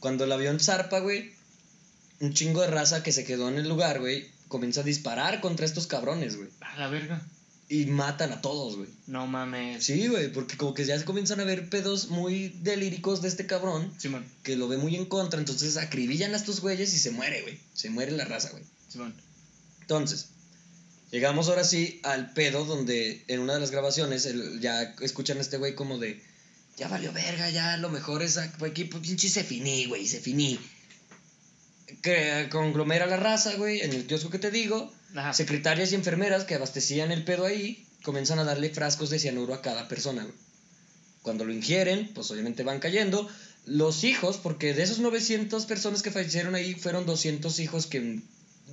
S2: cuando el avión zarpa, güey, un chingo de raza que se quedó en el lugar, güey, comienza a disparar contra estos cabrones, güey.
S1: a la verga.
S2: Y matan a todos, güey.
S1: No mames.
S2: Sí, güey, porque como que ya se comienzan a ver pedos muy delíricos de este cabrón,
S1: Simón,
S2: que lo ve muy en contra, entonces acribillan a estos güeyes y se muere, güey. Se muere la raza, güey.
S1: Simón.
S2: Entonces, llegamos ahora sí al pedo donde en una de las grabaciones el- ya escuchan a este güey como de, ya valió verga, ya lo mejor es ac- aquí, pues, pinche se finí, güey, se finí. Que conglomera la raza, güey, en el kiosco que te digo,
S1: Ajá.
S2: Secretarias y enfermeras que abastecían el pedo ahí comienzan a darle frascos de cianuro a cada persona. güey. Cuando lo ingieren, pues obviamente van cayendo. Los hijos, porque de esos 900 personas que fallecieron ahí, fueron 200 hijos que.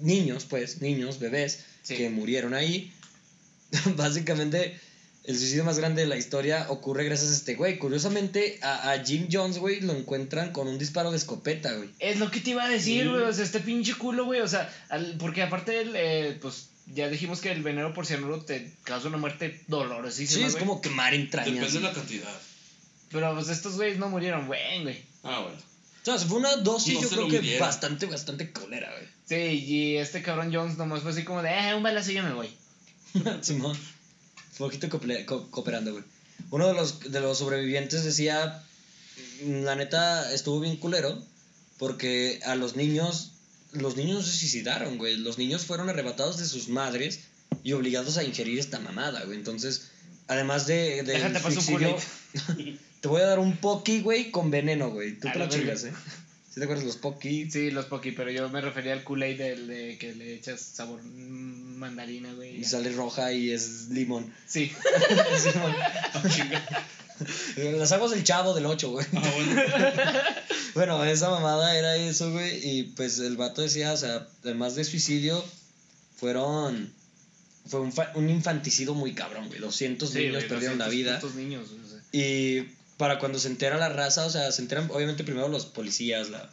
S2: Niños, pues, niños, bebés,
S1: Sí.
S2: que murieron ahí. Básicamente, el suicidio más grande de la historia ocurre gracias a este güey. Curiosamente, a, a Jim Jones, güey, lo encuentran con un disparo de escopeta, güey.
S1: Es lo que te iba a decir, güey, o sea, este pinche culo, güey, o sea, al- porque aparte, el, eh, pues, ya dijimos que el veneno por cianuro te causa una muerte dolorosísima,
S2: Sí, es
S1: güey.
S2: como quemar entrañas.
S4: Depende de
S2: güey.
S4: la cantidad.
S1: Pero, pues, estos güeyes no murieron, güey, güey.
S4: Ah, bueno.
S2: O sea, fue una dosis,
S4: No
S2: yo
S4: se
S2: creo
S4: lo
S2: que
S4: midieron.
S2: bastante, bastante colera, güey.
S1: Sí, y este cabrón Jones nomás fue así como de, eh, un balazo y ya me voy.
S2: Simón. Poquito cople- co- cooperando, güey. Uno de los, de los sobrevivientes decía, "Mm, la neta, estuvo bien culero, porque a los niños, los niños no se suicidaron, güey. Los niños fueron arrebatados de sus madres y obligados a ingerir esta mamada, güey. Entonces, además de... de
S1: Déjate paso un
S2: te voy a dar un poqui, güey, con veneno, güey. Tú
S1: A
S2: te
S1: la
S2: la
S1: verga.
S2: chingas, eh. ¿Sí te acuerdas los Pocky?
S1: Sí, los Pocky, pero yo me refería al Kool-Aid del de que le echas sabor mm, mandarina, güey.
S2: Y
S1: ya.
S2: sale roja y es limón.
S1: Sí.
S2: Las aguas del chavo del 8, güey.
S4: Ah, bueno.
S2: Bueno, esa mamada era eso, güey. Y pues el vato decía, o sea, además de suicidio, fueron. Fue un, fa- un infanticidio muy cabrón, güey. 200
S1: Sí,
S2: niños
S1: güey,
S2: perdieron la
S1: 200
S2: vida.
S1: putos niños, o sea.
S2: Y para cuando se entera la raza, o sea, se enteran obviamente primero los policías, la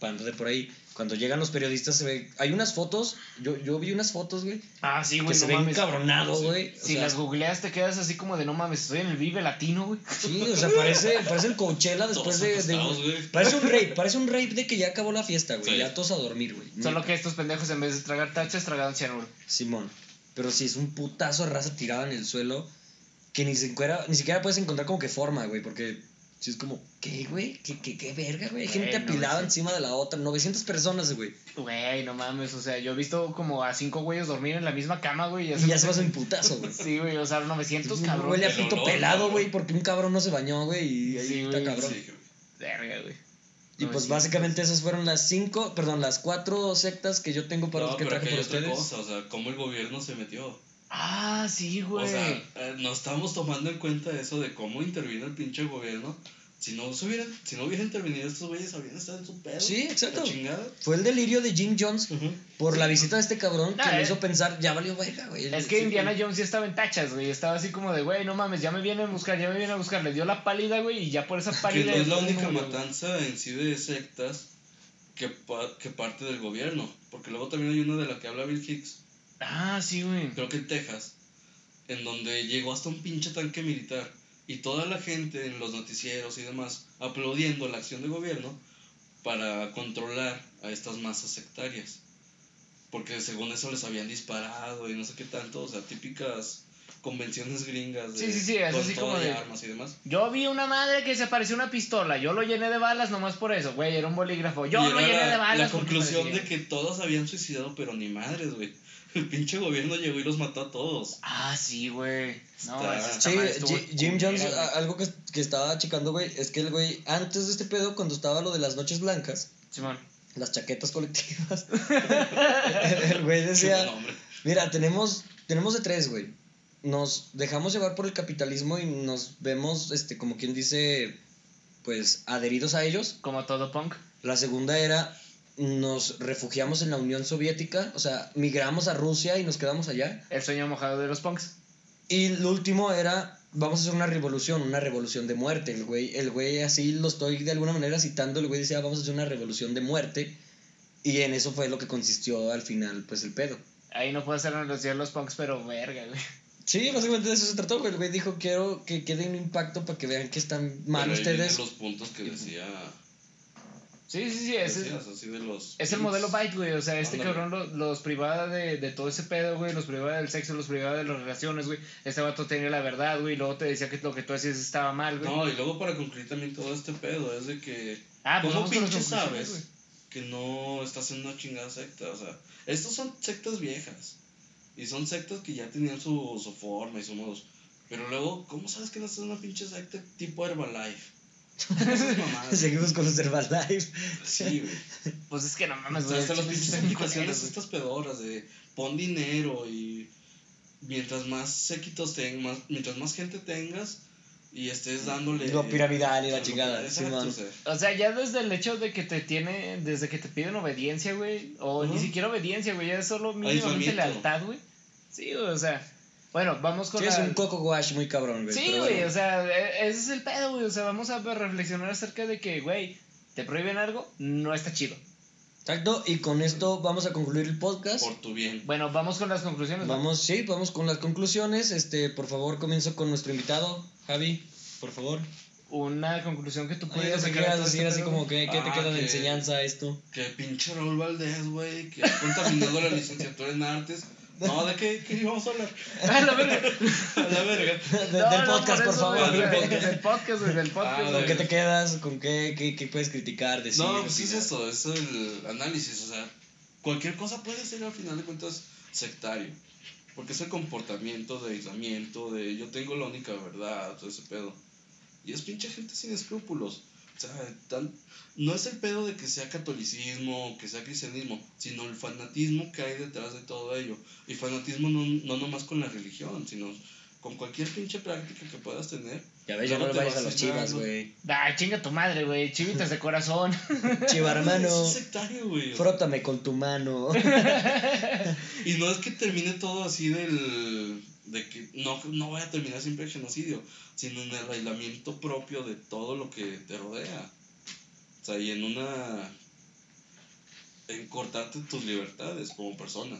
S2: banda de por ahí. Cuando llegan los periodistas, se ve. Hay unas fotos, yo, yo vi unas fotos, güey,
S1: Ah, sí,
S2: que
S1: güey,
S2: se
S1: no
S2: ve
S1: mames.
S2: encabronado,
S1: Sí.
S2: güey. O
S1: Si
S2: sea,
S1: las googleas te quedas así como de no mames, estoy en el Vive Latino, güey.
S2: Sí, o sea, parece, parece el Coachella después
S4: Todos
S2: de, de-
S4: acostados, güey.
S2: Parece un rape, parece un rape de que ya acabó la fiesta, güey.
S4: Sí.
S2: Ya todos a dormir, güey.
S1: Solo que estos pendejos en vez de tragar tachas, tragaron cianuro.
S2: Simón. Pero sí, es un putazo de raza tirada en el suelo que ni siquiera, ni siquiera puedes encontrar como que forma, güey. Porque si es como, ¿qué, güey? ¿Qué, qué, qué verga, güey?
S1: Güey,
S2: Hay gente apilada
S1: 900.
S2: encima de la otra. 900 personas, güey.
S1: Güey, no mames, o sea, yo he visto como a cinco güeyes dormir en la misma cama, güey.
S2: Y ya
S1: me-
S2: se va a hacer un putazo, güey.
S1: Sí, güey, o sea, 900 cabrón.
S2: Huele a
S4: El
S2: pito
S4: olor,
S2: pelado,
S4: cabrón.
S2: güey, porque un cabrón no se bañó, güey. Y ahí
S1: Sí,
S2: está
S1: güey,
S2: cabrón.
S4: Sí, güey.
S1: Verga, güey.
S2: Y
S1: 900.
S2: pues básicamente esas fueron las cinco, perdón, las cuatro sectas que yo tengo para
S4: no,
S2: que
S4: pero
S2: traje
S4: aquí hay
S2: para
S4: otra
S2: ustedes.
S4: cosa, o sea, cómo el gobierno se metió.
S1: Ah, sí, güey.
S4: O sea, eh, no estamos tomando en cuenta eso de cómo intervino el pinche gobierno. Si no, se hubiera, si no hubiera intervenido estos güeyes, habrían estado en su pedo.
S2: Sí, exacto.
S4: La chingada.
S2: Fue el delirio de Jim Jones
S4: Ujú.
S2: por la visita de este cabrón que
S1: Ah,
S2: me
S1: eh.
S2: hizo pensar, ya valió verga, güey.
S1: es que
S2: Sí,
S1: Indiana
S2: güey.
S1: Jones ya estaba en tachas, güey. Estaba así como de, güey, no mames, ya me vienen a buscar, ya me vienen a buscar. Le dio la pálida, güey, y ya por esa
S4: Que no
S1: pálida.
S4: es la única
S1: murió, güey.
S4: matanza en sí de sectas que, pa- que parte del gobierno. Porque luego también hay una de la que habla Bill Hicks,
S1: Ah, sí, güey.
S4: creo que en Texas, en donde llegó hasta un pinche tanque militar. Y toda la gente en los noticieros y demás aplaudiendo la acción del gobierno para controlar a estas masas sectarias. Porque según eso les habían disparado y no sé qué tanto, o sea, típicas convenciones gringas de
S1: Sí, sí, sí, es así
S4: control
S1: como
S4: de
S1: de-
S4: armas y demás.
S1: Yo vi una madre que se pareció una pistola. Yo lo llené de balas nomás por eso, güey. Era un bolígrafo. Yo
S4: Y
S1: lo
S4: era
S1: llené
S4: la-
S1: de balas.
S4: La
S1: porque
S4: conclusión
S1: parecía.
S4: de que todos habían suicidado, pero ni madres, güey. El pinche gobierno llegó y los mató a todos.
S1: Ah, sí, güey. No,
S4: Está-
S1: esa
S2: Sí,
S1: madre estuvo
S2: Ji- Jim
S1: culera,
S2: Jones, ah,
S1: güey.
S2: a- algo que, que estaba checando, güey, es que el güey, antes de este pedo, cuando estaba lo de las noches blancas,
S1: Simón.
S2: las chaquetas colectivas, el el güey decía...
S4: No, hombre.
S2: Mira, tenemos, tenemos de tres, güey. Nos dejamos llevar por el capitalismo y nos vemos, este, como quien dice, pues, adheridos a ellos.
S1: Como todo punk.
S2: La segunda era, nos refugiamos en la Unión Soviética, o sea, migramos a Rusia y nos quedamos allá.
S1: El sueño mojado de los punks.
S2: Y lo último era, vamos a hacer una revolución, una revolución de muerte. El güey, el güey así lo estoy de alguna manera citando, el güey decía, vamos a hacer una revolución de muerte. Y en eso fue lo que consistió al final, pues, el pedo.
S1: Ahí no puedo hacer analogía a los punks, pero verga, güey.
S2: Sí, básicamente de eso se trató, güey. El güey dijo, quiero que quede un impacto para que vean que están mal
S4: Pero ahí vienen
S2: ustedes.
S4: los puntos que decía.
S1: Sí, sí, sí. Ese,
S4: decías, así de los.
S1: Es el modelo Byte, güey. O sea, este
S4: Ándale.
S1: cabrón lo- los privaba de, de todo ese pedo, güey. Los privaba del sexo, los privaba de las relaciones, güey. Este vato tenía la verdad, güey. y Luego te decía que lo que tú hacías estaba mal, güey.
S4: No, y luego para concluir también todo este pedo, es de que.
S1: ah, pues
S4: ¿Cómo
S1: vamos con las
S4: pinche
S1: conclusiones,
S4: sabes que no estás en una chingada secta? O sea, estos son sectas viejas. Y son sectas que ya tenían su, su forma y su modos. Pero luego, ¿cómo sabes que no estás en una pinche secta tipo Herbalife? Esas mamadas.
S2: Seguimos con los Herbalife.
S4: Sí, güey.
S1: güey. Pues es que no mames,
S4: O sea,
S1: güey.
S4: hasta las
S1: sí, sí,
S4: pinches
S1: sí,
S4: aplicaciones
S1: sí, sí.
S4: estas pedoras de pon dinero y mientras más séquitos tengas, mientras más gente tengas y estés Pues dándole...
S2: Lo piramidal y la
S4: Lo-
S2: chingada,
S4: exacto,
S2: Simón.
S4: o sea,
S1: O sea, ya desde el hecho de que te tiene, desde que te piden obediencia, güey, o ni
S4: Ujú.
S1: siquiera obediencia, güey, ya es solo mínimamente
S4: Aislamiento.
S1: lealtad, güey. Sí, güey, o sea, bueno, vamos con
S2: Sí, es
S1: la-
S2: un coco wash muy cabrón, güey.
S1: Sí,
S2: pero
S1: güey,
S2: bueno.
S1: o sea, e- ese es el pedo, güey. O sea, vamos a pues, reflexionar acerca de que, güey, te prohíben algo, no está chido.
S2: Exacto, y con esto vamos a concluir el podcast.
S4: Por tu bien.
S1: Bueno, vamos con las conclusiones. ¿no?
S2: Vamos, sí, vamos con las conclusiones. Este, por favor, comienzo con nuestro invitado, Javi, por favor.
S1: Una conclusión que tú
S2: Algo
S1: pudieras
S2: que
S1: sacar de
S2: quieras
S1: todo este
S2: decir así
S1: pedo,
S2: como
S1: güey.
S2: que, ¿qué te
S4: Ah,
S2: queda de
S4: que-
S2: enseñanza a
S1: Ah,
S2: esto?
S4: Que pinche Raúl Valdés, güey, que ha contaminado la licenciatura en artes. No, ¿de qué, qué íbamos a hablar?
S1: Ah, la verga.
S4: A la verga.
S2: De-
S1: No,
S2: del
S1: no,
S2: podcast, por
S1: eso,
S2: favor.
S1: güey,
S2: del
S1: Del
S2: podcast.
S1: del podcast, güey, del podcast.
S4: Ah,
S2: ¿Con
S1: güey.
S2: qué te quedas? ¿Con qué, qué, qué puedes criticar? Decir,
S4: no, pues es
S2: opinar?
S4: eso, es el análisis, o sea, cualquier cosa puede ser al final de cuentas sectario, porque es el comportamiento de aislamiento, de yo tengo la única verdad, todo ese pedo. Y es pinche gente sin escrúpulos. sea, tan- no es el pedo de que sea catolicismo o que sea cristianismo, sino el fanatismo que hay detrás de todo ello. Y fanatismo no, no nomás con la religión, sino con cualquier pinche práctica que puedas tener.
S2: Ya ves, ya no le
S4: Luego te
S2: vayas a
S4: vas
S2: los
S4: a
S2: chivas,
S4: cenar, ¿no?
S2: güey.
S1: Ah, chinga tu madre, güey. Chivitas de corazón.
S2: Chiva hermano,
S4: Es sectario, güey.
S2: frótame con tu mano.
S4: Y no es que termine todo así del. de que no, no vaya a terminar siempre el genocidio, sino en el aislamiento propio de todo lo que te rodea. O sea, y en una. en cortarte tus libertades como persona,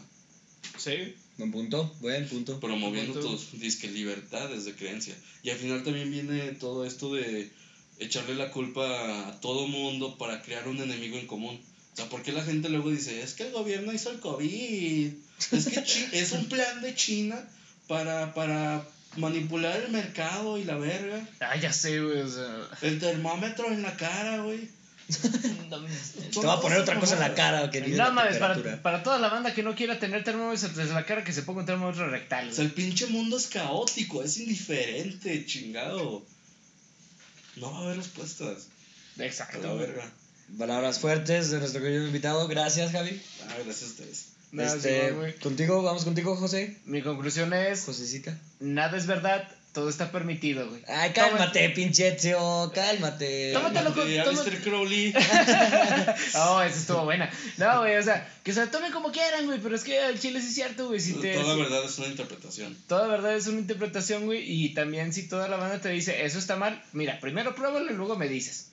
S1: Sí.
S2: Buen punto, buen punto.
S4: promoviendo
S1: Punto.
S4: tus disque libertades de creencia. Y al final también viene todo esto de echarle la culpa a todo mundo para crear un enemigo en común. O sea, ¿por qué la gente luego dice, es que el gobierno hizo el COVID? Es que Chi- es un plan de China para, para manipular el mercado y la verga.
S1: Ah, ya sé, güey. O sea.
S4: El termómetro en la cara, güey.
S2: Te voy a poner otra cosa en la cara que diga
S1: No
S2: la
S1: mames, para,
S2: temperatura.
S1: para toda la banda que no quiera tener termómetros desde la cara, que se ponga un termómetro rectal.
S4: O
S1: güey.
S4: sea, el pinche mundo es caótico, es indiferente, chingado. No va a haber respuestas. A la
S1: Exacto. güey.
S4: verga.
S2: Palabras fuertes de nuestro querido invitado. Gracias, Javi.
S4: Ah, gracias a ustedes.
S1: No,
S2: este,
S1: sí, güey.
S2: contigo, vamos contigo, José.
S1: Mi conclusión es:
S2: Josecita.
S1: nada es verdad, todo está permitido, güey.
S2: Ay, cálmate, pinche Ezio,
S1: Tómate-
S2: cálmate.
S1: Tómatelo con-
S4: Mate a
S1: tómate-
S4: Mr. Crowley.
S1: Oh, esa estuvo buena. No, güey, o sea, que se la tomen como quieran, güey, pero es que el chile sí es cierto, güey. Si te,
S4: Toda verdad es una interpretación.
S1: Toda verdad es una interpretación, güey, y también si toda la banda te dice, eso está mal, mira, primero pruébalo y luego me dices.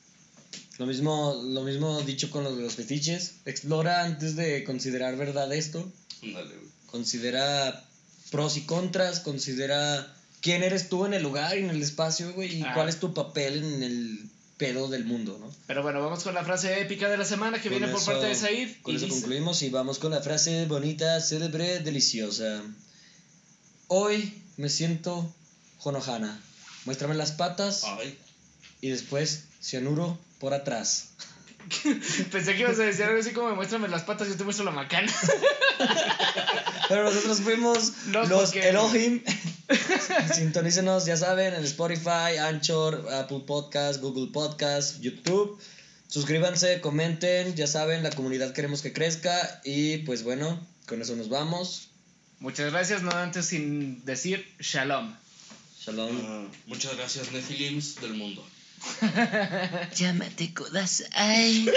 S2: Lo mismo, lo mismo dicho con los de los fetiches. Explora antes de considerar verdad esto.
S4: Ándale, güey.
S2: Considera pros y contras. Considera quién eres tú en el lugar y en el espacio, güey. Y
S1: Ah.
S2: cuál es tu papel en el pedo del mundo, ¿no?
S1: Pero bueno, vamos con la frase épica de la semana que
S2: Con
S1: viene por
S2: eso-
S1: parte de Said.
S2: Con
S1: y
S2: eso
S1: dice-
S2: concluimos y vamos con la frase bonita, célebre, deliciosa. Hoy me siento Jonohana. Muéstrame las patas
S1: Ah.
S4: Ay,
S2: y después cianuro por atrás.
S1: Pensé que ibas a decir algo así como, muéstrame las patas, yo te muestro la macana.
S2: Pero nosotros fuimos
S1: Los
S2: los,
S1: porque-
S2: Elohim. Sintonícenos, ya saben, en Spotify, Anchor, Apple Podcast, Google Podcast, YouTube. Suscríbanse, comenten, ya saben, la comunidad queremos que crezca y pues bueno, con eso nos vamos.
S1: Muchas gracias, no antes sin decir shalom.
S2: Shalom.
S4: ah, muchas gracias, Nefilims del mundo.
S6: Llámate Kodasai.